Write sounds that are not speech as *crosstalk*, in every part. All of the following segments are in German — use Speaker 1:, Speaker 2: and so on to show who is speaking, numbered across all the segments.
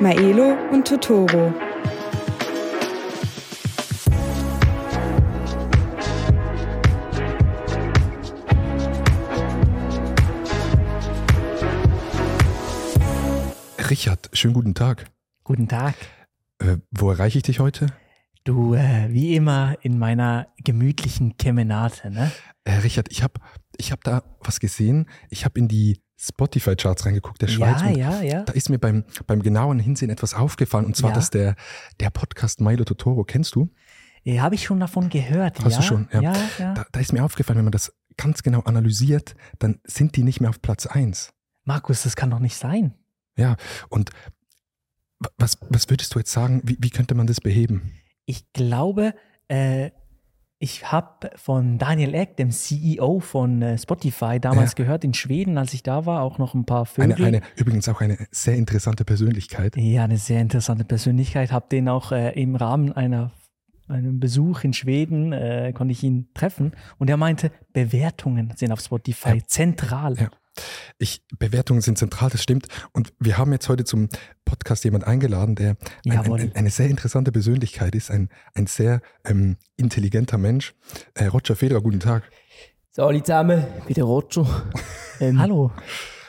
Speaker 1: Maelo und Totoro.
Speaker 2: Richard, schönen guten Tag.
Speaker 3: Guten Tag.
Speaker 2: Äh, wo erreiche ich dich heute?
Speaker 3: Du, äh, wie immer, in meiner gemütlichen Kemenate, ne?
Speaker 2: Äh, Richard, ich habe ich hab da was gesehen. Ich habe in die Spotify-Charts reingeguckt, der Schweiz.
Speaker 3: ja,
Speaker 2: und
Speaker 3: ja, ja.
Speaker 2: Da ist mir beim, beim genauen Hinsehen etwas aufgefallen. Und zwar,
Speaker 3: Ja.
Speaker 2: dass der, der Podcast Milo Totoro, kennst du?
Speaker 3: ja Habe ich schon davon gehört,
Speaker 2: Hast du
Speaker 3: ja?
Speaker 2: schon, ja.
Speaker 3: ja, ja.
Speaker 2: Da, da ist mir aufgefallen, wenn man das ganz genau analysiert, dann sind die nicht mehr auf Platz 1.
Speaker 3: Markus, das kann doch nicht sein.
Speaker 2: Und wa- was, was würdest du jetzt sagen, wie, wie könnte man das beheben?
Speaker 3: Ich glaube, äh, ich habe von Daniel Eck, dem CEO von äh, Spotify, damals
Speaker 2: Ja.
Speaker 3: gehört, in Schweden, als ich da war, auch noch ein paar Vögel.
Speaker 2: Eine, eine, übrigens auch eine sehr interessante Persönlichkeit.
Speaker 3: Ja, eine sehr interessante Persönlichkeit. Habe den auch äh, im Rahmen einer, einem Besuch in Schweden, äh, konnte ich ihn treffen. Und er meinte, Bewertungen sind auf Spotify zentral.
Speaker 2: Ja. Ich, Bewertungen sind zentral, das stimmt. Und wir haben jetzt heute zum Podcast jemand eingeladen, der ein, ein,
Speaker 3: Jawohl.
Speaker 2: ein, eine sehr interessante Persönlichkeit ist, ein, ein sehr ähm, intelligenter Mensch. Äh, Roger Federer, guten Tag.
Speaker 4: So, alle zusammen, ich bin der Roger.
Speaker 2: *laughs*
Speaker 4: Ähm,
Speaker 3: Hallo.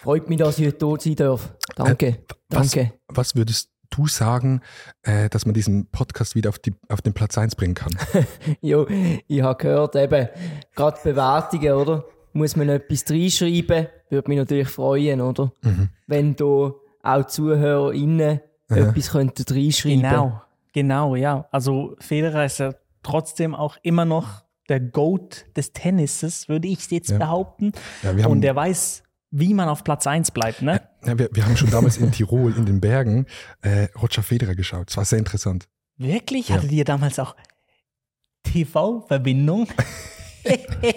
Speaker 4: Freut mich, dass ich heute dort sein darf. Danke.
Speaker 2: Äh, was-
Speaker 4: danke.
Speaker 2: Was würdest du sagen, äh, dass man diesen Podcast wieder auf, die, auf den Platz 1 bringen
Speaker 3: *laughs*
Speaker 2: kann?
Speaker 4: Jo, ich habe gehört, eben, gerade Bewertungen, oder? Muss man etwas reinschreiben? Würde mich natürlich freuen, oder?
Speaker 2: Mhm.
Speaker 4: Wenn da auch ZuhörerInnen etwas könnten reinschreiben
Speaker 3: Genau, genau, ja. Also Federer ist ja trotzdem auch immer noch der Goat des Tennises, würde ich jetzt
Speaker 2: Ja.
Speaker 3: behaupten.
Speaker 2: Ja, wir haben-
Speaker 3: Und der weiß, wie man auf Platz 1 bleibt, ne?
Speaker 2: Ja, wir, wir haben schon damals in Tirol, in den Bergen, äh, Roger Federer geschaut. Es war sehr interessant.
Speaker 3: Wirklich?
Speaker 2: Ja.
Speaker 3: Hattet ihr damals auch TV-Verbindung?
Speaker 2: Äh,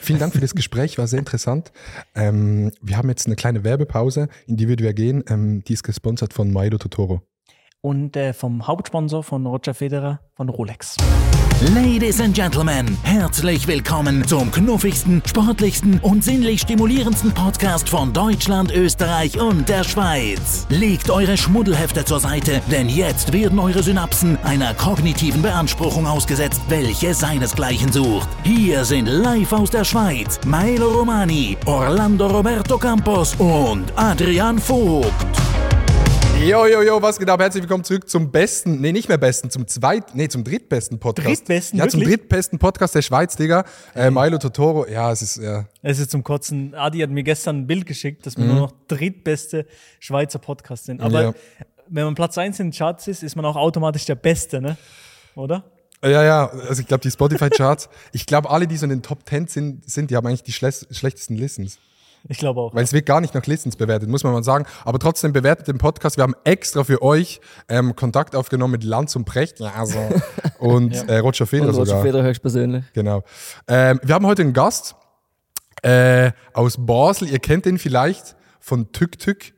Speaker 2: vielen Dank für das Gespräch, war sehr interessant. Ähm, wir haben jetzt eine kleine Werbepause, in die wir wieder gehen. Ähm, die ist gesponsert von Maido Totoro.
Speaker 3: Und äh, vom Hauptsponsor von Roger Federer von Rolex.
Speaker 5: Ladies and Gentlemen, herzlich willkommen zum knuffigsten, sportlichsten und sinnlich stimulierendsten Podcast von Deutschland, Österreich und der Schweiz. Legt eure Schmuddelhefte zur Seite, denn jetzt werden eure Synapsen einer kognitiven Beanspruchung ausgesetzt, welche seinesgleichen sucht. Hier sind live aus der Schweiz Milo Romani, Orlando Roberto Campos und Adrian Vogt.
Speaker 2: Jo, jo, jo, was geht ab? Herzlich willkommen zurück zum besten, nee, nicht mehr besten, zum zweit, nee, zum drittbesten Podcast.
Speaker 3: Drittbesten,
Speaker 2: Ja, zum
Speaker 3: wirklich?
Speaker 2: drittbesten Podcast der Schweiz, Digga. Äh, Milo Totoro, ja, es ist, äh,
Speaker 3: Es ist zum Kotzen. Adi hat mir gestern ein Bild geschickt, dass wir nur noch drittbeste Schweizer Podcast sind. Aber
Speaker 2: Ja.
Speaker 3: wenn man Platz 1 in den Charts ist, ist man auch automatisch der Beste, ne? Oder?
Speaker 2: ja, ja, also ich glaube, die
Speaker 3: *laughs*
Speaker 2: Spotify-Charts, ich glaube, alle, die so in den Top 10 sind, sind die haben eigentlich die schles- schlechtesten Listens.
Speaker 3: Ich glaube auch.
Speaker 2: Weil es wird gar nicht nach Listens bewertet, muss man mal sagen. Aber trotzdem bewertet den Podcast. Wir haben extra für euch ähm, Kontakt aufgenommen mit Lanz und Precht ja,
Speaker 3: *laughs*
Speaker 2: also. und Äh, Roger Federer
Speaker 4: Und Roger
Speaker 2: sogar.
Speaker 4: Federer höchstpersönlich.
Speaker 2: Genau. Ähm, wir haben heute einen Gast äh, aus Basel. Ihr kennt ihn vielleicht von Tück Tück.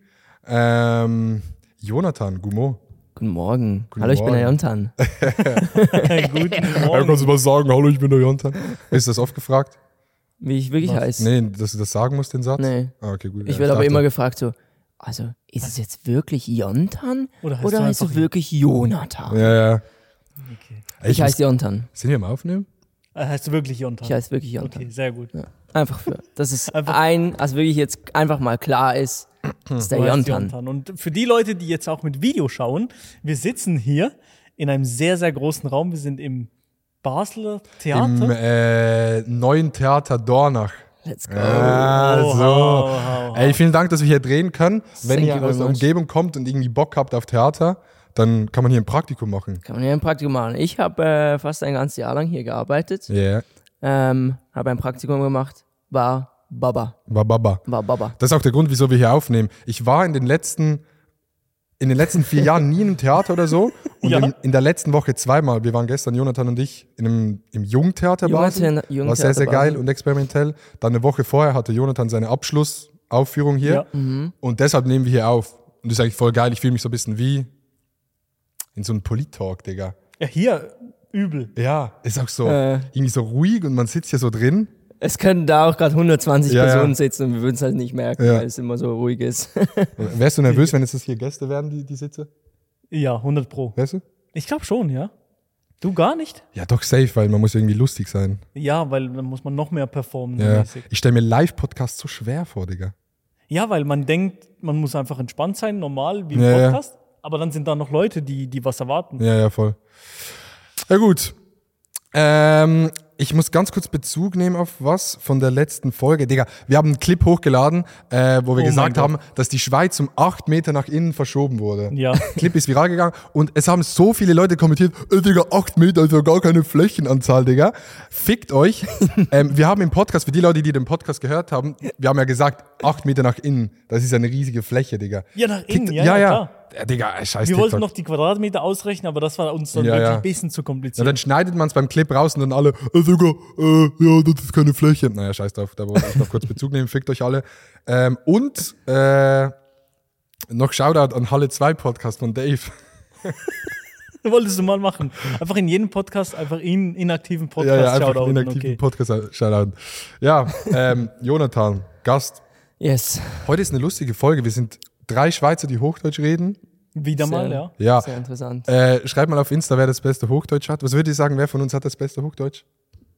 Speaker 2: Ähm, Jonathan Gumo.
Speaker 4: Guten Morgen. Hallo, ich bin
Speaker 2: Morgen.
Speaker 4: der Jonathan.
Speaker 3: Guten
Speaker 2: Ja,
Speaker 3: Morgen.
Speaker 2: kannst du mal sagen, hallo, ich bin der Jonathan. Ist das oft gefragt?
Speaker 4: Wie ich wirklich heiße.
Speaker 2: Nee, dass du das sagen musst, den Satz?
Speaker 4: Nee.
Speaker 2: Ah, okay, gut.
Speaker 4: Ich
Speaker 2: Ja,
Speaker 4: werde aber
Speaker 2: dachte-
Speaker 4: immer gefragt so, also ist es jetzt wirklich Jonathan
Speaker 3: Oder
Speaker 4: oder
Speaker 3: heißt
Speaker 4: heißt,
Speaker 3: du
Speaker 4: du,
Speaker 3: einfach-
Speaker 4: wirklich Jonathan?
Speaker 2: Ja, ja. Okay.
Speaker 4: Ich heiße Jonathan.
Speaker 2: Sind wir am Aufnehmen?
Speaker 3: Äh, Heißt du wirklich Jonathan?
Speaker 4: Ich heiße wirklich Jonathan.
Speaker 3: Okay, sehr gut.
Speaker 4: Einfach für,
Speaker 2: *laughs*
Speaker 4: dass es
Speaker 3: Einfach-
Speaker 4: ein, also wirklich jetzt einfach mal klar ist, ist der
Speaker 3: Du heißt
Speaker 4: Jontan.
Speaker 3: Jonathan. Und für die Leute, die jetzt auch mit Video schauen, wir sitzen hier in einem sehr, sehr großen Raum. Wir sind im Basler
Speaker 2: Im
Speaker 3: Theater.
Speaker 2: äh, neuen Theater Dornach.
Speaker 4: Let's go.
Speaker 2: Ah,
Speaker 3: Oha,
Speaker 2: so.
Speaker 3: oha, oha.
Speaker 2: Ey, vielen Dank, dass wir hier drehen können. Wenn
Speaker 4: Thank
Speaker 2: ihr
Speaker 4: you very
Speaker 2: aus der
Speaker 4: much.
Speaker 2: Umgebung kommt und irgendwie Bock habt auf Theater, dann kann man hier ein Praktikum machen.
Speaker 4: Kann man hier ein Praktikum machen. Ich habe äh, fast ein ganzes Jahr lang hier gearbeitet,
Speaker 2: Yeah.
Speaker 4: ähm, habe ein Praktikum gemacht, war Baba,
Speaker 2: Bababa.
Speaker 4: war Baba.
Speaker 2: Das ist auch der Grund, wieso wir hier aufnehmen. Ich war in den letzten, in den letzten vier Jahren nie in einem Theater oder so. Und
Speaker 3: Ja.
Speaker 2: in, in der letzten Woche zweimal. Wir waren gestern, Jonathan und ich, in einem, im Jungtheater
Speaker 4: Junge
Speaker 2: Basel.
Speaker 4: Theater- Junge
Speaker 2: War sehr, sehr
Speaker 4: Theater
Speaker 2: geil
Speaker 4: Basel.
Speaker 2: und experimentell. Dann eine Woche vorher hatte Jonathan seine Abschlussaufführung hier.
Speaker 3: Ja.
Speaker 2: Und deshalb nehmen wir hier auf. Und das ist eigentlich voll geil. Ich fühle mich so ein bisschen wie in so einem Polit-Talk, Digga.
Speaker 3: Ja, hier übel.
Speaker 2: Ja, ist auch so irgendwie so ruhig und man sitzt hier so drin.
Speaker 4: Es können da auch gerade 120
Speaker 2: Ja, ja.
Speaker 4: Personen sitzen und wir würden es halt nicht merken,
Speaker 2: Ja.
Speaker 4: weil es immer so ruhig ist. *laughs*
Speaker 2: Wärst du nervös, wenn jetzt das hier Gäste wären, die, die Sitze?
Speaker 3: Ja, 100 Pro.
Speaker 2: Wärst du?
Speaker 3: Ich glaube schon, ja. Du gar nicht?
Speaker 2: Ja, doch, safe, weil man muss irgendwie lustig sein.
Speaker 3: Ja, weil dann muss man noch mehr performen.
Speaker 2: Ja.
Speaker 3: mäßig.
Speaker 2: Ich stelle mir Live-Podcasts so schwer vor, Digga.
Speaker 3: ja, weil man denkt, man muss einfach entspannt sein, normal, wie im
Speaker 2: Ja, ja.
Speaker 3: Podcast. Aber dann sind da noch Leute, die, die was erwarten.
Speaker 2: Ja, ja, voll. Ja, gut. Ähm, ich muss ganz kurz Bezug nehmen auf was von der letzten Folge. Digga, wir haben einen Clip hochgeladen, äh, wo wir
Speaker 3: Oh mein
Speaker 2: gesagt
Speaker 3: Gott.
Speaker 2: haben, dass die Schweiz um acht Meter nach innen verschoben wurde.
Speaker 3: Ja.
Speaker 2: *laughs* Clip ist viral gegangen und es haben so viele Leute kommentiert, äh, Digga, 8 Meter ist ja gar keine Flächenanzahl, Digga. Fickt
Speaker 3: *laughs*
Speaker 2: euch. ähm, wir haben im Podcast, für die Leute, die den Podcast gehört haben, wir haben ja gesagt, 8 Meter nach innen, das ist eine riesige Fläche, Digga.
Speaker 3: Ja, nach innen, ja,
Speaker 2: ja,
Speaker 3: ja,
Speaker 2: ja.
Speaker 3: klar.
Speaker 2: ja. Digga, äh, scheiß
Speaker 3: Wir
Speaker 2: TikTok.
Speaker 3: wollten noch die Quadratmeter ausrechnen, aber das war uns dann
Speaker 2: Ja,
Speaker 3: wirklich
Speaker 2: ja.
Speaker 3: ein bisschen zu
Speaker 2: Ja,
Speaker 3: kompliziert.
Speaker 2: dann schneidet man es beim Clip raus und dann alle, äh, Digga, äh, ja, das ist keine Fläche. Naja, scheiß drauf, da wollte ich noch kurz Bezug nehmen, fickt euch alle. Ähm, und äh, noch Shoutout an Halle 2 Podcast von Dave.
Speaker 3: Wolltest du mal machen. Einfach in jedem Podcast, einfach in inaktiven Podcast
Speaker 2: einfach
Speaker 3: shoutouten,
Speaker 2: inaktiven Podcast Shoutout. Ja, ähm, Jonathan, Gast.
Speaker 4: Yes.
Speaker 2: Heute ist eine lustige Folge. Wir sind drei Schweizer, die Hochdeutsch reden.
Speaker 3: Wieder mal, ja.
Speaker 2: Ja.
Speaker 4: Sehr interessant.
Speaker 2: Äh, schreibt mal auf Insta, wer das beste Hochdeutsch hat. Was würde ich sagen, wer von uns hat das beste Hochdeutsch?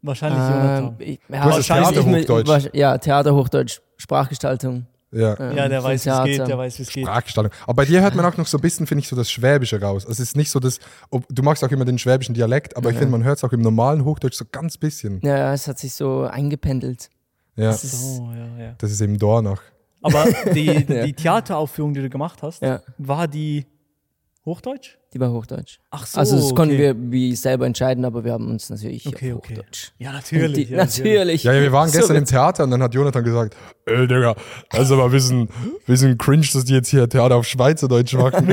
Speaker 3: Wahrscheinlich Jonathan.
Speaker 4: Ähm, ich, ja,
Speaker 2: hast
Speaker 3: das
Speaker 4: wahrscheinlich-
Speaker 2: Theaterhochdeutsch.
Speaker 4: wahrsch- Ja, Theaterhochdeutsch, Sprachgestaltung.
Speaker 2: Ja.
Speaker 4: ähm,
Speaker 3: Ja, der
Speaker 4: vom
Speaker 3: weiß, wie es geht,
Speaker 4: Theater.
Speaker 3: der weiß, wie es geht.
Speaker 2: Sprachgestaltung. Aber bei dir hört man auch noch so ein bisschen, finde ich, so das Schwäbische raus. Also es ist nicht so das, ob, du magst auch immer den schwäbischen Dialekt, aber ich finde, man hört es auch im normalen Hochdeutsch so ganz bisschen.
Speaker 4: Ja, ja, es hat sich so eingependelt.
Speaker 2: Ja,
Speaker 4: Es ist,
Speaker 3: Oh, ja, ja.
Speaker 2: das ist eben Dornach.
Speaker 3: Aber die,
Speaker 4: *laughs* Ja.
Speaker 3: die Theateraufführung, die du gemacht hast,
Speaker 4: Ja.
Speaker 3: war die Hochdeutsch?
Speaker 4: die war Hochdeutsch.
Speaker 3: Ach so.
Speaker 4: Also das
Speaker 3: okay.
Speaker 4: konnten wir wie selber entscheiden, aber wir haben uns natürlich
Speaker 3: Okay,
Speaker 4: auf
Speaker 3: okay.
Speaker 4: Hochdeutsch.
Speaker 3: Ja,
Speaker 4: Und
Speaker 3: natürlich.
Speaker 4: Die,
Speaker 3: ja,
Speaker 4: natürlich.
Speaker 2: Ja, ja, wir waren
Speaker 4: So
Speaker 2: gestern im
Speaker 4: wird's.
Speaker 2: Theater und dann hat Jonathan gesagt, ey Digga, also mal wissen, wissen cringe, dass die jetzt hier Theater auf Schweizerdeutsch machen.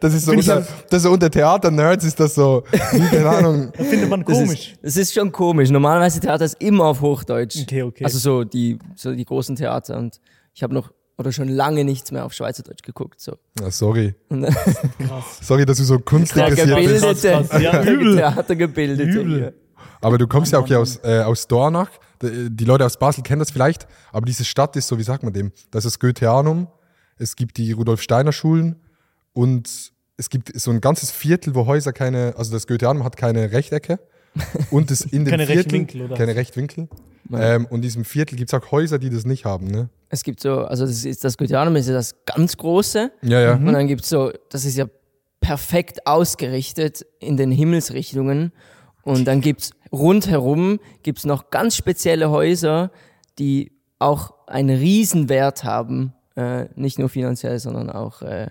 Speaker 2: das ist so
Speaker 3: Bin ich
Speaker 2: unter,
Speaker 3: das-
Speaker 2: das ist so unter Theater-Nerds ist das so, wie, keine Ahnung. *laughs*
Speaker 3: Findet man
Speaker 4: Das
Speaker 3: komisch.
Speaker 4: Ist, es ist schon komisch. Normalerweise Theater ist immer auf Hochdeutsch.
Speaker 3: Okay, okay.
Speaker 4: Also so die, so die großen Theater. Und ich habe noch oder schon lange nichts mehr auf Schweizerdeutsch geguckt. So.
Speaker 2: Ah, sorry.
Speaker 4: Und dann
Speaker 2: Sorry, dass du so kunstinteressiert bist.
Speaker 4: gebildete,
Speaker 3: genau.
Speaker 4: *laughs*
Speaker 3: krass, ja, übel.
Speaker 4: Theater gebildete. hier.
Speaker 2: Aber du kommst ja auch hier aus, äh, aus Dornach. D- Die Leute aus Basel kennen das vielleicht, aber diese Stadt ist so, wie sagt man dem? Das ist Goetheanum. Es gibt die Rudolf-Steiner-Schulen und es gibt so ein ganzes Viertel, wo Häuser keine, also das Goetheanum hat keine Rechtecke.
Speaker 3: *laughs*
Speaker 2: Und es in dem
Speaker 3: Keine
Speaker 2: Viertel,
Speaker 3: Rechtwinkel, oder?
Speaker 2: Keine Rechtwinkel.
Speaker 4: Ja.
Speaker 2: Ähm, und in diesem Viertel gibt es auch Häuser, die das nicht haben, ne?
Speaker 4: Es gibt so, also das ist das Goetheanum ist ja das ganz große.
Speaker 2: Ja, ja.
Speaker 4: Und dann gibt's so, das ist ja perfekt ausgerichtet in den Himmelsrichtungen. Und dann gibt's rundherum gibt's noch ganz spezielle Häuser, die auch einen Riesenwert haben. Äh, nicht nur finanziell, sondern auch äh,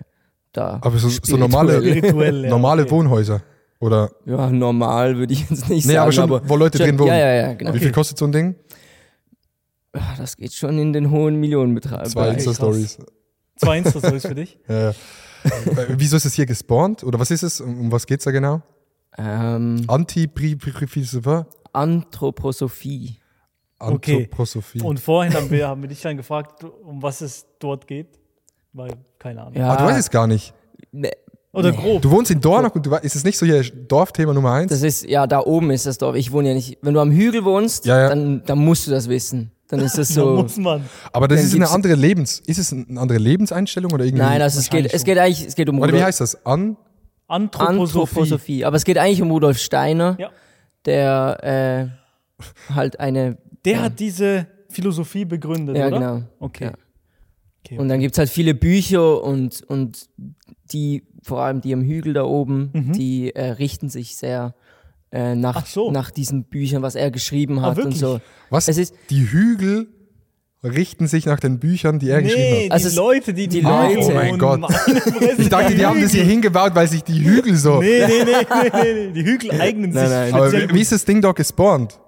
Speaker 4: da.
Speaker 2: Aber so, so
Speaker 4: spirituell.
Speaker 2: normale,
Speaker 3: Spirituell. *laughs* ja,
Speaker 2: normale
Speaker 3: okay.
Speaker 2: Wohnhäuser. Oder
Speaker 4: Ja, normal würde ich jetzt nicht
Speaker 2: Nee,
Speaker 4: sagen.
Speaker 2: aber schon, wo Leute
Speaker 4: schon,
Speaker 2: drin wohnen.
Speaker 4: Ja, ja, ja, genau.
Speaker 2: wie viel kostet so ein Ding?
Speaker 4: Ah, Das geht schon in den hohen Millionenbetrag.
Speaker 2: Zwei
Speaker 3: krass.
Speaker 2: Insta-Stories.
Speaker 3: Zwei Insta-Stories für
Speaker 4: *laughs*
Speaker 3: dich.
Speaker 2: Ja, ja. Äh, Wieso ist es hier gespawnt? Oder was ist es? Um um was geht's da genau?
Speaker 4: Ähm,
Speaker 2: anti pri- pri- pri- pri- pri-
Speaker 4: Anthroposophie.
Speaker 3: Okay.
Speaker 2: Anthroposophie.
Speaker 3: Und vorhin haben wir, haben wir dich dann gefragt, um was es dort geht. Weil, keine Ahnung.
Speaker 4: Ja,
Speaker 2: Ah, du weißt es gar nicht.
Speaker 4: ne,
Speaker 3: Oder grob.
Speaker 2: Du wohnst in Dornach und du weißt, ist es nicht so hier Dorfthema Nummer eins?
Speaker 4: Das ist, ja, da oben ist das Dorf. Ich wohne ja nicht. Wenn du am Hügel wohnst,
Speaker 2: Ja, ja.
Speaker 4: Dann, dann musst du das wissen. Dann ist das
Speaker 3: *laughs* *laughs* Da
Speaker 4: so.
Speaker 3: muss man.
Speaker 2: Aber das
Speaker 4: Dann
Speaker 2: ist eine
Speaker 4: gibt's-
Speaker 2: andere Lebens, ist es eine andere Lebenseinstellung oder irgendwie?
Speaker 4: Nein, also es
Speaker 3: Wahrscheinlich
Speaker 4: geht, es geht eigentlich, es geht um
Speaker 2: Oder wie
Speaker 4: Rudolf,
Speaker 2: heißt das? An?
Speaker 3: Anthroposophie.
Speaker 4: Anthroposophie. Aber es geht eigentlich um Rudolf Steiner,
Speaker 3: Ja.
Speaker 4: der äh, halt eine.
Speaker 3: Der hat diese Philosophie begründet,
Speaker 4: Ja,
Speaker 3: oder?
Speaker 4: genau.
Speaker 3: Okay.
Speaker 4: Ja.
Speaker 3: okay.
Speaker 4: Und dann gibt's halt viele Bücher und, und die, vor allem die am Hügel da oben, die äh, richten sich sehr äh, nach,
Speaker 3: Mhm. Ach so. Ah,
Speaker 4: nach diesen Büchern, was er geschrieben hat und
Speaker 3: wirklich?
Speaker 4: so.
Speaker 2: Was?
Speaker 4: Es ist-
Speaker 2: die Hügel richten sich nach den Büchern, die er
Speaker 3: nee,
Speaker 2: geschrieben
Speaker 3: die
Speaker 4: Also es-
Speaker 3: Leute, die die,
Speaker 4: die Leute.
Speaker 2: Oh mein Gott. *laughs* hat. Ich dachte, die haben das hier hingebaut, weil sich die Hügel so.
Speaker 3: Nee, nee, nee, nee, nee, nee. Die Hügel eignen sich.
Speaker 4: *laughs* Nein, nein.
Speaker 2: Aber
Speaker 3: speziell
Speaker 2: wie, wie ist das Ding da gespawnt?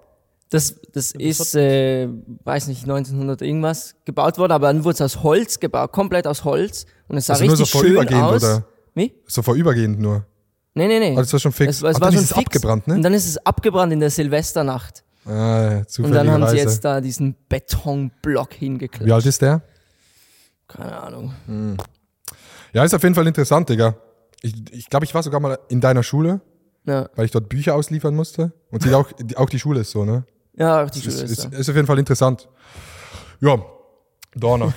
Speaker 4: Das, das ist, äh, weiß nicht, 1900 irgendwas gebaut worden, aber dann wurde es aus Holz gebaut, komplett aus Holz. Und es sah
Speaker 2: Also nur
Speaker 4: richtig
Speaker 2: so
Speaker 4: schön
Speaker 2: vorübergehend,
Speaker 4: aus.
Speaker 2: oder?
Speaker 4: Wie?
Speaker 2: So vorübergehend nur.
Speaker 4: Nee, nee, nee.
Speaker 2: Also es war schon fix.
Speaker 4: Es, war- es
Speaker 2: Ah,
Speaker 4: war
Speaker 2: dann
Speaker 4: schon
Speaker 2: ist es
Speaker 4: fix.
Speaker 2: abgebrannt, ne?
Speaker 4: Und dann ist es abgebrannt in der Silvesternacht.
Speaker 2: Ah,
Speaker 4: Und dann haben sie
Speaker 2: zufälligerweise.
Speaker 4: jetzt da diesen Betonblock hingeklatscht.
Speaker 2: Wie alt ist der?
Speaker 4: Keine Ahnung.
Speaker 2: Ja, ist auf jeden Fall interessant, Digga. Ich, ich glaube, ich war sogar mal in deiner Schule,
Speaker 4: Ja.
Speaker 2: weil ich dort Bücher ausliefern musste. Und die, auch, die, auch die Schule ist so, ne?
Speaker 4: Ja, die
Speaker 2: Ist,
Speaker 4: Schule
Speaker 2: ist,
Speaker 4: ist da.
Speaker 2: ist auf jeden Fall interessant. Ja, Dornach.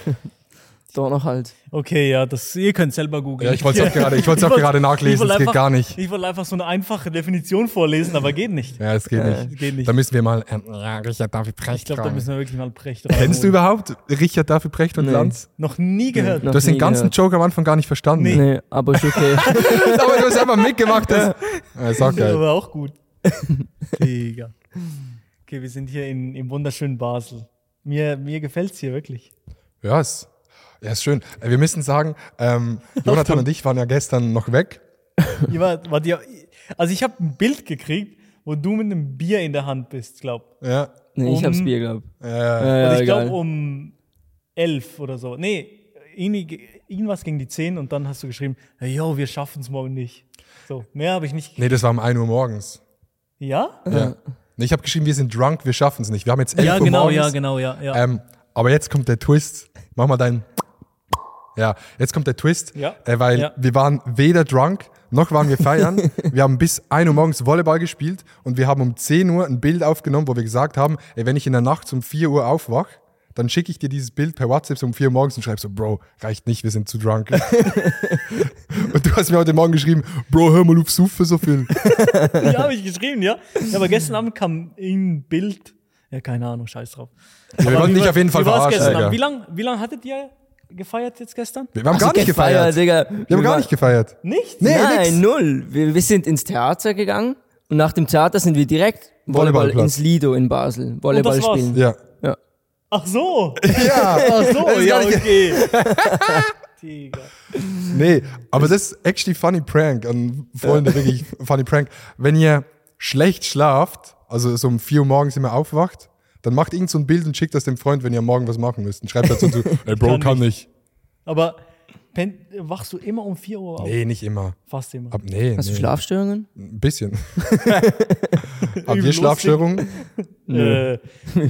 Speaker 4: Da noch halt.
Speaker 3: Okay, ja, das, ihr könnt selber googeln.
Speaker 2: Ja, ich wollte es auch
Speaker 3: *laughs*
Speaker 2: gerade, ich wollte es auch
Speaker 3: wollt-
Speaker 2: gerade
Speaker 3: ich
Speaker 2: nachlesen.
Speaker 3: wollt
Speaker 2: Es geht
Speaker 3: einfach-
Speaker 2: gar nicht.
Speaker 3: Ich wollte einfach so eine einfache Definition vorlesen, aber geht nicht.
Speaker 2: Ja, es geht,
Speaker 3: es
Speaker 2: nicht.
Speaker 3: geht nicht.
Speaker 2: Da müssen wir mal ähm, ja, Richard David Precht
Speaker 3: Ich glaube, da
Speaker 2: fragen.
Speaker 3: müssen wir wirklich mal Precht
Speaker 2: Kennst du
Speaker 3: reinholen.
Speaker 2: überhaupt Richard David Precht und
Speaker 4: Nee.
Speaker 2: Lanz?
Speaker 3: Noch nie gehört.
Speaker 4: Noch
Speaker 2: Du hast den
Speaker 4: nie
Speaker 2: ganzen
Speaker 4: gehört.
Speaker 2: Joke am Anfang gar nicht verstanden.
Speaker 4: Nee, aber ist okay.
Speaker 2: *laughs* Aber du hast einfach mitgemacht. Das ja, ist auch
Speaker 3: Das ist
Speaker 2: geil.
Speaker 3: aber
Speaker 2: *laughs*
Speaker 3: auch gut. Digga. Okay, wir sind hier in, im wunderschönen Basel. Mir, mir gefällt es hier wirklich.
Speaker 2: Ja, ist, ja, ist schön. Äh, Wir müssen sagen, ähm, Jonathan und ich waren ja gestern noch weg.
Speaker 3: Ihr wart, wart ihr, also ich habe ein Bild gekriegt, wo du mit einem Bier in der Hand bist, glaub.
Speaker 2: Ja.
Speaker 4: Nee, ich hab's
Speaker 3: Um-
Speaker 4: Bier gehabt.
Speaker 2: Äh,
Speaker 4: Ja,
Speaker 3: Und
Speaker 4: ja,
Speaker 3: ich glaube
Speaker 4: egal.
Speaker 3: um elf oder so. Nee, irgendwie- irgendwas gegen die zehn und dann hast du geschrieben, "Hey, yo, wir schaffen es morgen nicht. So, mehr habe ich nicht.
Speaker 2: nee, das war um 1 Uhr morgens.
Speaker 3: Ja?
Speaker 2: Ja. Nee, ich habe geschrieben, wir sind drunk, wir schaffen es nicht. Wir haben jetzt 11 Uhr morgens.
Speaker 3: genau, ja. ja.
Speaker 2: Ähm, aber jetzt kommt der Twist. Mach mal deinen. Ja, jetzt kommt der Twist,
Speaker 3: Ja.
Speaker 2: äh, weil
Speaker 3: Ja.
Speaker 2: wir waren weder drunk, noch waren wir feiern.
Speaker 3: *laughs*
Speaker 2: wir haben bis 1 Uhr morgens Volleyball gespielt und wir haben um 10 Uhr ein Bild aufgenommen, wo wir gesagt haben, ey, wenn ich in der Nacht um 4 Uhr aufwach, dann schicke ich dir dieses Bild per WhatsApp so um 4 Uhr morgens und schreib so, Bro, reicht nicht, wir sind zu
Speaker 3: *laughs*
Speaker 2: drunk. und du hast mir heute Morgen geschrieben, Bro, hör mal auf, Sufe so viel.
Speaker 3: Ja, habe ich geschrieben, ja. ja. Aber gestern Abend kam ein Bild. Ja, keine Ahnung, scheiß drauf.
Speaker 2: wir
Speaker 3: Aber
Speaker 2: wollten
Speaker 3: wie
Speaker 2: dich
Speaker 3: war-
Speaker 2: auf jeden Fall
Speaker 3: wie war's
Speaker 2: verarschen,
Speaker 3: gestern Abend?
Speaker 2: Digga.
Speaker 3: Wie lange wie lang hattet ihr gefeiert jetzt gestern?
Speaker 2: Wir haben gar
Speaker 4: Also
Speaker 2: nicht gefeiert.
Speaker 4: Digga.
Speaker 2: Wir haben gar nicht gefeiert.
Speaker 3: Nicht?
Speaker 2: Nee,
Speaker 4: Nein,
Speaker 2: nix.
Speaker 4: null. Wir, wir sind ins Theater gegangen und nach dem Theater sind wir direkt Volleyball
Speaker 2: Volleyballplatz.
Speaker 4: ins Lido in Basel. Volleyball
Speaker 3: Und das war's.
Speaker 4: spielen.
Speaker 2: Ja.
Speaker 4: Ja.
Speaker 3: Ach so.
Speaker 2: Ja.
Speaker 3: *laughs* Ach so,
Speaker 2: ist
Speaker 3: ja,
Speaker 2: gar nicht-
Speaker 3: okay.
Speaker 2: *laughs*
Speaker 3: Digga.
Speaker 2: Nee, aber das ist actually funny prank an Freunde, wirklich funny prank. Wenn ihr schlecht schlaft, also so um 4 Uhr morgens immer aufwacht, dann macht irgend so ein Bild und schickt das dem Freund, wenn ihr morgen was machen müsst. Und schreibt dazu,
Speaker 3: *laughs*
Speaker 2: so, ey Bro,
Speaker 3: kann
Speaker 2: kann, nicht.
Speaker 3: Aber pen, wachst du immer um 4 Uhr auf?
Speaker 2: Nee, nicht immer.
Speaker 3: Fast immer.
Speaker 2: Ab, nee,
Speaker 4: Hast
Speaker 2: nee.
Speaker 4: du Schlafstörungen?
Speaker 2: Ein
Speaker 4: *laughs*
Speaker 2: bisschen. *laughs* Habt ihr
Speaker 3: lustig. *laughs*
Speaker 2: Schlafstörungen?
Speaker 3: Äh,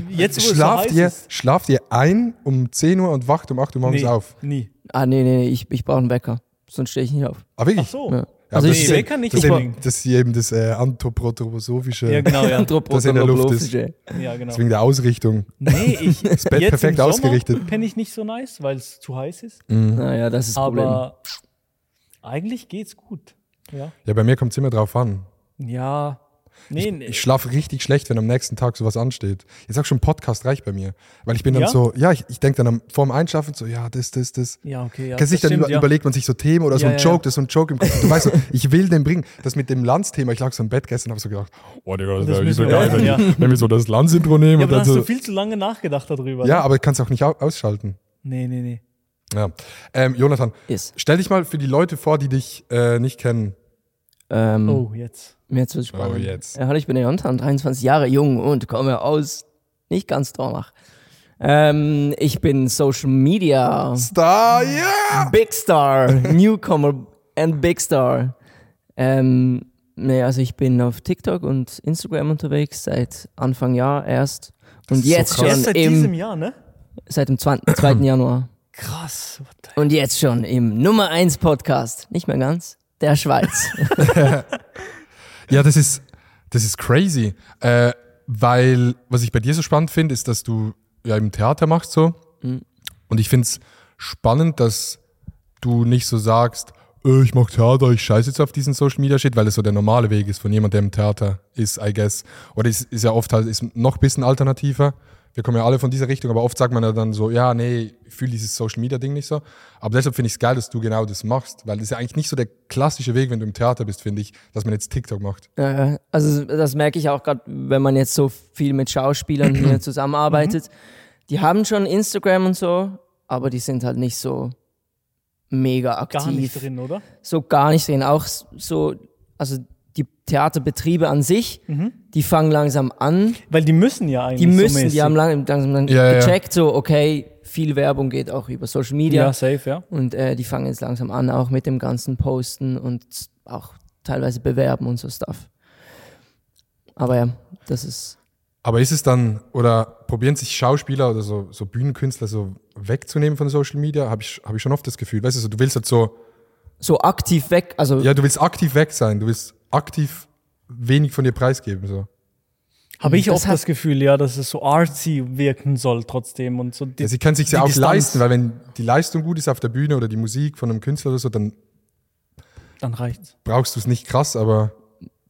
Speaker 3: jetzt, wo
Speaker 2: Schlaft
Speaker 3: es so heiß
Speaker 2: ihr,
Speaker 3: ist.
Speaker 2: schlaft ihr ein um 10 Uhr und wacht um 8 Uhr morgens
Speaker 3: Nee,
Speaker 2: auf?
Speaker 3: nie.
Speaker 4: Ah, nee, nee, ich, ich brauche einen Wecker. Sonst stehe ich nicht auf.
Speaker 2: Aber Ah, wirklich?
Speaker 3: Ach so.
Speaker 4: Ja.
Speaker 2: Ja,
Speaker 4: Also
Speaker 2: das
Speaker 4: ich-
Speaker 2: ist
Speaker 3: nee,
Speaker 2: eben-
Speaker 3: kann nicht
Speaker 2: das ist eben-
Speaker 3: unbedingt.
Speaker 2: Das ist eben das äh, anthroposophische
Speaker 3: Ja, genau, ja.
Speaker 2: Das in der Luft ist.
Speaker 3: *laughs* ja genau.
Speaker 2: wegen der Ausrichtung.
Speaker 3: Nee, ich,
Speaker 2: *laughs*
Speaker 3: das
Speaker 2: Bett perfekt ausgerichtet.
Speaker 3: penne ich nicht so nice, weil es zu heiß ist.
Speaker 2: Mhm.
Speaker 4: Naja, das ist das Problem.
Speaker 3: Aber eigentlich geht's gut. Ja.
Speaker 2: Ja, bei mir kommt es immer drauf an.
Speaker 3: Ja. Nee, nee.
Speaker 2: Ich schlafe richtig schlecht, wenn am nächsten Tag sowas ansteht. Jetzt auch schon Podcast reicht bei mir. Weil ich bin dann
Speaker 3: Ja?
Speaker 2: so, ja, ich, ich denke dann am, vorm Einschlafen so, ja, das, das, das.
Speaker 3: ja, okay. Ja,
Speaker 2: Kennst du,
Speaker 3: das
Speaker 2: nicht, dann
Speaker 3: stimmt,
Speaker 2: über-
Speaker 3: ja.
Speaker 2: überlegt man sich so Themen oder so
Speaker 3: Ja,
Speaker 2: ein
Speaker 3: ja,
Speaker 2: Joke,
Speaker 3: ja.
Speaker 2: das ist so ein Joke im Kopf. Du weißt
Speaker 3: *laughs*
Speaker 2: so, ich will den bringen. Das mit dem Lanz-Thema, ich lag so im Bett gestern und hab so gedacht, oh Digga, das,
Speaker 3: Das
Speaker 2: wär
Speaker 3: müssen
Speaker 2: übel
Speaker 3: wir
Speaker 2: geil,
Speaker 3: machen,
Speaker 2: wenn,
Speaker 3: ja.
Speaker 2: wenn wir so das Lanz-Intro nehmen
Speaker 3: Ja,
Speaker 2: und
Speaker 3: aber dann
Speaker 2: dann
Speaker 3: hast
Speaker 2: so.
Speaker 3: du viel zu lange nachgedacht darüber.
Speaker 2: ja,
Speaker 3: ne?
Speaker 2: aber kannst auch nicht au- ausschalten.
Speaker 3: Nee, nee, nee.
Speaker 2: Ja. Ähm, Jonathan,
Speaker 4: Yes.
Speaker 2: stell dich mal für die Leute vor, die dich äh, nicht kennen.
Speaker 4: Ähm,
Speaker 3: Oh, jetzt.
Speaker 4: Mir jetzt wird's spannend.
Speaker 2: Oh, jetzt.
Speaker 4: Ja, hallo, ich bin der Jonathan, 23 Jahre jung und komme aus nicht ganz Dornach. Ähm, ich bin Social Media
Speaker 2: Star, yeah!
Speaker 4: Big Star, Newcomer and Big Star. Ähm, nee, also ich bin auf TikTok und Instagram unterwegs seit Anfang Jahr erst. Und
Speaker 2: ist so
Speaker 4: jetzt
Speaker 2: krass.
Speaker 4: schon
Speaker 3: Erst seit diesem
Speaker 4: im,
Speaker 3: Jahr, ne?
Speaker 4: seit dem 20, 2.
Speaker 3: *laughs*
Speaker 4: Januar.
Speaker 3: Krass. What the
Speaker 4: Und jetzt schon im Nummer 1 Podcast, nicht mehr ganz,
Speaker 3: *laughs*
Speaker 4: der Schweiz.
Speaker 2: Ja, das ist, das ist crazy. Äh, weil, was ich bei dir so spannend finde, ist, dass du ja im Theater machst so. Und ich find's spannend, dass du nicht so sagst, äh, ich mach Theater, ich scheiße jetzt auf diesen Social Media Shit, weil es so der normale Weg ist von jemandem, der im Theater ist, I guess. Oder ist, ist ja oft halt, ist noch ein bisschen alternativer. Wir kommen ja alle von dieser Richtung, aber oft sagt man ja dann so, ja, nee, ich fühle dieses Social Media Ding nicht so. Aber deshalb finde ich es geil, dass du genau das machst, weil das ist ja eigentlich nicht so der klassische Weg, wenn du im Theater bist, finde ich, dass man jetzt TikTok macht.
Speaker 4: Ja, ja. also das merke ich auch gerade, wenn man jetzt so viel mit
Speaker 3: *clears throat*
Speaker 4: Schauspielern hier zusammenarbeitet.
Speaker 3: Mhm.
Speaker 4: Die haben schon Instagram und so, aber die sind halt nicht so mega aktiv.
Speaker 3: Gar nicht drin, oder?
Speaker 4: So gar nicht drin. Auch s- so, also die Theaterbetriebe an sich, die fangen langsam an.
Speaker 3: Weil die müssen ja eigentlich.
Speaker 4: Die
Speaker 3: so
Speaker 4: müssen,
Speaker 3: mäßig.
Speaker 4: die haben lang, langsam dann
Speaker 2: Ja, ja.
Speaker 4: gecheckt, so okay, viel Werbung geht auch über Social Media.
Speaker 3: Ja, safe, ja.
Speaker 4: Und äh, die fangen jetzt langsam an, auch mit dem ganzen Posten und auch teilweise bewerben und so Stuff. Aber ja, das ist.
Speaker 2: Aber ist es dann, oder probieren sich Schauspieler oder so, so Bühnenkünstler so wegzunehmen von Social Media? Habe ich, hab ich schon oft das Gefühl. Weißt du, so, du willst halt so,
Speaker 4: So aktiv weg, also
Speaker 2: ja, du willst aktiv weg sein, du willst aktiv wenig von dir preisgeben. So.
Speaker 3: Habe ich
Speaker 4: Das
Speaker 3: oft
Speaker 4: hat-
Speaker 3: Mhm. das Gefühl, ja, dass es so artsy wirken soll trotzdem und so. Die,
Speaker 2: Ja, sie können sich ja
Speaker 3: die
Speaker 2: auch
Speaker 3: Distanz,
Speaker 2: leisten, weil wenn die Leistung gut ist auf der Bühne oder die Musik von einem Künstler oder so, dann
Speaker 3: dann reicht's.
Speaker 2: brauchst du es nicht krass, aber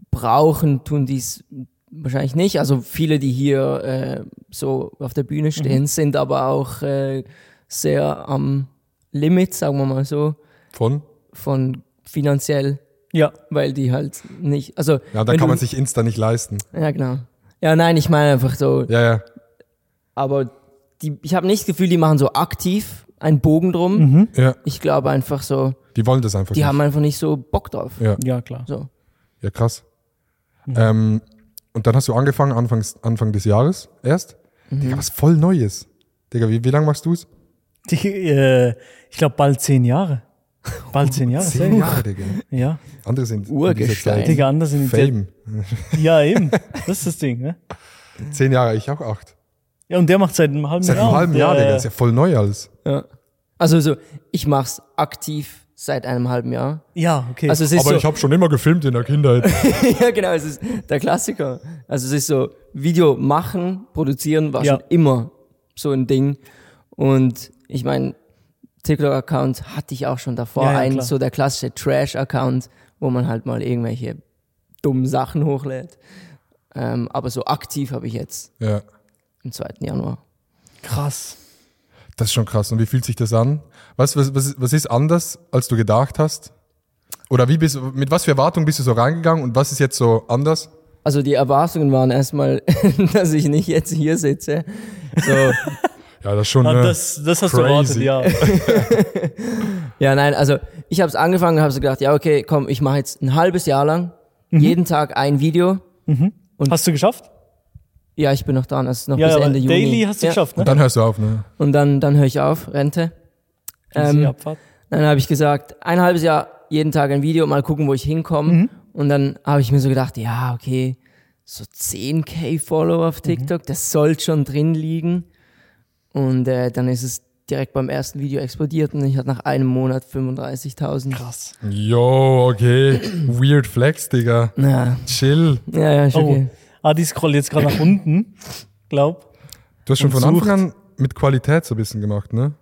Speaker 4: brauchen, tun dies wahrscheinlich nicht. Also viele, die hier äh, so auf der Bühne stehen,
Speaker 2: Mhm.
Speaker 4: sind aber auch äh, sehr am Limit, sagen wir mal so,
Speaker 2: von.
Speaker 4: von finanziell,
Speaker 3: Ja,
Speaker 4: weil die halt nicht, also
Speaker 2: Ja, dann
Speaker 4: wenn
Speaker 2: kann
Speaker 4: du-
Speaker 2: man sich Insta nicht leisten.
Speaker 4: ja genau, ja nein, ich meine einfach so,
Speaker 2: Ja, ja.
Speaker 4: aber die, ich habe nicht das Gefühl, die machen so aktiv einen Bogen drum.
Speaker 2: ja.
Speaker 4: Ich glaube einfach so,
Speaker 2: Die wollen das einfach.
Speaker 4: Mhm. die
Speaker 2: nicht.
Speaker 4: haben einfach nicht so Bock drauf.
Speaker 2: Ja.
Speaker 3: ja klar.
Speaker 4: So.
Speaker 2: Ja, krass. Ähm, und dann hast du angefangen, Anfangs, Anfang des Jahres erst. Digga, was voll Neues. Digga, wie, wie lange machst du's?
Speaker 3: Die, äh, ich glaube bald zehn Jahre. Bald zehn Jahre.
Speaker 2: Zehn Jahre, Digga.
Speaker 3: Ja,
Speaker 2: Andere sind in
Speaker 4: Urgestein.
Speaker 2: dieser Zeit.
Speaker 3: Digga, anders in die
Speaker 2: Fame.
Speaker 3: Ja, eben. Das ist das Ding, ne?
Speaker 2: Zehn Jahre, ich auch acht.
Speaker 3: Ja, und der macht seit einem halben
Speaker 2: Seit
Speaker 3: Jahr.
Speaker 2: einem halben Jahr,
Speaker 3: der,
Speaker 2: Digga. Ist ja voll neu alles.
Speaker 4: Ja. Also so, ich mach's aktiv seit einem halben Jahr.
Speaker 3: Ja, okay.
Speaker 4: Also es ist so,
Speaker 2: habe schon immer gefilmt in der Kindheit. *laughs*
Speaker 4: *laughs* Ja, genau, es ist der Klassiker. Also es ist so, Video machen, produzieren war
Speaker 3: Ja.
Speaker 4: schon immer so ein Ding. Und ich meine, TikTok-Account hatte ich auch schon davor
Speaker 3: Ja, ja,
Speaker 4: einen,
Speaker 3: klar.
Speaker 4: so der klassische Trash-Account, wo man halt mal irgendwelche dummen Sachen hochlädt. Ähm, aber so aktiv habe ich jetzt
Speaker 2: ja,
Speaker 4: am 2. Januar.
Speaker 3: krass.
Speaker 2: das ist schon krass. Und wie fühlt sich das an? Was, was, was, was ist anders, als du gedacht hast? Oder wie bist, mit was für Erwartungen bist du so reingegangen und was ist jetzt so anders?
Speaker 4: Also die Erwartungen waren erstmal, *laughs* dass ich nicht jetzt hier sitze. So,
Speaker 2: Ja, das ist schon.
Speaker 3: Ah,
Speaker 2: ne?
Speaker 3: Das, das hast
Speaker 2: Crazy.
Speaker 3: du erwartet,
Speaker 4: *laughs*
Speaker 3: ja.
Speaker 4: Ja, nein, also ich habe es angefangen, habe so gedacht, ja, okay, komm, ich mache jetzt ein halbes Jahr lang
Speaker 3: Mhm.
Speaker 4: jeden Tag ein Video.
Speaker 3: Hast du geschafft?
Speaker 4: Ja, ich bin noch dran, also es ist noch
Speaker 3: Ja,
Speaker 4: bis
Speaker 3: aber
Speaker 4: Ende Juni.
Speaker 3: Daily hast du
Speaker 4: ja.
Speaker 3: geschafft, ne?
Speaker 2: Dann hörst du auf, ne?
Speaker 4: Und dann, dann höre ich auf, Rente.
Speaker 3: Easy
Speaker 4: Ähm,
Speaker 3: Abfahrt.
Speaker 4: dann habe ich gesagt, ein halbes Jahr jeden Tag ein Video, mal gucken, wo ich hinkomme.
Speaker 3: Mhm.
Speaker 4: Und dann habe ich mir so gedacht, ja, okay, so 10k Follower
Speaker 3: Mhm.
Speaker 4: auf TikTok, das soll schon drin liegen. Und äh, dann ist es direkt beim ersten Video explodiert und ich hatte nach einem Monat 35.000.
Speaker 3: Krass.
Speaker 2: Jo, okay. Weird Flex, Digga.
Speaker 4: Ja,
Speaker 2: Chill.
Speaker 4: ja, ja, ist
Speaker 3: Oh,
Speaker 4: okay.
Speaker 3: ah, die scrollt jetzt gerade nach unten, glaub.
Speaker 2: Du hast schon
Speaker 3: Und
Speaker 2: von
Speaker 3: sucht.
Speaker 2: Anfang an mit Qualität so ein bisschen gemacht, ne?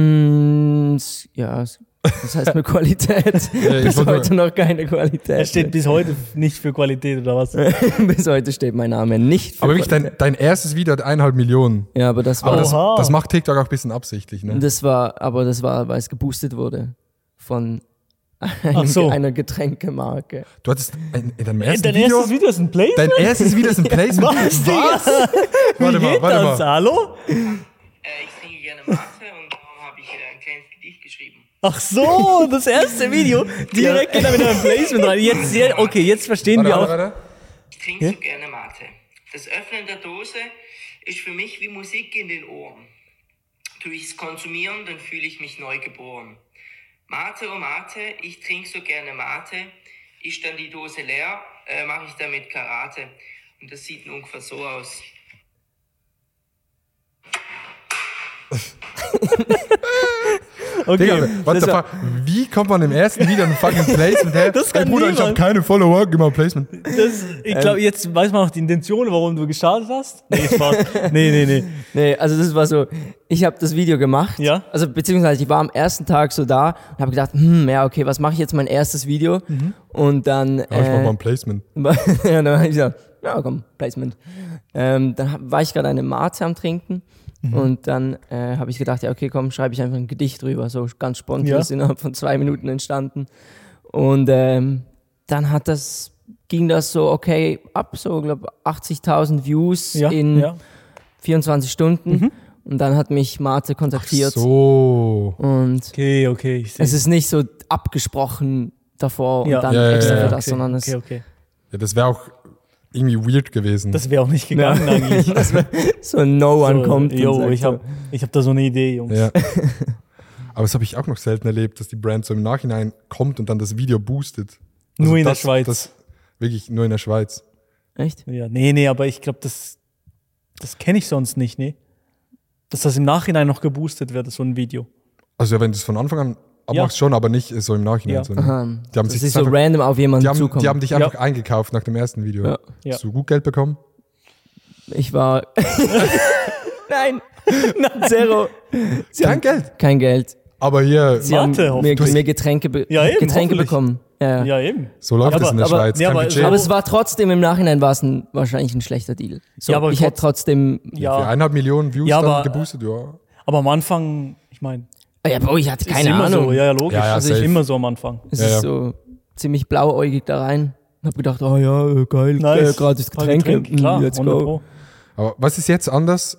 Speaker 4: Mm, s- ja, s- das heißt mit
Speaker 2: *laughs*
Speaker 4: Qualität.
Speaker 2: ich
Speaker 4: Bis
Speaker 2: wollte-
Speaker 4: heute noch keine
Speaker 3: Er
Speaker 4: Qualität.
Speaker 3: steht bis heute nicht für Qualität oder was.
Speaker 4: Bis heute steht mein Name nicht. Für
Speaker 2: Aber wirklich, dein, dein erstes Video hat eineinhalb Millionen.
Speaker 4: Qualität. ja, aber das war,
Speaker 2: Aber das,
Speaker 3: Oha.
Speaker 2: das macht TikTok auch ein bisschen absichtlich, ne?
Speaker 4: das war, aber das war, weil es geboostet wurde von
Speaker 3: Ach so.
Speaker 4: einer Getränkemarke.
Speaker 2: Du hattest ein, in deinem
Speaker 3: Dein
Speaker 2: ersten Video.
Speaker 3: erstes Video ist ein Play?
Speaker 2: Dein erstes Video ist ein Placement.
Speaker 3: *laughs* Was, Digga?
Speaker 2: Warte
Speaker 3: Wie
Speaker 2: mal,
Speaker 3: geht
Speaker 2: warte
Speaker 3: das?
Speaker 2: mal.
Speaker 3: Hallo?
Speaker 6: Äh, ich singe gerne Mathe und darum habe ich äh, ein kleines Gedicht geschrieben.
Speaker 3: Ach so, das erste Video. Direkt geht er mit einem Placement rein. Jetzt, jetzt- okay, jetzt verstehen
Speaker 2: Warte,
Speaker 3: wir
Speaker 2: warte,
Speaker 3: auch.
Speaker 2: warte.
Speaker 6: Trinkst du gerne Mathe? Das Öffnen der Dose ist für mich wie Musik in den Ohren. Tue ich's konsumieren, dann fühle ich mich neu geboren. Mate, oh Mate, ich trinke so gerne Mate. Ist dann die Dose leer, äh, mache ich damit Karate. Und das sieht ungefähr so aus.
Speaker 2: Digga,
Speaker 3: Okay.
Speaker 2: what the
Speaker 3: das war-
Speaker 2: fuck? Wie kommt man im ersten Video ein fucking Placement her?
Speaker 3: *laughs* Das kann
Speaker 2: Ey, Bruder, ich
Speaker 3: niemand.
Speaker 2: habe keine Follower, gib mal ein Placement.
Speaker 3: Das, ich glaube,
Speaker 4: Ähm,
Speaker 3: jetzt weiß man auch die Intention, warum du gestartet hast.
Speaker 4: *laughs*
Speaker 3: Nee, Spaß. nee, nee, nee.
Speaker 4: Nee, also das war so, ich habe das Video gemacht.
Speaker 3: Ja.
Speaker 4: Also beziehungsweise ich war am ersten Tag so da und habe gedacht, hm, ja, okay, was mache ich jetzt mein erstes Video? Und dann
Speaker 2: Ja, Mhm. ich mach
Speaker 4: äh,
Speaker 2: mal ein Placement.
Speaker 4: *laughs* ja, dann habe ich gesagt, ja komm, Placement. Ähm, dann hab, war ich gerade eine Mate am Trinken
Speaker 3: Mhm.
Speaker 4: und dann äh, habe ich gedacht, ja okay, komm, schreibe ich einfach ein Gedicht drüber. So ganz spontan,
Speaker 3: Ja.
Speaker 4: ist innerhalb von zwei Minuten entstanden. Und ähm, dann hat das, ging das so okay ab, so glaube 80.000 Views
Speaker 3: Ja,
Speaker 4: in
Speaker 3: ja. Mhm.
Speaker 4: 24 Stunden. Und dann hat mich Mate kontaktiert
Speaker 2: So.
Speaker 4: und
Speaker 3: Okay, okay. Ich seh.
Speaker 4: es ist nicht so abgesprochen davor
Speaker 3: Ja.
Speaker 4: und dann
Speaker 2: Ja, ja,
Speaker 4: extra
Speaker 2: ja,
Speaker 4: für
Speaker 2: ja.
Speaker 4: das,
Speaker 3: okay,
Speaker 4: sondern es
Speaker 3: okay, okay.
Speaker 2: Ja, das wäre auch irgendwie weird gewesen.
Speaker 3: Das wäre auch nicht gegangen
Speaker 4: *laughs*
Speaker 3: eigentlich.
Speaker 4: so no one
Speaker 3: So,
Speaker 4: kommt. und
Speaker 3: Yo,
Speaker 4: sagt
Speaker 3: ich
Speaker 4: so,
Speaker 3: habe ich hab da so eine Idee, Jungs. *laughs*
Speaker 2: Ja. Aber das habe ich auch noch selten erlebt, dass die Brand so im Nachhinein kommt und dann das Video boostet. Also
Speaker 3: Nur in der
Speaker 2: das,
Speaker 3: Schweiz.
Speaker 2: Das, wirklich nur in der Schweiz.
Speaker 4: Echt?
Speaker 3: Ja, nee, nee, aber ich glaube, das, das kenne ich sonst nicht, nee. Dass das im Nachhinein noch geboostet wird, so ein Video.
Speaker 2: Also ja, wenn du es von Anfang an
Speaker 3: Ja.
Speaker 2: abmachst, schon, aber nicht so im Nachhinein.
Speaker 3: Ja.
Speaker 2: So, ne? Die haben
Speaker 4: Das
Speaker 2: sich
Speaker 4: ist
Speaker 2: das
Speaker 4: so
Speaker 2: einfach,
Speaker 4: random auf
Speaker 2: die
Speaker 4: jemanden
Speaker 2: haben,
Speaker 4: zukommen.
Speaker 2: die haben dich
Speaker 3: Ja.
Speaker 2: einfach eingekauft nach dem ersten Video.
Speaker 4: Ja.
Speaker 3: Ja.
Speaker 2: Hast du gut Geld bekommen?
Speaker 4: Ich war. *laughs* Nein, zero. Sie
Speaker 2: Kein
Speaker 4: haben
Speaker 2: Geld.
Speaker 4: kekein Geld.
Speaker 2: Aber hier,
Speaker 4: Sie
Speaker 3: Warte,
Speaker 4: haben mir,
Speaker 3: hoffentlich.
Speaker 2: Du-
Speaker 4: mir Getränke, be
Speaker 3: Ja, eben,
Speaker 4: Getränke
Speaker 3: hoffentlich.
Speaker 4: bekommen. Ja, ja.
Speaker 3: Ja, eben.
Speaker 2: so läuft
Speaker 3: Aber-
Speaker 2: es in der
Speaker 3: aber-
Speaker 2: Schweiz.
Speaker 3: ja,
Speaker 2: Kein
Speaker 3: aber-
Speaker 2: Budget.
Speaker 4: Aber es war trotzdem, im Nachhinein war es ein, wahrscheinlich ein schlechter Deal. So,
Speaker 3: Ja, aber
Speaker 4: ich hätte trotzdem,
Speaker 2: Für
Speaker 3: Ja,
Speaker 2: eineinhalb Millionen Views
Speaker 3: Ja,
Speaker 2: dann
Speaker 3: aber- äh,
Speaker 2: geboostet, ja.
Speaker 3: aber am Anfang, ich meine,
Speaker 4: ja, Bro, ich hatte
Speaker 3: ist
Speaker 4: keine
Speaker 3: immer
Speaker 4: Ahnung.
Speaker 3: so. Ja, ja, logisch.
Speaker 2: Ja, ja,
Speaker 3: also ich
Speaker 2: safe.
Speaker 3: immer so am Anfang.
Speaker 4: Es
Speaker 2: Ja,
Speaker 4: ist
Speaker 2: ja.
Speaker 4: so ziemlich blauäugig da rein. Und hab gedacht, oh ja, äh, geil, äh, gratis
Speaker 3: Paar
Speaker 4: Getränke. mm,
Speaker 3: klar,
Speaker 4: let's
Speaker 3: 100
Speaker 4: go.
Speaker 3: Pro.
Speaker 2: Aber was ist jetzt anders,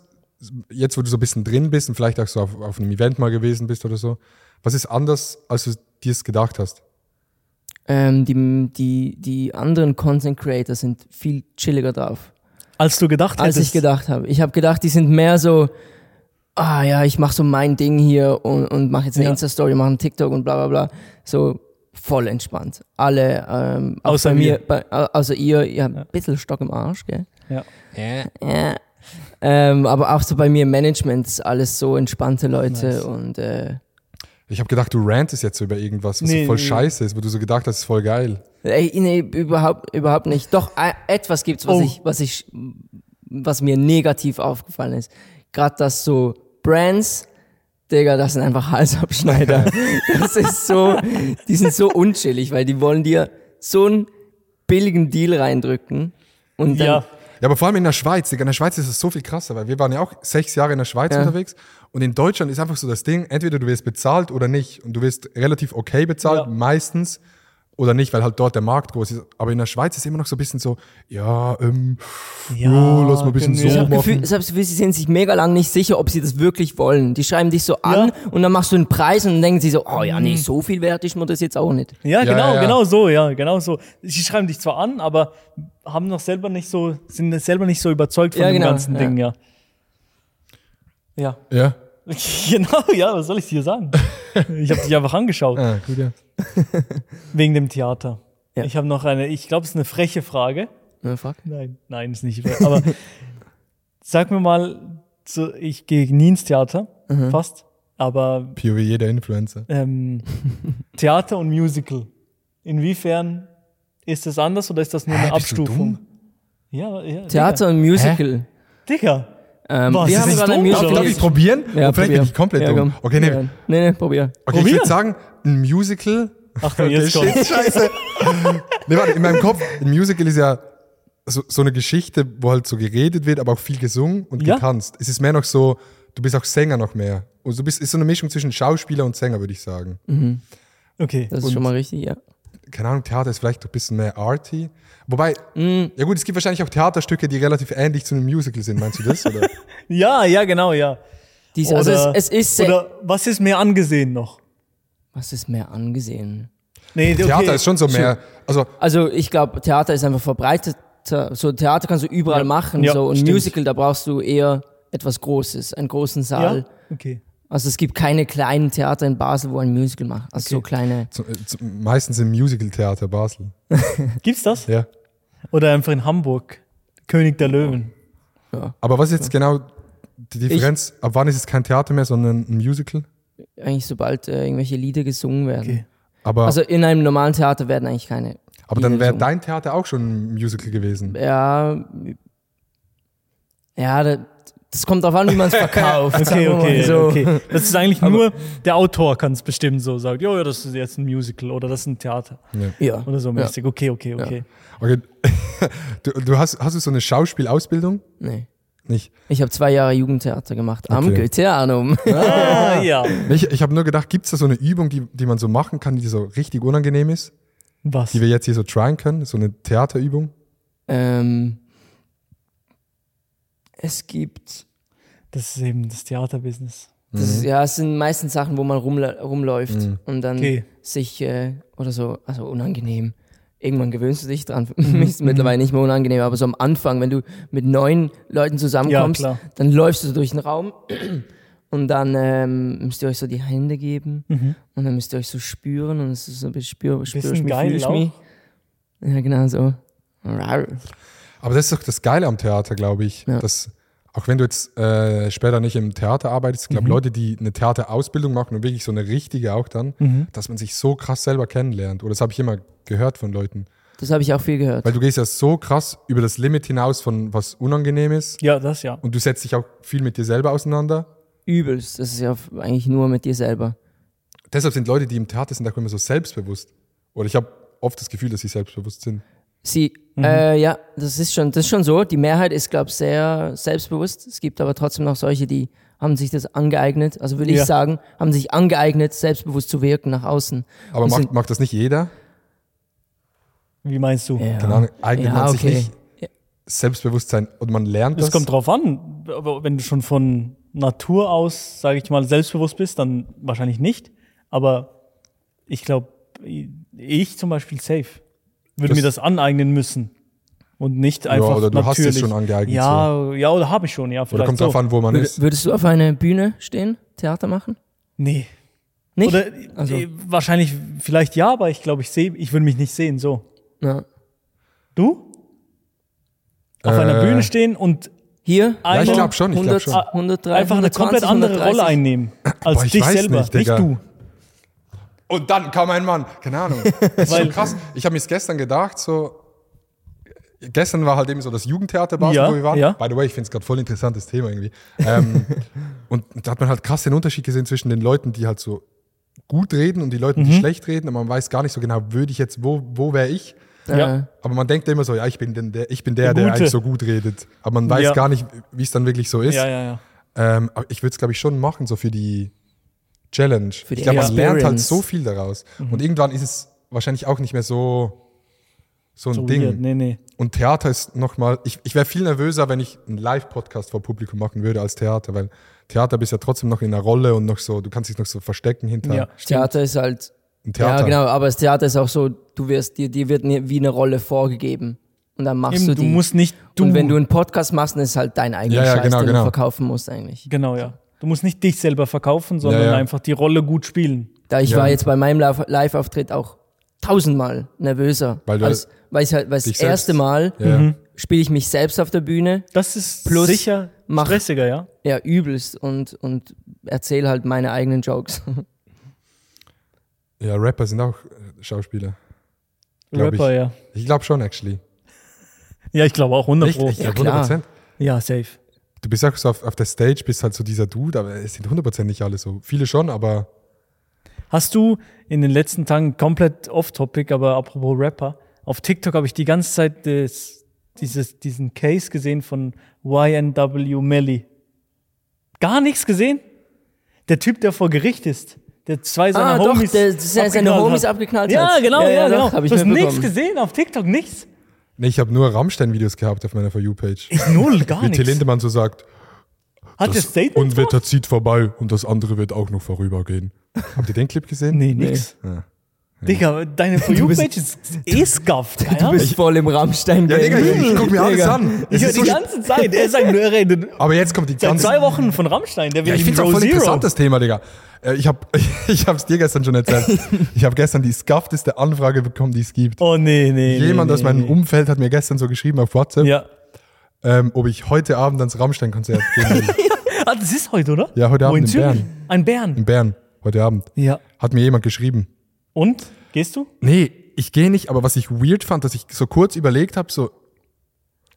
Speaker 2: jetzt wo du so ein bisschen drin bist und vielleicht auch so auf, auf einem Event mal gewesen bist oder so, was ist anders, als du dir es gedacht hast?
Speaker 4: Ähm, die, die, die anderen Content Creator sind viel chilliger drauf,
Speaker 3: Als du gedacht
Speaker 4: als
Speaker 3: hättest.
Speaker 4: ich gedacht habe. Ich habe gedacht, die sind mehr so, ah ja, ich mache so mein Ding hier und, und mache jetzt eine
Speaker 3: Hm. Ja.
Speaker 4: Insta-Story, mache einen TikTok und bla bla bla. So voll entspannt. Alle, ähm, auch
Speaker 3: Außer
Speaker 4: bei mir,
Speaker 3: wir.
Speaker 4: bei, au- außer ihr, ihr habt ein bisschen Stock im Arsch, gell?
Speaker 3: Ja.
Speaker 4: Ja. Ähm, aber auch so bei mir im Management ist alles so entspannte Leute und äh,
Speaker 2: Ich habe gedacht, du rantest jetzt so über irgendwas, was
Speaker 3: Nee,
Speaker 2: so voll
Speaker 3: nee.
Speaker 2: scheiße ist, wo du so gedacht hast, ist voll geil.
Speaker 4: ey, nee, überhaupt, überhaupt nicht. Doch, e- etwas gibt's, was
Speaker 3: Oh.
Speaker 4: ich, was ich, was mir negativ aufgefallen ist. Gerade das so Brands, Digga, das sind einfach Halsabschneider. das ist so, die sind so unchillig, weil die wollen dir so einen billigen Deal reindrücken und dann
Speaker 3: Ja,
Speaker 2: Ja, aber vor allem in der Schweiz, Digga, in der Schweiz ist es so viel krasser, weil wir waren ja auch sechs Jahre in der Schweiz unterwegs und in Deutschland ist einfach so das Ding, entweder du wirst bezahlt oder nicht und du wirst relativ okay bezahlt,
Speaker 3: Ja.
Speaker 2: meistens oder nicht, weil halt dort der Markt groß ist. Aber in der Schweiz ist immer noch so ein bisschen so, ja, ähm,
Speaker 3: ja,
Speaker 2: oh, lass mal ein bisschen
Speaker 3: genau.
Speaker 2: so
Speaker 4: Ich habe
Speaker 2: machen.
Speaker 4: Gefühl, ich hab das Gefühl, sie sind sich mega lang nicht sicher, ob sie das wirklich wollen. Die schreiben dich so an und dann machst du einen Preis und dann denken sie so, oh ja, nee, so viel wert ist mir das jetzt auch nicht.
Speaker 3: Ja,
Speaker 2: Ja,
Speaker 3: genau,
Speaker 2: ja, ja.
Speaker 3: genau so, ja, genau so. Sie schreiben dich zwar an, aber haben noch selber nicht so, sind selber nicht so überzeugt von
Speaker 4: Ja,
Speaker 3: dem
Speaker 4: genau,
Speaker 3: ganzen
Speaker 4: ja.
Speaker 3: Ding, ja. Ja.
Speaker 2: Ja,
Speaker 3: *laughs* Genau, ja, was soll ich dir sagen? Ich habe dich einfach angeschaut,
Speaker 2: ah, gut, ja.
Speaker 3: wegen dem Theater.
Speaker 4: Ja.
Speaker 3: Ich habe noch eine, ich glaube, es ist eine freche Frage.
Speaker 4: Na, fuck.
Speaker 3: Nein, nein, ist nicht. frech,
Speaker 4: *laughs*
Speaker 3: Aber sag mir mal, so, ich gehe nie ins Theater,
Speaker 4: Mhm.
Speaker 3: fast, aber
Speaker 2: POV jeder Influencer.
Speaker 3: ähm, Theater und Musical. Inwiefern ist das anders oder ist das nur eine
Speaker 2: Hä, bist du
Speaker 3: Abstufung?
Speaker 2: dumm?
Speaker 3: Ja, ja.
Speaker 4: Theater und Musical.
Speaker 3: Digga. Digga.
Speaker 4: Ähm,
Speaker 3: Was,
Speaker 4: wir
Speaker 3: ist
Speaker 4: haben
Speaker 3: das
Speaker 4: gerade ein
Speaker 3: dumm?
Speaker 4: Musical.
Speaker 2: Darf, darf ich probieren?
Speaker 4: Ja,
Speaker 2: und vielleicht
Speaker 4: probier.
Speaker 2: bin ich komplett
Speaker 4: Ja,
Speaker 2: dumm.
Speaker 4: komm.
Speaker 2: Okay, nee,
Speaker 4: Ja, nee, nee, probier.
Speaker 2: okay ich
Speaker 3: Probier.
Speaker 2: würde sagen, ein Musical. *laughs*
Speaker 3: Ach, jetzt
Speaker 2: okay,
Speaker 3: kommt's.
Speaker 2: shit, scheiße. nee, warte, in meinem Kopf, ein Musical ist ja so, so eine Geschichte, wo halt so geredet wird, aber auch viel gesungen und
Speaker 3: Ja.
Speaker 2: getanzt. Es ist mehr noch so, du bist auch Sänger noch mehr. Und du bist, ist so eine Mischung zwischen Schauspieler und Sänger, würde ich sagen.
Speaker 3: Okay.
Speaker 4: Das ist schon mal richtig, ja.
Speaker 2: Keine Ahnung, Theater ist vielleicht ein bisschen mehr arty. Wobei, ja gut, es gibt wahrscheinlich auch Theaterstücke, die relativ ähnlich zu einem Musical sind. Meinst du das? Oder?
Speaker 3: Ja, ja, genau, ja.
Speaker 4: Die ist- also
Speaker 3: Oder-
Speaker 4: es, es ist sehr,
Speaker 3: Oder was ist mehr angesehen noch?
Speaker 4: was ist mehr angesehen?
Speaker 3: Nee, okay.
Speaker 2: Theater ist schon so mehr. Also
Speaker 4: Also ich glaube, Theater ist einfach verbreitet. So Theater kannst du überall machen.
Speaker 3: Ja,
Speaker 4: so und
Speaker 3: stimmt.
Speaker 4: Musical, da brauchst du eher etwas Großes, einen großen Saal.
Speaker 3: Ja? Okay.
Speaker 4: Also es gibt keine kleinen Theater in Basel, wo ein Musical macht. Also so kleine.
Speaker 2: zu, äh, zu, meistens im Musical-Theater Basel.
Speaker 3: Gibt's das?
Speaker 2: Ja.
Speaker 3: Oder einfach in Hamburg. König der Löwen.
Speaker 2: Aber was ist jetzt genau die Differenz? Ab wann ist es kein Theater mehr, sondern ein Musical?
Speaker 4: Eigentlich sobald äh, irgendwelche Lieder gesungen werden.
Speaker 3: Okay.
Speaker 2: Aber,
Speaker 4: Also in einem normalen Theater werden eigentlich keine.
Speaker 2: aber dann
Speaker 4: Lieder
Speaker 2: wäre
Speaker 4: gesungen.
Speaker 2: dein Theater auch schon ein Musical gewesen.
Speaker 4: Ja. Ja, da, das kommt darauf an, wie man es verkauft.
Speaker 3: Okay,
Speaker 4: sagen wir mal
Speaker 3: okay,
Speaker 4: so.
Speaker 3: okay. Das ist eigentlich nur, der Autor kann es bestimmen so, sagt, ja, ja, das ist jetzt ein Musical oder das ist ein Theater
Speaker 4: Ja.
Speaker 3: oder so mäßig. Okay, okay, okay.
Speaker 2: Okay. *laughs* Du, du hast, hast du so eine Schauspielausbildung?
Speaker 4: Nee.
Speaker 2: Nicht.
Speaker 4: Ich habe zwei Jahre Jugendtheater gemacht am
Speaker 2: Okay.
Speaker 4: Goetheanum.
Speaker 3: Ah, ja.
Speaker 2: Ich, ich habe nur gedacht, gibt es da so eine Übung, die, die man so machen kann, die so richtig unangenehm ist,
Speaker 3: Was?
Speaker 2: die wir jetzt hier so tryen können? So eine Theaterübung?
Speaker 4: *laughs* ähm, es gibt.
Speaker 3: Das ist eben das Theaterbusiness.
Speaker 4: Das ist, ja, es sind meistens Sachen, wo man rumla- rumläuft und dann
Speaker 3: Okay.
Speaker 4: sich äh, oder so, also unangenehm. Irgendwann gewöhnst du dich dran. *laughs*
Speaker 3: Mhm.
Speaker 4: Mir ist es mittlerweile nicht mehr unangenehm, aber so am Anfang, wenn du mit neun Leuten zusammenkommst,
Speaker 3: Ja, klar.
Speaker 4: dann läufst du durch den Raum *clears throat* und dann ähm, müsst ihr euch so die Hände geben und dann müsst ihr euch so spüren und es ist so ein bisschen spür, spür,
Speaker 3: Mhm. Bisschen
Speaker 4: spür,
Speaker 3: geil
Speaker 4: spür, spür. Ja, genau so. Rar.
Speaker 2: Aber das ist doch das Geile am Theater, glaube ich. Dass, auch wenn du jetzt äh, später nicht im Theater arbeitest, ich glaube, Leute, die eine Theaterausbildung machen und wirklich so eine richtige auch dann, dass man sich so krass selber kennenlernt. Oder das habe ich immer gehört von Leuten.
Speaker 4: Das habe ich auch viel gehört.
Speaker 2: Weil du gehst ja so krass über das Limit hinaus von was unangenehm ist.
Speaker 3: Ja, das ja.
Speaker 2: Und du setzt dich auch viel mit dir selber auseinander.
Speaker 4: Übelst. Das ist ja eigentlich nur mit dir selber.
Speaker 2: Deshalb sind Leute, die im Theater sind, auch immer so selbstbewusst. Oder ich habe oft das Gefühl, dass sie selbstbewusst sind.
Speaker 4: Sie,
Speaker 3: Mhm.
Speaker 4: äh, ja, das ist schon, das ist schon so. Die Mehrheit ist, glaube ich, sehr selbstbewusst. Es gibt aber trotzdem noch solche, die haben sich das angeeignet. Also will
Speaker 3: Ja.
Speaker 4: ich sagen, haben sich angeeignet, selbstbewusst zu wirken nach außen.
Speaker 2: Aber
Speaker 4: Und
Speaker 2: macht,
Speaker 4: sind-
Speaker 2: macht das nicht jeder?
Speaker 3: Wie meinst du?
Speaker 4: ja.
Speaker 2: Keine Ahnung, eignet
Speaker 4: Ja,
Speaker 2: man sich
Speaker 4: okay.
Speaker 2: nicht Selbstbewusstsein oder man lernt das.
Speaker 3: Das kommt drauf an. Aber wenn du schon von Natur aus, sage ich mal, selbstbewusst bist, dann wahrscheinlich nicht. Aber ich glaube, ich zum Beispiel safe würde
Speaker 2: Das-
Speaker 3: mir das aneignen müssen und nicht einfach
Speaker 2: oder du
Speaker 3: natürlich.
Speaker 2: hast es schon angeeignet,
Speaker 3: Ja, ja, oder habe ich schon. Ja, vielleicht
Speaker 2: oder kommt
Speaker 3: so.
Speaker 2: drauf an, wo man
Speaker 4: Würd-
Speaker 2: ist.
Speaker 4: Würdest du auf eine Bühne stehen, Theater machen?
Speaker 3: Nee.
Speaker 4: Nicht?
Speaker 3: Oder
Speaker 4: also,
Speaker 3: äh, wahrscheinlich, vielleicht ja, aber ich glaube, ich sehe, ich würde mich nicht sehen. So.
Speaker 4: ja.
Speaker 3: Du? Auf einer
Speaker 2: Äh,
Speaker 3: Bühne stehen und
Speaker 4: Hier?
Speaker 2: Ja, ich
Speaker 3: einer-
Speaker 2: glaube schon, ich glaube
Speaker 4: hundert-
Speaker 2: schon.
Speaker 4: ah, 103,
Speaker 3: einfach eine
Speaker 4: 120,
Speaker 3: komplett andere
Speaker 4: 130.
Speaker 3: Rolle einnehmen als
Speaker 2: Boah, ich
Speaker 3: dich
Speaker 2: weiß
Speaker 3: selber,
Speaker 2: nicht,
Speaker 3: nicht,
Speaker 2: Digga.
Speaker 3: du.
Speaker 2: Und dann kam ein Mann. Keine Ahnung. Das ist
Speaker 3: Weil-
Speaker 2: schon krass. Ich habe mir gestern gedacht, so. Gestern war halt eben so das Jugendtheater Basel,
Speaker 3: Ja,
Speaker 2: wo wir waren.
Speaker 3: ja.
Speaker 2: By the way, ich finde es gerade voll interessantes Thema irgendwie.
Speaker 3: *laughs*
Speaker 2: Ähm, und da hat man halt krass den Unterschied gesehen zwischen den Leuten, die halt so gut reden und die Leuten,
Speaker 3: Mhm.
Speaker 2: die schlecht reden. Und man weiß gar nicht so genau, würde ich jetzt, wo, wo wäre ich?
Speaker 3: Ja.
Speaker 2: Aber man denkt immer so, ja, ich bin denn der, ich bin der,
Speaker 3: Der
Speaker 2: der
Speaker 3: Gute.
Speaker 2: eigentlich so gut redet. Aber man weiß
Speaker 3: Ja.
Speaker 2: gar nicht, wie es dann wirklich so ist.
Speaker 3: Ja, ja, ja.
Speaker 2: Ähm, aber ich würde es, glaube ich, schon machen, so für die Challenge.
Speaker 4: die
Speaker 2: ich glaube, man lernt halt
Speaker 4: Experience.
Speaker 2: so viel daraus.
Speaker 3: Mhm.
Speaker 2: Und irgendwann ist es wahrscheinlich auch nicht mehr so, so ein
Speaker 3: So
Speaker 2: Ding.
Speaker 3: weird. Nee, nee.
Speaker 2: Und Theater ist nochmal, ich, ich wäre viel nervöser, wenn ich einen Live-Podcast vor Publikum machen würde als Theater, weil Theater bist ja trotzdem noch in einer Rolle und noch so, du kannst dich noch so verstecken hinter
Speaker 3: Ja.
Speaker 4: Theater ist halt.
Speaker 2: einem Theater.
Speaker 4: Ja, genau, aber das Theater ist auch so, du wirst, dir, dir wird ne- wie eine Rolle vorgegeben. Und dann machst
Speaker 3: Eben,
Speaker 4: du
Speaker 3: du,
Speaker 4: die.
Speaker 3: musst nicht du.
Speaker 4: Und wenn du einen Podcast machst, dann ist es halt dein eigener
Speaker 2: Ja, ja,
Speaker 4: Scheiß,
Speaker 2: genau,
Speaker 4: den
Speaker 2: genau.
Speaker 4: du verkaufen musst eigentlich.
Speaker 3: genau, ja. Du musst nicht dich selber verkaufen, sondern
Speaker 2: Ja, ja.
Speaker 3: einfach die Rolle gut spielen.
Speaker 4: Da ich
Speaker 2: Ja.
Speaker 4: war jetzt bei meinem Lauf- Live-Auftritt auch tausendmal nervöser.
Speaker 2: Weil du
Speaker 4: als, weil ich halt, weil das
Speaker 2: dich
Speaker 4: erste
Speaker 2: selbst-
Speaker 4: Mal
Speaker 2: Ja.
Speaker 3: Mhm.
Speaker 4: spiele ich mich selbst auf der Bühne,
Speaker 3: Das ist
Speaker 4: Plus
Speaker 3: sicher
Speaker 4: mach-
Speaker 3: stressiger, ja.
Speaker 4: ja, übelst und, und erzähle halt meine eigenen Jokes. *laughs*
Speaker 2: ja, Rapper sind auch äh, Schauspieler. Glaub
Speaker 3: Rapper,
Speaker 2: ich.
Speaker 3: ja.
Speaker 2: Ich glaube schon, actually.
Speaker 3: Ja, ich glaube auch 100
Speaker 2: Echt?
Speaker 3: Pro.
Speaker 2: Ich
Speaker 4: Ja,
Speaker 2: glaub,
Speaker 4: klar.
Speaker 2: 100%.
Speaker 3: Ja, safe.
Speaker 2: du bist auch so auf, auf der Stage, bist halt so dieser Dude, aber es sind 100% nicht alle so. Viele schon, aber
Speaker 3: Hast du in den letzten Tagen komplett off-topic, aber apropos Rapper, auf TikTok habe ich die ganze Zeit das, dieses, diesen Case gesehen von YNW Melly. Gar nichts gesehen? Der Typ, der vor Gericht ist, der zwei seiner
Speaker 4: Ah, doch,
Speaker 3: Homies,
Speaker 4: der- der seine
Speaker 3: abgeknallt
Speaker 4: Homies
Speaker 3: hat.
Speaker 4: abgeknallt
Speaker 3: ja,
Speaker 4: hat.
Speaker 3: Genau,
Speaker 4: Ja,
Speaker 3: ja,
Speaker 4: ja, doch,
Speaker 3: genau.
Speaker 4: hab ich
Speaker 3: du hast
Speaker 4: mitbekommen.
Speaker 3: nichts gesehen auf TikTok, nichts.
Speaker 2: nee, ich habe nur Rammstein-Videos gehabt auf meiner For You-Page.
Speaker 3: Null, gar
Speaker 2: Wie Till
Speaker 3: nichts.
Speaker 2: Lindemann so sagt,
Speaker 3: Hat der
Speaker 2: das
Speaker 3: Statement gemacht?
Speaker 2: Unwetter zieht vorbei und das andere wird auch noch vorübergehen. Habt ihr den Clip gesehen?
Speaker 3: Nee, nix. Digga, deine For You-Page
Speaker 4: *laughs*
Speaker 3: ist eh skafft.
Speaker 4: Du bist voll im rammstein
Speaker 2: Ja, Digga, ich, ich guck mir alles
Speaker 4: Digga.
Speaker 2: an. Es
Speaker 3: Ich höre
Speaker 2: ist so
Speaker 3: die
Speaker 2: sch-
Speaker 3: ganze Zeit, er sagt, nur, er redet
Speaker 2: aber jetzt kommt die
Speaker 3: Seit
Speaker 2: ganze...
Speaker 3: zwei Wochen von Rammstein, der
Speaker 2: Ja,
Speaker 3: will
Speaker 2: ich
Speaker 3: in
Speaker 2: finde es auch
Speaker 3: Row
Speaker 2: voll
Speaker 3: Zero.
Speaker 2: interessant, das Thema, Digga. Äh, Ich habe *laughs* ich hab's dir gestern schon erzählt. Ich habe gestern die scuffedeste Anfrage bekommen, die es gibt.
Speaker 3: Oh nee, nee.
Speaker 2: Jemand
Speaker 3: nee,
Speaker 2: aus
Speaker 3: nee,
Speaker 2: meinem
Speaker 3: nee.
Speaker 2: Umfeld hat mir gestern so geschrieben auf WhatsApp,
Speaker 3: Ja.
Speaker 2: ähm, ob ich heute Abend ans Rammstein-Konzert gehen will.
Speaker 3: Ah, das ist heute, oder?
Speaker 2: Ja, heute
Speaker 3: Wo
Speaker 2: Abend
Speaker 3: in
Speaker 2: in
Speaker 3: Zürich?
Speaker 2: Bern.
Speaker 3: Ein Bern.
Speaker 2: in Bern heute Abend.
Speaker 3: Ja.
Speaker 2: Hat mir jemand geschrieben.
Speaker 3: Und? Gehst du?
Speaker 2: Nee, ich gehe nicht, aber was ich weird fand, dass ich so kurz überlegt habe, so,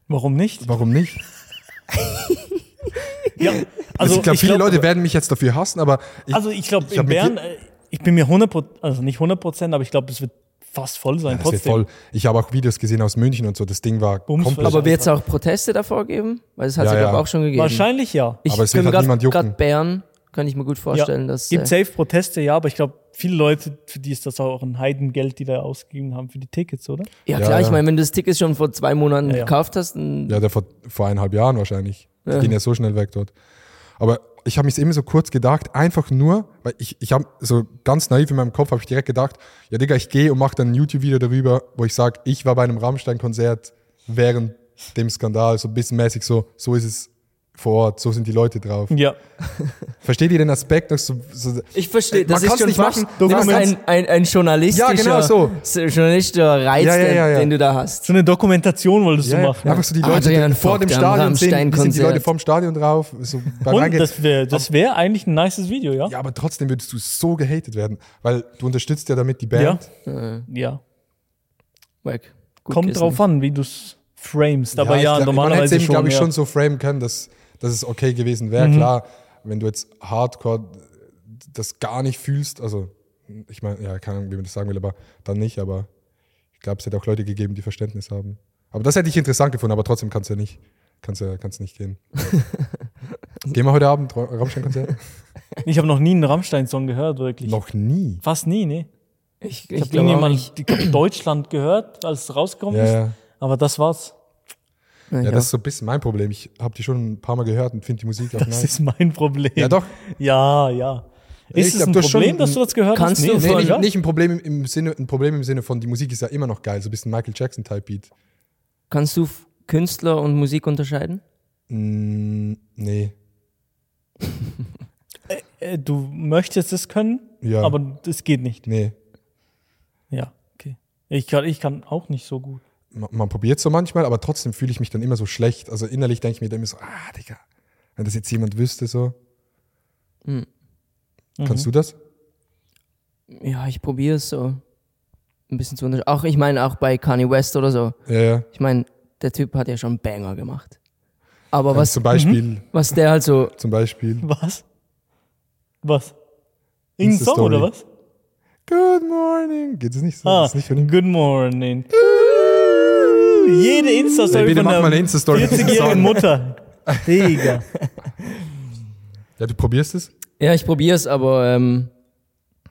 Speaker 3: Warum nicht?
Speaker 2: warum nicht?
Speaker 3: Ja.
Speaker 2: Also, ich glaube, viele
Speaker 3: glaub-
Speaker 2: Leute werden mich jetzt dafür hassen, aber ich,
Speaker 3: Also ich glaube,
Speaker 2: ich hab
Speaker 3: in
Speaker 2: mit
Speaker 3: Bern,
Speaker 2: dir-
Speaker 3: äh, ich bin mir 100%, also nicht 100%, aber ich glaube, es wird fast voll sein.
Speaker 2: das
Speaker 3: trotzdem.
Speaker 2: wird voll. Ich habe auch Videos gesehen aus München und so, das Ding war
Speaker 3: Bums,
Speaker 2: komplett.
Speaker 3: voll.
Speaker 4: Aber wird es auch Proteste davor geben? Weil es hat
Speaker 2: Ja,
Speaker 4: es ja, glaube
Speaker 2: ja.
Speaker 4: auch schon gegeben.
Speaker 3: Wahrscheinlich ja.
Speaker 4: Ich
Speaker 2: Aber es
Speaker 4: kann
Speaker 2: wird
Speaker 4: mir
Speaker 2: halt
Speaker 4: grad-
Speaker 2: niemand jucken.
Speaker 4: grad Bern kann ich mir gut vorstellen,
Speaker 3: ja.
Speaker 4: dass.
Speaker 3: Gibt
Speaker 4: äh,
Speaker 3: safe Proteste, ja, aber ich glaube, viele Leute, für die ist das auch ein Heidengeld, die da ausgegeben haben für die Tickets, oder?
Speaker 4: ja,
Speaker 2: Ja,
Speaker 4: klar, ich
Speaker 2: ja.
Speaker 4: meine, wenn du das Ticket schon vor zwei Monaten
Speaker 3: ja.
Speaker 4: gekauft hast, dann
Speaker 2: Ja, der vor, vor eineinhalb Jahren wahrscheinlich. Die
Speaker 4: Ja.
Speaker 2: gehen ja so schnell weg dort. Aber ich habe mich immer so kurz gedacht, einfach nur, weil ich, ich habe so ganz naiv in meinem Kopf, habe ich direkt gedacht, ja Digga, ich gehe und mache dann ein YouTube-Video darüber, wo ich sage, ich war bei einem Rammstein-Konzert während dem Skandal, so ein bisschen mäßig so, so ist es vor Ort, so sind die Leute drauf.
Speaker 3: Ja.
Speaker 2: Versteht ihr den Aspekt noch so? so
Speaker 4: Hm.
Speaker 2: Äh,
Speaker 4: Ich verstehe,
Speaker 2: Man
Speaker 4: das ist
Speaker 2: kann's
Speaker 4: schon
Speaker 2: nicht
Speaker 4: fast,
Speaker 2: machen.
Speaker 4: Du
Speaker 2: Nimm
Speaker 4: fast
Speaker 2: mal
Speaker 4: ein, ein, ein journalistischer,
Speaker 2: Ja, genau so.
Speaker 4: s- journalistischer Reiz,
Speaker 2: Ja, ja, ja,
Speaker 4: den-
Speaker 2: ja.
Speaker 4: Den, du da hast.
Speaker 3: So eine Dokumentation wolltest
Speaker 2: Ja,
Speaker 3: du
Speaker 2: ja,
Speaker 3: machen.
Speaker 2: einfach so die Leute
Speaker 4: Ah, Adrian
Speaker 2: die vor
Speaker 4: Vogt
Speaker 2: dem
Speaker 4: am
Speaker 2: Stadion sehen, wie sind die
Speaker 4: Rammstein-Konzert.
Speaker 2: Leute vorm Stadion drauf, so beim
Speaker 3: Und
Speaker 2: Reingehen.
Speaker 3: das wäre das wär eigentlich ein nices Video, ja?
Speaker 2: Ja, aber trotzdem würdest du so Äh, gehatet werden, weil du unterstützt ja damit die Band.
Speaker 3: Ja. ja.
Speaker 4: Weg. gut
Speaker 3: Kommt
Speaker 4: gegessen.
Speaker 3: drauf an, wie du es framest. Aber
Speaker 2: ich glaub- Man
Speaker 3: ja,
Speaker 2: hätte
Speaker 3: normalerweise
Speaker 2: es
Speaker 3: schon.
Speaker 2: glaube ich,
Speaker 3: ja. Mhm.
Speaker 2: schon so framen können, dass, dass es okay gewesen wäre. Klar, wenn du jetzt hardcore das gar nicht fühlst, also ich meine, ja, keine Ahnung, wie man das sagen will, aber dann nicht, aber ich glaube, es hätte auch Leute gegeben, die Verständnis haben. Aber das hätte ich interessant gefunden, aber trotzdem kannst du ja nicht, kannst ja, kannst nicht
Speaker 3: *laughs*
Speaker 2: gehen. gehen wir heute Abend, Ra- Rammstein-Konzert?
Speaker 3: Ich habe noch nie einen Rammstein-Song gehört, wirklich.
Speaker 2: Noch nie.
Speaker 3: Fast nie, ne?
Speaker 4: Ich,
Speaker 3: Ich,
Speaker 4: ich,
Speaker 3: habe
Speaker 4: glaube auch nicht.
Speaker 3: irgendjemand die- glaub, Deutschland gehört, als es rausgekommen
Speaker 2: Ja,
Speaker 3: ist.
Speaker 2: ja.
Speaker 3: Aber das war's.
Speaker 4: Nein,
Speaker 2: Ja,
Speaker 4: ich
Speaker 2: das ist so ein bisschen mein Problem. Ich habe die schon ein paar Mal gehört und finde die Musik auch
Speaker 3: Das
Speaker 2: nice.
Speaker 3: ist mein Problem.
Speaker 2: Ja, doch.
Speaker 3: Ja, ja. Ist
Speaker 2: Ich
Speaker 3: es
Speaker 2: glaub,
Speaker 3: ein
Speaker 2: du hast schon
Speaker 3: Problem, dass du das gehört
Speaker 4: Kannst
Speaker 3: hast?
Speaker 4: du-
Speaker 3: ist
Speaker 2: Nee,
Speaker 3: doch
Speaker 2: nicht,
Speaker 3: egal.
Speaker 2: nicht ein, Problem im Sinne, ein Problem im Sinne von, die Musik ist ja immer noch geil, so ein bisschen Michael Jackson-Type-Beat.
Speaker 4: auch. Kannst du F- Künstler und Musik unterscheiden?
Speaker 2: Mm, nee.
Speaker 3: Äh, Du möchtest es können,
Speaker 2: Ja.
Speaker 3: aber es geht nicht.
Speaker 2: Nee.
Speaker 3: Ja, okay. Ich kann, ich kann auch nicht so gut.
Speaker 2: Man, man probiert so manchmal, aber trotzdem fühle ich mich dann immer so schlecht. Also innerlich denke ich mir dann immer so, ah, Digga, wenn das jetzt jemand wüsste, so. Kannst du das?
Speaker 4: Ja, ich probiere es so ein bisschen zu unterscheiden. Auch ich meine, auch bei Kanye West oder so.
Speaker 2: Ja, ja.
Speaker 4: Ich meine, der Typ hat ja schon Banger gemacht. Aber
Speaker 2: Was?
Speaker 4: was,
Speaker 2: Also Zum Beispiel,
Speaker 4: was der halt so,
Speaker 2: zum Beispiel.
Speaker 3: Was? Was? Irgendein Song
Speaker 2: Insta-Story.
Speaker 3: oder was?
Speaker 2: Good morning. Geht es nicht so?
Speaker 3: Ah,
Speaker 2: Ist nicht von ihm?
Speaker 3: good morning. Jede
Speaker 2: Ey,
Speaker 3: Insta-Story
Speaker 2: bitte
Speaker 3: von
Speaker 2: mach mal eine
Speaker 3: der
Speaker 2: Insta-Story mit diesem
Speaker 3: 40-jährigen
Speaker 2: Song.
Speaker 3: Mutter.
Speaker 2: *laughs*
Speaker 3: Digga.
Speaker 2: Ja, du probierst es?
Speaker 4: ja, ich probiere es, aber ähm,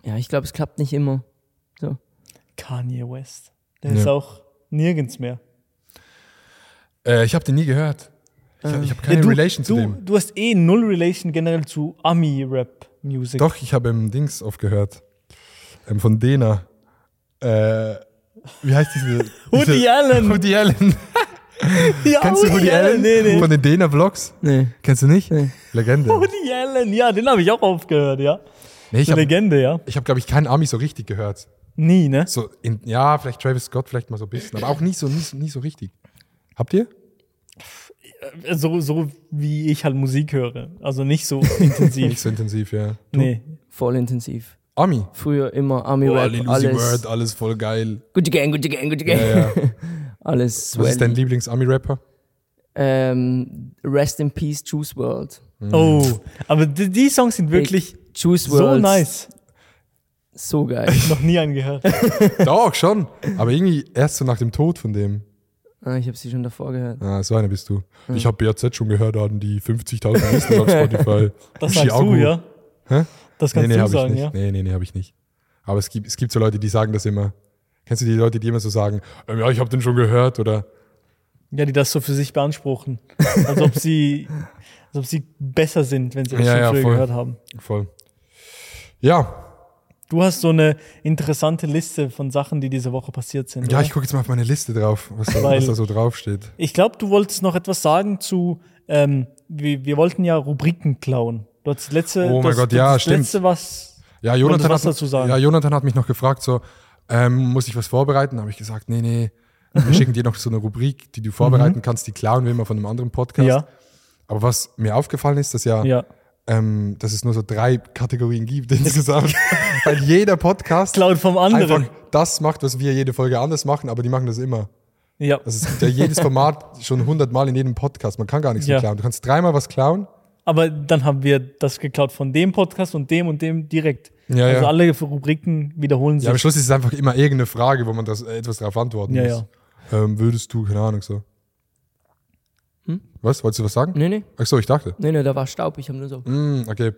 Speaker 4: ja, ich glaube, es klappt nicht immer. So.
Speaker 3: Kanye West. Der ist auch nirgends mehr.
Speaker 2: Äh, ich habe den nie gehört. Ich, ich habe keine
Speaker 3: du,
Speaker 2: Relation zu
Speaker 3: du,
Speaker 2: dem.
Speaker 3: Du hast eh null Relation generell zu Ami-Rap-Music.
Speaker 2: Doch, ich habe im Dings aufgehört. Ähm, von Dena. Äh, wie heißt diese?
Speaker 3: Woody
Speaker 2: diese- *laughs*
Speaker 3: Allen.
Speaker 2: Woody Allen.
Speaker 3: Ja,
Speaker 2: Kennst du Woody Allen?
Speaker 3: Nee, nee.
Speaker 2: Von den Dena-Vlogs?
Speaker 4: Nee.
Speaker 2: Kennst du nicht? Legende.
Speaker 3: Woody Allen, ja, den habe ich auch aufgehört, ja.
Speaker 2: Nee, ich habe,
Speaker 3: Legende, ja.
Speaker 2: ich hab, glaube ich, keinen Ami so richtig gehört.
Speaker 3: Nie, ne?
Speaker 2: So in, ja, vielleicht Travis Scott, vielleicht mal so ein bisschen, aber auch nie so, nie, so- nie so richtig. Habt ihr?
Speaker 3: So, so wie ich halt Musik höre. Also nicht
Speaker 2: *laughs*
Speaker 3: so intensiv.
Speaker 2: Nicht so intensiv, ja.
Speaker 3: nee.
Speaker 4: Voll intensiv.
Speaker 2: Ami.
Speaker 4: Früher immer Army
Speaker 2: Oh,
Speaker 4: Rap, alles.
Speaker 2: alles voll geil.
Speaker 4: Gucci Gang, Gucci Gang, Gucci Gang.
Speaker 2: Ja, ja.
Speaker 4: *laughs* Alles
Speaker 2: Was ist dein
Speaker 4: swell.
Speaker 2: Lieblings-Ami-Rapper?
Speaker 4: Ähm, Rest in Peace, Juice World.
Speaker 2: Mhm.
Speaker 3: Oh, aber die, die Songs sind wirklich
Speaker 4: Juice
Speaker 3: so
Speaker 4: World.
Speaker 3: nice.
Speaker 4: So geil.
Speaker 3: Noch nie angehört.
Speaker 2: Doch, schon. Aber irgendwie erst so nach dem Tod von dem.
Speaker 4: Ah, ich habe sie schon davor gehört.
Speaker 2: Ah, so eine bist du.
Speaker 3: Hm.
Speaker 2: Ich habe BAZ schon gehört, hatten die 50.000 Listen
Speaker 3: *laughs*
Speaker 2: auf Spotify.
Speaker 3: Das sagst
Speaker 2: Chiago.
Speaker 3: du, ja.
Speaker 2: Hä?
Speaker 3: Das
Speaker 2: Nee,
Speaker 3: kannst
Speaker 2: nee,
Speaker 3: du
Speaker 2: habe ich
Speaker 3: sagen,
Speaker 2: nicht.
Speaker 3: ja.
Speaker 2: Nee, nee, nee, habe ich nicht. Aber es gibt, es gibt so Leute, die sagen das immer. Kennst du die Leute, die immer so sagen, ähm, ja, ich habe den schon gehört oder
Speaker 3: Ja, die das so für sich *laughs* beanspruchen. Als ob sie, als ob sie besser sind, wenn sie das
Speaker 2: Ja,
Speaker 3: schon
Speaker 2: ja,
Speaker 3: früher
Speaker 2: voll.
Speaker 3: gehört haben.
Speaker 2: voll. Ja,
Speaker 3: Du hast so eine interessante Liste von Sachen, die diese Woche passiert sind.
Speaker 2: ja,
Speaker 3: oder?
Speaker 2: ich gucke jetzt mal auf meine Liste drauf, was da,
Speaker 3: Weil-
Speaker 2: was da so draufsteht.
Speaker 3: Ich glaube, du wolltest noch etwas sagen zu, ähm, wir, wir wollten ja Rubriken klauen. Du hast das letzte,
Speaker 2: Oh mein
Speaker 3: du hast-
Speaker 2: Gott,
Speaker 3: du
Speaker 2: ja,
Speaker 3: hast das
Speaker 2: stimmt.
Speaker 3: letzte was.
Speaker 2: Ja,
Speaker 3: Wolltest
Speaker 2: Jonathan,
Speaker 3: du was
Speaker 2: hat,
Speaker 3: dazu sagen?
Speaker 2: ja, Jonathan hat mich noch gefragt, so, ähm, muss ich was vorbereiten? Habe ich gesagt, nee, nee,
Speaker 3: Mhm.
Speaker 2: wir schicken dir noch so eine Rubrik, die du vorbereiten kannst, die klauen wir immer von einem anderen Podcast.
Speaker 3: Ja,
Speaker 2: Aber was mir aufgefallen ist, dass ja,
Speaker 3: ja.
Speaker 2: ähm, dass es nur so drei Kategorien gibt *laughs* insgesamt. Weil jeder Podcast
Speaker 3: Klaut vom anderen.
Speaker 2: einfach das macht, was wir jede Folge anders machen, aber die machen das immer.
Speaker 3: Ja.
Speaker 2: Also es gibt ja jedes *laughs* Format schon hundertmal in jedem Podcast. Man kann gar nichts mehr
Speaker 3: Ja.
Speaker 2: klauen. Du kannst dreimal was klauen.
Speaker 3: Aber dann haben wir das geklaut von dem Podcast und dem und dem direkt.
Speaker 2: Ja,
Speaker 3: also
Speaker 2: ja.
Speaker 3: alle Rubriken wiederholen sich.
Speaker 2: Ja, am Schluss ist es einfach immer irgendeine Frage, wo man das, äh, etwas darauf antworten
Speaker 3: Ja,
Speaker 2: muss. Ähm, würdest du, keine Ahnung, so. Was? Wolltest du was sagen?
Speaker 4: Nee, nee.
Speaker 2: Ach so, ich dachte.
Speaker 4: Nee, nee, da war Staub. Ich habe nur so.
Speaker 2: Hm, okay.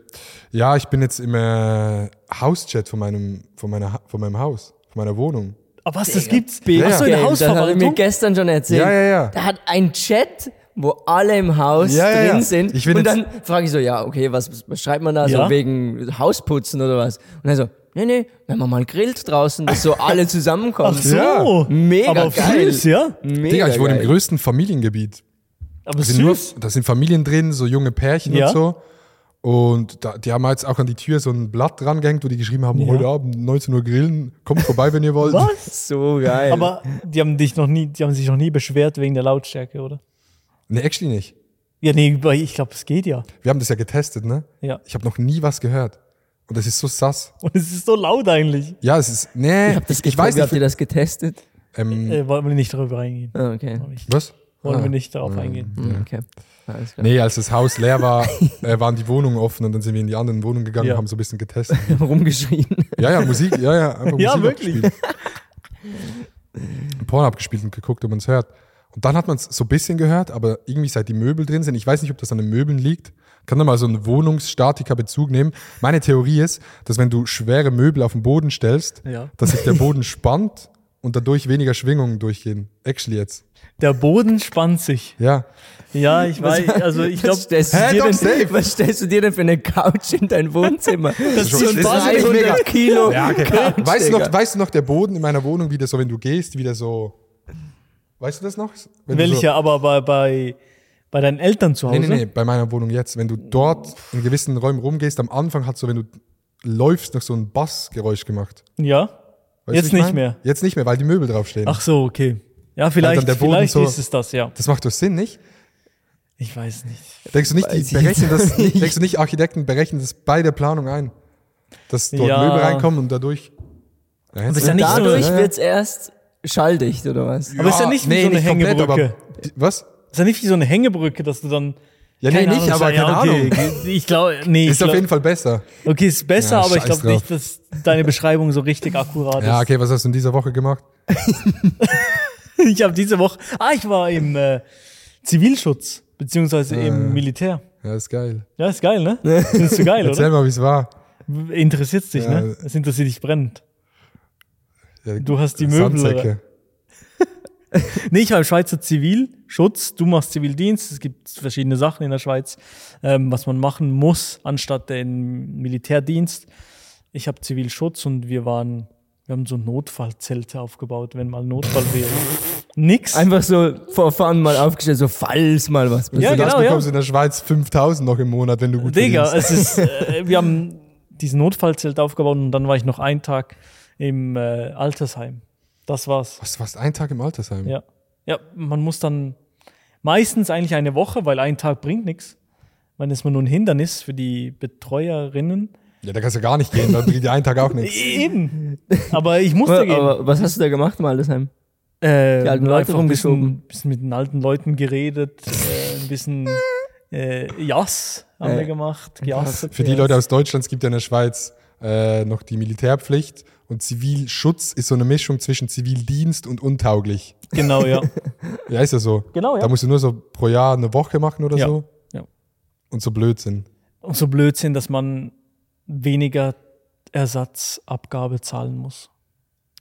Speaker 2: Ja, ich bin jetzt im äh, Hauschat von meinem, von, meiner, Ha- von meinem Haus, von meiner Wohnung.
Speaker 3: Aber was, das gibt's?
Speaker 4: Big
Speaker 3: Hast du eine
Speaker 4: Game, Das hat er mir
Speaker 3: Hausverwaltung?
Speaker 4: gestern schon erzählt.
Speaker 2: Ja, ja, ja.
Speaker 4: Da hat ein Chat, wo alle im Haus
Speaker 2: Ja, ja,
Speaker 4: drin
Speaker 2: ja.
Speaker 4: sind.
Speaker 2: Ich bin
Speaker 4: und
Speaker 2: jetzt-
Speaker 4: dann frage ich so, ja, okay, was, was schreibt man da
Speaker 3: Ja.
Speaker 4: so wegen Hausputzen oder was? Und er so, nee, nee, wenn man mal grillt draußen, dass so alle zusammenkommen.
Speaker 3: Ach so.
Speaker 2: Ja.
Speaker 4: Mega
Speaker 3: Aber
Speaker 4: geil.
Speaker 3: süß, ja.
Speaker 4: Mega
Speaker 2: Digga, ich wohne
Speaker 4: geil.
Speaker 2: im größten Familiengebiet.
Speaker 3: Aber
Speaker 2: Da sind, nur,
Speaker 3: süß.
Speaker 2: da sind Familien drin, so junge Pärchen
Speaker 3: Ja.
Speaker 2: und so. Und da, die haben jetzt auch an die Tür so ein Blatt dran gehängt, wo die geschrieben haben,
Speaker 3: Ja.
Speaker 2: heute Abend 19 Uhr grillen, kommt vorbei, wenn ihr wollt.
Speaker 3: Was?
Speaker 4: So geil.
Speaker 3: Aber die haben dich noch nie, die haben sich noch nie beschwert wegen der Lautstärke, oder?
Speaker 2: Nee, actually nicht.
Speaker 3: Ja, nee, weil ich glaube, es geht ja.
Speaker 2: Wir haben das ja getestet, ne?
Speaker 3: Ja.
Speaker 2: Ich habe noch nie was gehört. Und das ist so sass.
Speaker 3: Und es ist so laut eigentlich.
Speaker 2: Ja, es ist. Nee,
Speaker 4: ich hab das
Speaker 2: ich weiß
Speaker 4: Wie habt ihr
Speaker 2: nicht.
Speaker 4: das getestet?
Speaker 2: Ähm,
Speaker 3: Äh, wollen wir nicht darüber eingehen.
Speaker 4: Ah, okay.
Speaker 3: Wollen wir nicht-
Speaker 2: was?
Speaker 3: Wollen
Speaker 2: Ah.
Speaker 3: wir nicht darauf eingehen.
Speaker 4: Hm, okay. *laughs* Alles klar.
Speaker 2: Nee, als das Haus leer
Speaker 3: *laughs*
Speaker 2: war, äh, waren die Wohnungen offen und dann sind wir in die anderen Wohnungen gegangen
Speaker 3: Ja.
Speaker 2: und haben so ein bisschen getestet.
Speaker 4: Rumgeschrien.
Speaker 2: Ja, ja, Musik, ja, ja,
Speaker 3: *laughs*
Speaker 2: einfach
Speaker 3: Ja,
Speaker 2: Musik
Speaker 3: wirklich.
Speaker 2: abgespielt. Porn abgespielt und geguckt, ob man es hört. Und dann hat man es so ein bisschen gehört, aber irgendwie seit die Möbel drin sind, ich weiß nicht, ob das an den Möbeln liegt, kann da mal so einen Wohnungsstatiker Bezug nehmen. Meine Theorie ist, dass wenn du schwere Möbel auf den Boden stellst,
Speaker 3: Ja.
Speaker 2: dass sich der Boden spannt und dadurch weniger Schwingungen durchgehen. Actually jetzt.
Speaker 3: Der Boden spannt sich.
Speaker 2: Ja. *laughs*
Speaker 3: Ja, ich weiß. Also ich glaube,
Speaker 4: was, stellst du
Speaker 2: Hä,
Speaker 4: dir
Speaker 2: doch,
Speaker 4: denn,
Speaker 2: safe.
Speaker 4: was stellst du dir denn für eine Couch in dein Wohnzimmer? Das
Speaker 2: ist schon- das ist eigentlich
Speaker 4: 300
Speaker 2: mega.
Speaker 4: Kilo.
Speaker 2: Ja, okay.
Speaker 4: Couch,
Speaker 2: weißt, du noch,
Speaker 4: Digga.
Speaker 2: weißt du noch, der Boden in meiner Wohnung, wie der so, wenn du gehst, wie der so. Weißt du das noch? Wenn du so-
Speaker 3: welcher? Aber bei, bei, bei deinen Eltern zu Hause?
Speaker 2: Nee, nee, nee, bei meiner Wohnung jetzt. Wenn du dort in gewissen Räumen rumgehst, am Anfang hat so, wenn du läufst, noch so ein Bassgeräusch gemacht.
Speaker 3: Ja?
Speaker 2: Weißt du,
Speaker 3: Jetzt
Speaker 2: wie ich
Speaker 3: nicht mehr.
Speaker 2: Jetzt nicht mehr, weil die Möbel draufstehen.
Speaker 3: Ach so, okay. Ja,
Speaker 2: dann
Speaker 3: vielleicht,
Speaker 2: der Boden
Speaker 3: vielleicht
Speaker 2: so-
Speaker 3: ist es das, ja.
Speaker 2: Das macht doch Sinn, nicht?
Speaker 3: Ich weiß nicht.
Speaker 2: Denkst du nicht, die
Speaker 4: Weiß ich
Speaker 2: berechnen
Speaker 3: *laughs*
Speaker 4: jetzt
Speaker 2: das,
Speaker 4: nicht.
Speaker 2: denkst du nicht, Architekten berechnen das bei der Planung ein? Dass dort
Speaker 3: Ja.
Speaker 2: Möbel reinkommen und dadurch. Ja,
Speaker 3: ist ja nicht so-
Speaker 4: Dadurch
Speaker 2: Ja, ja.
Speaker 4: wird's erst schalldicht, oder was?
Speaker 3: Aber ist ja nicht wie so eine
Speaker 2: Ah, komplett, aber-
Speaker 3: Hängebrücke.
Speaker 2: die- was?
Speaker 3: Ist ja nicht wie so eine Hängebrücke, dass du dann.
Speaker 2: Ja, nee,
Speaker 3: Keine
Speaker 2: nicht,
Speaker 3: Ahnung,
Speaker 2: aber
Speaker 3: ja,
Speaker 2: keine
Speaker 3: okay.
Speaker 2: Ahnung.
Speaker 3: Ich glaube, nee. ich
Speaker 2: Ist auf
Speaker 3: glaub-
Speaker 2: jeden Fall besser.
Speaker 3: Okay, ist besser,
Speaker 2: Ja,
Speaker 3: aber ich
Speaker 2: scheiß
Speaker 3: glaube nicht, dass deine Beschreibung so richtig akkurat
Speaker 2: Ja,
Speaker 3: ist.
Speaker 2: okay, was hast du in dieser Woche gemacht?
Speaker 3: *laughs* Ich habe diese Woche. Ah, ich war im äh, Zivilschutz, beziehungsweise
Speaker 2: Äh.
Speaker 3: im Militär.
Speaker 2: Ja, ist geil.
Speaker 3: Ja, ist
Speaker 2: *laughs*
Speaker 3: geil, ne? Findest du geil,
Speaker 2: Erzähl
Speaker 3: oder?
Speaker 2: mal, wie es war.
Speaker 3: Interessiert's dich,
Speaker 2: Ja.
Speaker 3: ne? Es interessiert dich brennend.
Speaker 2: Ja,
Speaker 3: Du hast die Möbel,
Speaker 2: Sandsäcke.
Speaker 3: Nee, ich war im Schweizer Zivilschutz. Du machst Zivildienst. Es gibt verschiedene Sachen in der Schweiz, ähm, was man machen muss, anstatt den Militärdienst. Ich habe Zivilschutz und wir waren, wir haben so Notfallzelte aufgebaut, wenn mal Notfall wäre. Nix.
Speaker 4: Einfach so vor Fun mal aufgestellt, so falls mal was passiert.
Speaker 3: Ja,
Speaker 2: Und das
Speaker 3: genau, ja.
Speaker 2: bekommst du in der Schweiz 5000 noch im Monat, wenn du gut
Speaker 3: Digga,
Speaker 2: verdienst.
Speaker 3: es ist, äh, wir haben diesen Notfallzelt aufgebaut und dann war ich noch einen Tag im äh, Altersheim. Das war's.
Speaker 2: Was, du warst einen Tag im Altersheim?
Speaker 3: Ja. Ja, man muss dann meistens eigentlich eine Woche, weil ein Tag bringt nichts. Dann ist man nur ein Hindernis für die Betreuerinnen.
Speaker 2: Ja, da kannst du gar nicht gehen, dann bringt dir einen Tag auch
Speaker 3: *laughs*
Speaker 2: nichts.
Speaker 3: Eben. Aber ich
Speaker 4: *laughs*
Speaker 3: musste
Speaker 4: Aber,
Speaker 3: gehen.
Speaker 4: aber was hast du da gemacht im Altersheim?
Speaker 3: äh,
Speaker 4: die alten
Speaker 3: nur
Speaker 4: Leute
Speaker 3: einfach ein bisschen,
Speaker 4: rumgeschoben.
Speaker 3: bisschen mit den alten Leuten geredet, äh, ein bisschen äh, Jass haben wir
Speaker 4: Äh,
Speaker 3: gemacht. Jass.
Speaker 2: Für die Leute aus Deutschland es gibt ja in der Schweiz äh, noch die Militärpflicht und Zivilschutz ist so eine Mischung zwischen Zivildienst und untauglich.
Speaker 3: Genau, ja.
Speaker 2: Ja, ist ja so.
Speaker 3: Genau, ja.
Speaker 2: Da musst du nur so pro Jahr eine Woche machen oder
Speaker 3: Ja.
Speaker 2: so.
Speaker 3: Ja.
Speaker 2: Und so Blödsinn.
Speaker 3: Und so Blödsinn, dass man weniger Ersatzabgabe zahlen muss.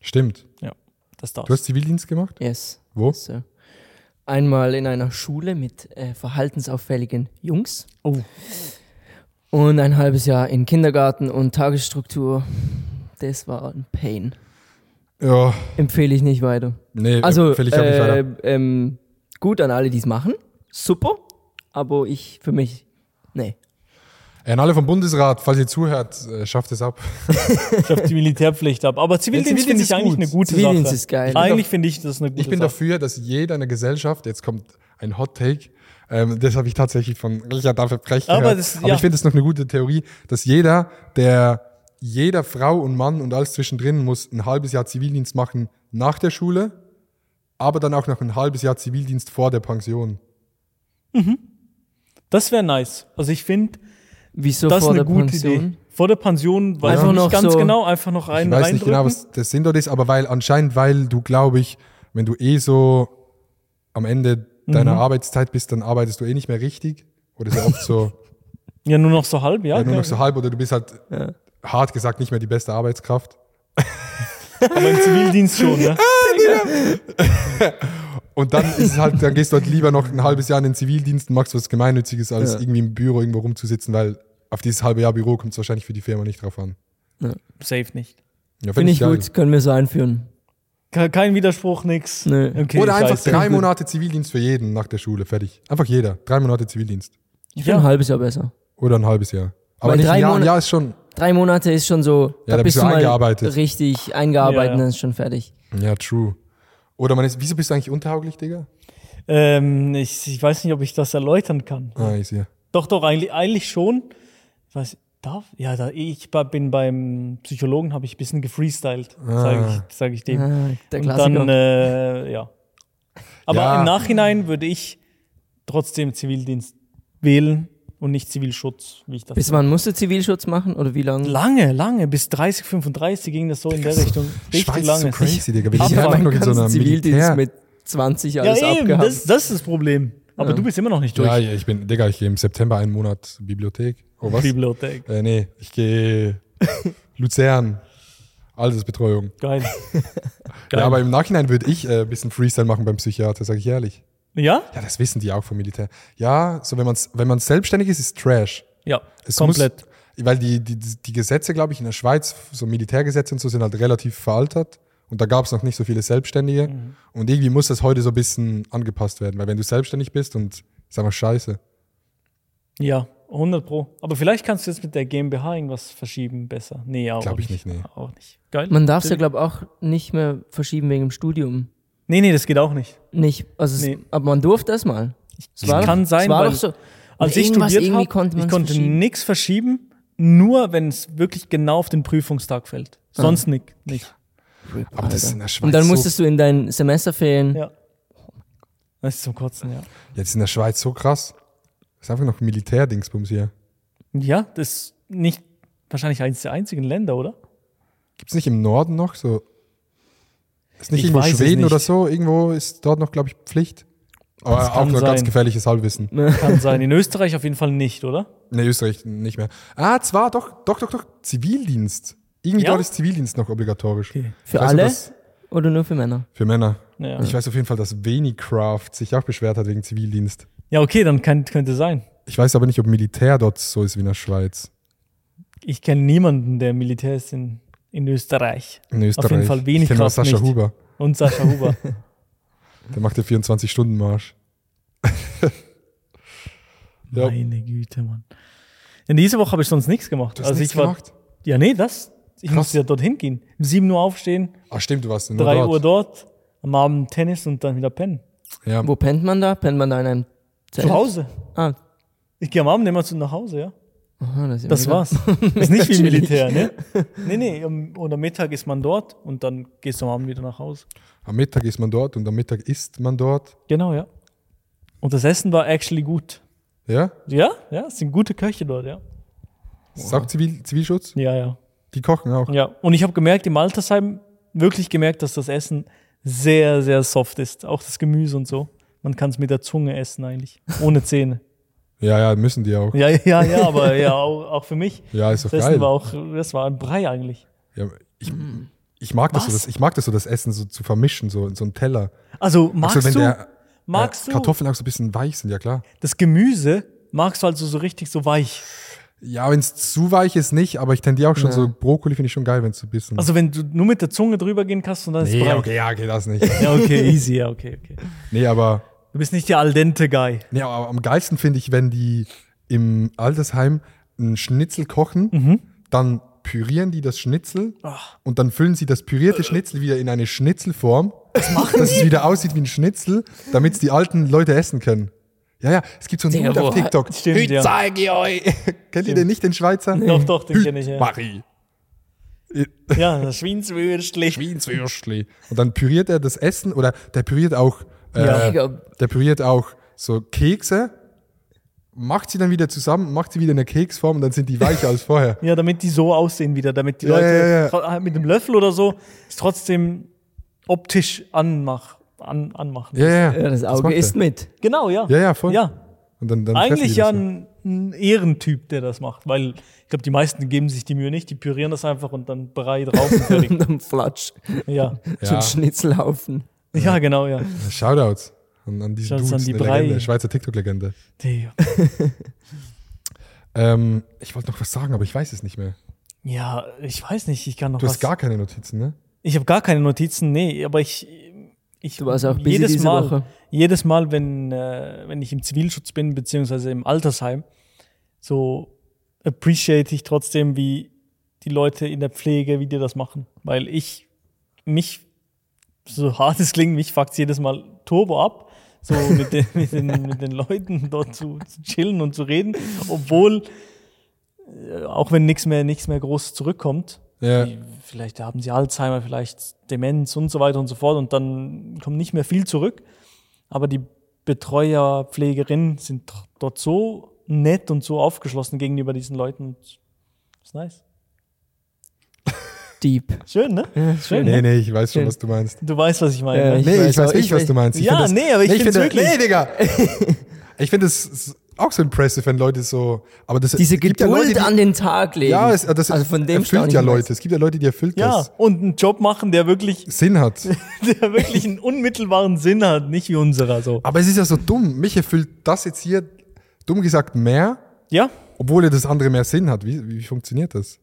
Speaker 2: Stimmt.
Speaker 3: Ja, das darf.
Speaker 2: Du hast Zivildienst gemacht?
Speaker 4: Yes.
Speaker 2: Wo?
Speaker 4: So. Einmal in einer Schule mit äh, verhaltensauffälligen Jungs
Speaker 3: Oh,
Speaker 4: und ein halbes Jahr in Kindergarten und Tagesstruktur. Das war ein Pain.
Speaker 2: Ja,
Speaker 4: Empfehle ich nicht weiter.
Speaker 2: nee,
Speaker 4: Also,
Speaker 2: empfehle ich auch nicht
Speaker 4: äh,
Speaker 2: weiter.
Speaker 4: ähm, gut an alle, die es machen. Super. Aber ich, für mich, nee.
Speaker 2: Äh, An alle vom Bundesrat, falls ihr zuhört, äh, schafft es ab.
Speaker 3: ich habe die Militärpflicht ab. Aber Zivildienst
Speaker 2: Zivildienst
Speaker 3: finde
Speaker 2: ist
Speaker 3: ich eigentlich
Speaker 2: gut.
Speaker 3: eine gute
Speaker 4: Zivildienst
Speaker 3: Sache.
Speaker 4: ist geil. Ich bin
Speaker 3: Eigentlich finde ich das eine gute
Speaker 2: Ich bin
Speaker 3: Sache.
Speaker 2: dafür, dass jeder in der Gesellschaft, jetzt kommt ein Hot Take, ähm, das habe ich tatsächlich von Richard David Precht
Speaker 3: Aber
Speaker 2: gehört, aber,
Speaker 3: das- ja.
Speaker 2: ich finde es noch eine gute Theorie, dass jeder, der jeder Frau und Mann und alles zwischendrin muss ein halbes Jahr Zivildienst machen nach der Schule, aber dann auch noch ein halbes Jahr Zivildienst vor der Pension.
Speaker 3: Das wäre nice. Also ich finde,
Speaker 4: Wieso
Speaker 3: das ist
Speaker 4: vor
Speaker 3: eine
Speaker 4: der
Speaker 3: gute
Speaker 4: Pension?
Speaker 3: Idee. Vor der Pension weiß
Speaker 4: Einfach
Speaker 3: ich nicht
Speaker 4: noch
Speaker 3: ganz
Speaker 4: so-
Speaker 3: genau, einfach noch rein
Speaker 2: Ich weiß nicht genau,
Speaker 3: reindrücken.
Speaker 2: was der Sinn dort ist, aber weil anscheinend, weil du, glaube ich, wenn du eh so am Ende deiner
Speaker 3: Mhm.
Speaker 2: Arbeitszeit bist, dann arbeitest du eh nicht mehr richtig. Oder ist ja oft
Speaker 3: *laughs*
Speaker 2: so.
Speaker 3: Ja, nur noch so halb,
Speaker 2: Ja,
Speaker 3: ja.
Speaker 2: nur
Speaker 3: klar.
Speaker 2: noch so halb oder du bist halt hart gesagt nicht mehr die beste Arbeitskraft.
Speaker 3: Aber im Zivildienst schon, ne?
Speaker 2: Und dann ist es halt, dann gehst du halt lieber noch ein halbes Jahr in den Zivildienst und machst was Gemeinnütziges, als irgendwie im Büro irgendwo rumzusitzen, weil auf dieses halbe Jahr Büro kommt es wahrscheinlich für die Firma nicht drauf an.
Speaker 3: Safe nicht.
Speaker 2: Ja, find
Speaker 4: Finde ich
Speaker 2: geil.
Speaker 4: gut, können wir so einführen.
Speaker 3: Ke- Kein Widerspruch, nix.
Speaker 4: Nö.
Speaker 3: Okay,
Speaker 2: Oder einfach
Speaker 3: scheiße.
Speaker 2: drei Monate Zivildienst für jeden nach der Schule, fertig. Einfach jeder. Drei Monate Zivildienst.
Speaker 4: Ich
Speaker 3: Ja.
Speaker 4: finde ein halbes Jahr besser.
Speaker 2: Oder ein halbes Jahr. Aber
Speaker 4: Weil
Speaker 2: nicht
Speaker 4: drei
Speaker 2: ein Jahr, ein
Speaker 4: Monate-
Speaker 2: Jahr ist schon.
Speaker 4: Drei Monate ist schon so,
Speaker 2: Ja, da bist du eingearbeitet.
Speaker 4: richtig eingearbeitet
Speaker 3: Ja, ja.
Speaker 4: und dann ist schon fertig.
Speaker 2: Ja, true. Oder man ist, wieso bist du eigentlich untauglich, Digga?
Speaker 3: Ähm, ich, ich weiß nicht, ob ich das erläutern kann.
Speaker 2: Ah, ich sehe.
Speaker 3: Doch, doch, eigentlich, eigentlich schon. Ich weiß, Darf? Ja, da, ich ba- bin beim Psychologen, habe ich ein bisschen gefreestylt, sage
Speaker 2: Ah.
Speaker 3: ich, sag ich dem.
Speaker 4: Ah, der
Speaker 3: Und
Speaker 4: Klassiker.
Speaker 3: dann, äh, ja. Aber
Speaker 2: Ja.
Speaker 3: im Nachhinein würde ich trotzdem Zivildienst wählen und nicht Zivilschutz, wie ich das
Speaker 4: Bis wann musst du Zivilschutz machen oder wie lange?
Speaker 3: Lange, lange, bis 30, 35 ging das so in der Richtung.
Speaker 2: Schweiz
Speaker 3: Richtig
Speaker 2: ist so
Speaker 3: lange.
Speaker 2: crazy, Digga. Wenn
Speaker 4: Ich
Speaker 2: ich
Speaker 4: hab
Speaker 2: einfach
Speaker 4: meinen
Speaker 2: nur in so
Speaker 4: ganzen
Speaker 2: einer
Speaker 4: Zivildienst
Speaker 2: Militär...
Speaker 4: mit 20
Speaker 3: Ja,
Speaker 4: alles
Speaker 3: eben,
Speaker 4: abgehabt.
Speaker 3: das, das ist das Problem. Aber du bist immer noch nicht durch.
Speaker 2: ja, ich bin, Digga, ich gehe im September einen Monat Bibliothek. Oh, was?
Speaker 3: Bibliothek.
Speaker 2: Äh, nee, ich gehe Luzern. Altersbetreuung.
Speaker 3: Geil. Geil.
Speaker 2: Ja, aber im Nachhinein würde ich äh, ein bisschen Freestyle machen beim Psychiater, sage ich ehrlich.
Speaker 3: ja?
Speaker 2: Ja, das wissen die auch vom Militär. Ja, so wenn man wenn man selbstständig ist, ist Trash.
Speaker 3: Ja,
Speaker 2: Es
Speaker 3: komplett.
Speaker 2: Muss, weil die, die, die Gesetze, glaube ich, in der Schweiz, so Militärgesetze und so, sind halt relativ veraltet. Und da gab es noch nicht so viele Selbstständige. Und irgendwie muss das heute so ein bisschen angepasst werden. Weil wenn du selbstständig bist und, sag mal, scheiße.
Speaker 3: Ja, 100 Pro. Aber vielleicht kannst du jetzt mit der GmbH irgendwas verschieben besser. Nee, auch
Speaker 2: Glaub ich nicht, nee.
Speaker 3: Auch nicht. Geil.
Speaker 4: Man darf es ja, glaube ich, auch nicht mehr verschieben wegen dem Studium.
Speaker 3: Nee, nee, das geht auch nicht.
Speaker 4: Nicht. Also
Speaker 3: Nee.
Speaker 4: es, aber man durfte das mal. Es war,
Speaker 3: kann sein,
Speaker 4: es war
Speaker 3: weil-
Speaker 4: doch so. um
Speaker 3: Als ich
Speaker 4: Irgendwas,
Speaker 3: studiert
Speaker 4: irgendwie
Speaker 3: habe,
Speaker 4: konnte
Speaker 3: ich
Speaker 4: man's
Speaker 3: konnte
Speaker 4: verschieben.
Speaker 3: nichts verschieben, nur wenn es wirklich genau auf den Prüfungstag fällt.
Speaker 4: Ah.
Speaker 3: Sonst nick, nicht.
Speaker 2: Aber das ist in der Schweiz.
Speaker 4: Und dann
Speaker 2: so,
Speaker 4: musstest du in deinen Semesterferien.
Speaker 3: Ja. Das ist zum Kotzen, ja.
Speaker 2: Jetzt in der Schweiz so krass. Das ist einfach noch Militärdingsbums hier.
Speaker 3: Ja, das ist nicht wahrscheinlich eines der einzigen Länder, oder?
Speaker 2: Gibt es nicht im Norden noch so? Ist nicht
Speaker 3: Ich
Speaker 2: irgendwo
Speaker 3: weiß es
Speaker 2: Schweden
Speaker 3: nicht.
Speaker 2: oder so? Irgendwo ist dort noch, glaube ich, Pflicht. Aber auch
Speaker 3: kann
Speaker 2: nur ganz
Speaker 3: sein. Ne.
Speaker 2: gefährliches Halbwissen.
Speaker 3: Kann sein. In Österreich auf jeden Fall nicht, oder?
Speaker 2: Ne, Österreich nicht mehr. Ah, zwar doch, doch, doch, doch, Zivildienst. Irgendwie
Speaker 3: Ja?
Speaker 2: dort ist Zivildienst noch obligatorisch. Ich
Speaker 4: Für
Speaker 2: weiß, ob
Speaker 4: alle
Speaker 2: das-
Speaker 4: oder nur für Männer?
Speaker 2: Für Männer.
Speaker 3: Ja.
Speaker 2: Ich weiß auf jeden Fall, dass Venicraft sich auch beschwert hat wegen Zivildienst.
Speaker 3: Ja, okay, dann kann, könnte sein.
Speaker 2: Ich weiß aber nicht, ob Militär dort so ist wie in der Schweiz.
Speaker 3: Ich kenne niemanden, der Militär ist in, in Österreich.
Speaker 2: In Österreich.
Speaker 3: Auf jeden Fall wenig
Speaker 2: Ich kenne nur
Speaker 3: Kraft
Speaker 2: Sascha
Speaker 3: nicht.
Speaker 2: Huber.
Speaker 3: Und
Speaker 2: *laughs*
Speaker 3: Sascha Huber.
Speaker 2: Der macht den 24-Stunden-Marsch. Ja.
Speaker 3: Meine Güte, Mann. In dieser Woche habe ich sonst nichts gemacht.
Speaker 2: Du hast
Speaker 3: also
Speaker 2: nichts
Speaker 3: ich war,
Speaker 2: gemacht?
Speaker 3: Ja, nee, das. Ich
Speaker 2: Krass.
Speaker 3: musste ja dorthin gehen. Um 7 Uhr aufstehen,
Speaker 2: Ach Ah, stimmt, du warst nur
Speaker 3: 3
Speaker 2: dort.
Speaker 3: Uhr dort, am Abend Tennis und dann wieder pennen.
Speaker 2: Ja.
Speaker 4: Wo pennt man da? Pennt man da in einem Zelt?
Speaker 3: Zu Hause.
Speaker 4: Ah,
Speaker 3: Ich gehe am Abend immer zu nach Hause, ja.
Speaker 4: aha, das, ist ja
Speaker 3: Das
Speaker 4: mega.
Speaker 3: war's. Ist nicht wie Militär, ne? Nee, nee, am, und am Mittag ist man dort und dann gehst du am Abend wieder nach Hause.
Speaker 2: Am Mittag ist man dort und am Mittag isst man dort.
Speaker 3: Genau, ja. Und das Essen war actually gut.
Speaker 2: Ja?
Speaker 3: Ja, ja, es sind gute Köche dort, ja.
Speaker 2: Sagt Zivil Zivilschutz?
Speaker 3: Ja, ja.
Speaker 2: Die kochen auch.
Speaker 3: Ja, und ich habe gemerkt, im Altersheim wirklich gemerkt, dass das Essen sehr, sehr soft ist. Auch das Gemüse und so. Man kann es mit der Zunge essen eigentlich. Ohne
Speaker 2: *laughs*
Speaker 3: Zähne.
Speaker 2: Ja, ja, müssen die auch.
Speaker 3: Ja, ja, ja, aber ja, auch, auch für mich.
Speaker 2: Ja, ist doch
Speaker 3: das Essen
Speaker 2: geil.
Speaker 3: war auch, das war ein Brei eigentlich.
Speaker 2: Ja, ich, ich, mag das so,
Speaker 3: Mm. Was?
Speaker 2: das, ich mag das so, das Essen so zu vermischen, so in so einen Teller.
Speaker 3: Also magst
Speaker 2: also, wenn
Speaker 3: du,
Speaker 2: der
Speaker 3: magst
Speaker 2: äh,
Speaker 3: du
Speaker 2: Kartoffeln auch so ein bisschen weich sind, ja klar.
Speaker 3: das Gemüse, magst du also so richtig so weich.
Speaker 2: Ja, wenn es zu weich ist, nicht, aber ich tendiere auch schon so, Brokkoli finde ich schon geil, wenn es so ein bisschen.
Speaker 3: Also wenn du nur mit der Zunge drüber gehen kannst und dann ist
Speaker 2: nee,
Speaker 3: Brei.
Speaker 2: okay, ja, okay, das nicht.
Speaker 3: *laughs* Ja, okay, easy, ja, okay, okay.
Speaker 2: nee, aber,
Speaker 3: Du bist nicht der Al dente Guy.
Speaker 2: nee, aber am geilsten finde ich, wenn die im Altersheim einen Schnitzel kochen,
Speaker 3: Mhm.
Speaker 2: dann pürieren die das Schnitzel und dann füllen sie das pürierte Schnitzel wieder in eine Schnitzelform, dass es wieder aussieht wie ein Schnitzel, damit es die alten Leute essen können. Ja, ja, es gibt so einen Dude auf TikTok.
Speaker 3: Stimmt,
Speaker 2: Heute
Speaker 3: ja.
Speaker 2: zeige ich euch. Kennt ihr den nicht, den Schweizer?
Speaker 3: Doch, doch, den kenne ich, ja.
Speaker 2: Marie.
Speaker 3: Ja, das Schweinswürstli.
Speaker 2: Schweinswürstli. Und dann püriert er das Essen oder der püriert auch, äh,
Speaker 4: Mega.
Speaker 2: der püriert auch so Kekse, macht sie dann wieder zusammen, macht sie wieder in der Keksform und dann sind die weicher als
Speaker 3: *laughs*
Speaker 2: vorher.
Speaker 3: Ja, damit die so aussehen wieder, damit die
Speaker 2: Ja,
Speaker 3: Leute
Speaker 2: ja, ja.
Speaker 3: tro- mit dem Löffel oder so es trotzdem optisch anmach, an, anmachen.
Speaker 2: Ja, ja,
Speaker 4: Ja, das
Speaker 2: macht
Speaker 4: Auge
Speaker 2: er.
Speaker 4: ist mit. *laughs*
Speaker 3: Genau, ja.
Speaker 2: Ja, ja, voll.
Speaker 3: Ja,
Speaker 2: Und dann, dann fressen
Speaker 3: eigentlich
Speaker 2: die
Speaker 3: ja
Speaker 2: das so.
Speaker 3: ein, ein Ehrentyp, der das macht, weil ich glaube, die meisten geben sich die Mühe nicht, die pürieren das einfach und dann Brei drauf und
Speaker 2: *laughs*
Speaker 3: fertig.
Speaker 4: Und am Flatsch.
Speaker 3: ja.
Speaker 4: So
Speaker 2: Ja.
Speaker 4: ein Schnitzelhaufen.
Speaker 3: ja, genau, ja.
Speaker 2: Shoutouts an, an diesen
Speaker 3: Shoutouts
Speaker 2: Dudes,
Speaker 3: an die
Speaker 2: eine
Speaker 3: Brei.
Speaker 2: Legende, Schweizer TikTok-Legende.
Speaker 3: Die-
Speaker 2: Ähm, ich wollte noch was sagen, aber ich weiß es nicht mehr.
Speaker 3: Ja, ich weiß nicht, ich kann noch
Speaker 2: Du
Speaker 3: was.
Speaker 2: hast gar keine Notizen, ne?
Speaker 3: ich habe gar keine Notizen, nee, aber ich, ich
Speaker 4: Du warst auch busy
Speaker 3: jedes
Speaker 4: diese
Speaker 3: Mal,
Speaker 4: Woche.
Speaker 3: jedes Mal, wenn äh, wenn ich im Zivilschutz bin beziehungsweise im Altersheim, so appreciate ich trotzdem, wie die Leute in der Pflege, wie die das machen, weil ich mich so hart es klingt, mich fuckt jedes Mal Turbo ab, so
Speaker 4: *laughs*
Speaker 3: mit *laughs* den, mit den, mit den Leuten dort zu, zu chillen und zu reden, obwohl äh, auch wenn nichts mehr, nichts mehr groß zurückkommt,
Speaker 2: Ja.
Speaker 3: die, vielleicht haben sie Alzheimer, vielleicht Demenz und so weiter und so fort und dann kommt nicht mehr viel zurück. Aber die Betreuer, Pflegerinnen sind tr- dort so nett und so aufgeschlossen gegenüber diesen Leuten. Ist nice.
Speaker 4: Deep.
Speaker 3: Schön, ne? schön.
Speaker 2: Nee, nee, ich weiß schon,
Speaker 3: Schön.
Speaker 2: was du meinst.
Speaker 3: Du weißt, was ich meine.
Speaker 4: Ja,
Speaker 3: ne?
Speaker 4: ich
Speaker 2: nee,
Speaker 4: weiß
Speaker 2: ich weiß
Speaker 4: auch,
Speaker 2: nicht,
Speaker 4: ich
Speaker 2: was
Speaker 4: weiß-
Speaker 2: du meinst. Ich
Speaker 3: Ja,
Speaker 2: find das,
Speaker 3: nee, aber ich find's
Speaker 2: finde-
Speaker 3: wirklich-
Speaker 2: Nee, Digga. *laughs* ich finde es auch so impressive, wenn Leute so. Aber das
Speaker 4: Diese
Speaker 2: es gibt ja
Speaker 4: Geduld
Speaker 2: Leute, die-
Speaker 4: an den Tag legen.
Speaker 2: Ja, es, das
Speaker 4: also von dem staune
Speaker 2: erfüllt
Speaker 4: ich
Speaker 2: ja
Speaker 4: mir
Speaker 2: Leute. Es gibt ja Leute, die erfüllt
Speaker 3: ja,
Speaker 2: das.
Speaker 3: und einen Job machen, der wirklich, *laughs*
Speaker 2: Sinn hat.
Speaker 3: der wirklich einen unmittelbaren Sinn hat, nicht wie unserer so.
Speaker 2: Aber es ist ja so dumm. Mich erfüllt das jetzt hier, dumm gesagt, mehr,
Speaker 3: Ja?
Speaker 2: obwohl ja das andere mehr Sinn hat. Wie, wie funktioniert das?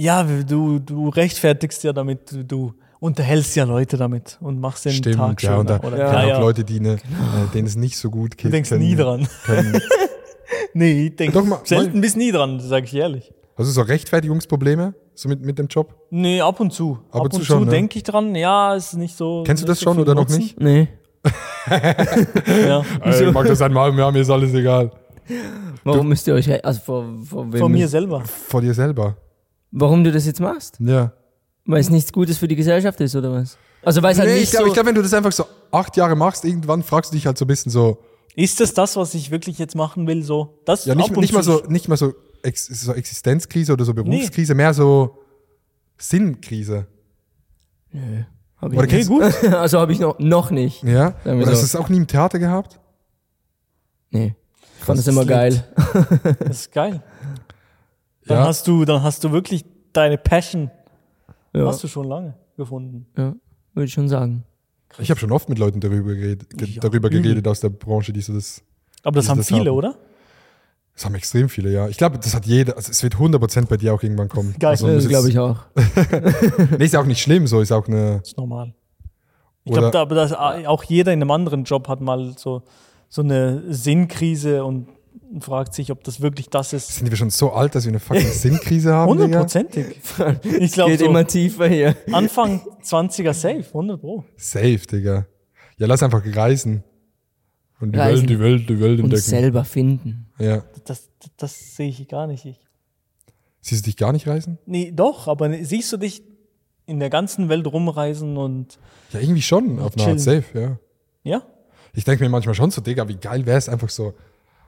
Speaker 3: Ja, du, du rechtfertigst ja damit, du, du unterhältst ja Leute damit und machst den Tag
Speaker 2: ja.
Speaker 3: schöner.
Speaker 2: Und da
Speaker 3: oder, Genau.
Speaker 2: oder, ja, auch Leute, die ne, äh, denen es nicht so gut geht.
Speaker 3: du denkst
Speaker 2: können-
Speaker 3: nie dran. *laughs*
Speaker 2: Können.
Speaker 3: nee, ich denk
Speaker 2: Doch mal-
Speaker 3: selten bis nie dran, sag ich ehrlich.
Speaker 2: Also so Rechtfertigungsprobleme so mit, mit dem Job?
Speaker 3: Nee, ab und zu.
Speaker 2: Ab und
Speaker 3: ab
Speaker 2: zu
Speaker 3: und zu,
Speaker 2: schon, ne?
Speaker 3: denke ich dran, ja, ist nicht so.
Speaker 2: Kennst du
Speaker 3: nicht
Speaker 2: das
Speaker 3: so
Speaker 2: schon
Speaker 3: viel
Speaker 2: oder noch
Speaker 3: Nutzen. Äh,
Speaker 2: nicht?
Speaker 4: Nee.
Speaker 3: Ja.
Speaker 2: Ey, mag das einmal im Jahr, mir ist alles egal.
Speaker 4: Warum müsst ihr euch, he- also vor, vor wem?
Speaker 3: Von mir selber.
Speaker 2: Vor dir selber.
Speaker 4: Warum du das jetzt machst?
Speaker 2: Ja.
Speaker 4: Weil es nichts Gutes für die Gesellschaft ist, oder was? Also, weil es halt
Speaker 2: nee,
Speaker 4: nicht
Speaker 2: ich glaube,
Speaker 4: so...
Speaker 2: glaub, wenn du das einfach so acht Jahre machst, irgendwann fragst du dich halt so ein bisschen so,
Speaker 3: Ist das das, was ich wirklich jetzt machen will, so? Das
Speaker 2: ja,
Speaker 3: ab
Speaker 2: nicht,
Speaker 3: und
Speaker 2: nicht mal
Speaker 3: zu.
Speaker 2: so, nicht mal so, Ex so Existenzkrise oder so Berufskrise, mehr so Sinnkrise.
Speaker 4: Hab
Speaker 2: Oder
Speaker 4: ich
Speaker 2: kennst, *laughs*
Speaker 3: gut.
Speaker 4: nicht. *laughs* also habe ich noch, noch nicht.
Speaker 2: Ja?
Speaker 4: wir
Speaker 2: Oder
Speaker 4: so.
Speaker 2: hast du das auch nie im Theater gehabt?
Speaker 4: Nee. Ich fand das immer geil.
Speaker 3: *laughs* Das ist geil. Dann
Speaker 2: Ja.
Speaker 3: hast du, dann hast du wirklich deine Passion,
Speaker 4: Ja.
Speaker 3: hast du schon lange gefunden.
Speaker 4: Ja, würde ich schon sagen.
Speaker 2: Ich habe schon oft mit Leuten darüber geredet, ge
Speaker 3: Ja,
Speaker 2: darüber
Speaker 3: übel.
Speaker 2: geredet aus der Branche, die so das.
Speaker 3: Aber das
Speaker 2: Wie sie
Speaker 3: haben
Speaker 2: das
Speaker 3: viele,
Speaker 2: haben.
Speaker 3: oder?
Speaker 2: Das haben extrem viele, ja. Ich glaube, das hat jeder, also es wird 100% bei dir auch irgendwann kommen.
Speaker 3: Geil.
Speaker 2: also,
Speaker 3: Ja,
Speaker 4: Das glaube ich auch.
Speaker 2: Nee, ist ja auch nicht schlimm, so ist auch eine.
Speaker 3: Das ist normal. Ich
Speaker 2: Oder-
Speaker 3: glaube, da, aber das, ah, auch jeder in einem anderen Job hat mal so, so eine Sinnkrise und fragt sich, ob das wirklich das ist.
Speaker 2: Sind wir schon so alt, dass wir eine fucking Sinnkrise haben? Digga?
Speaker 3: Hundertprozentig. Ich glaube,
Speaker 4: Geht
Speaker 3: so
Speaker 4: immer tiefer hier.
Speaker 3: Anfang 20er safe, 100 Pro.
Speaker 2: Safe, Digga. Ja, lass einfach reisen. Und die
Speaker 4: Reisen.
Speaker 2: Welt, die Welt, die Welt
Speaker 4: Uns
Speaker 2: entdecken.
Speaker 4: selber finden.
Speaker 2: Ja.
Speaker 3: Das, das, das sehe ich gar nicht. Ich,
Speaker 2: Siehst du dich gar nicht reisen?
Speaker 3: nee, doch, aber siehst du dich in der ganzen Welt rumreisen und
Speaker 2: Ja, irgendwie schon, auf eine Art
Speaker 3: Chillen.
Speaker 2: safe, ja.
Speaker 3: ja?
Speaker 2: Ich denke mir manchmal schon so, Digga, wie geil wäre es einfach so,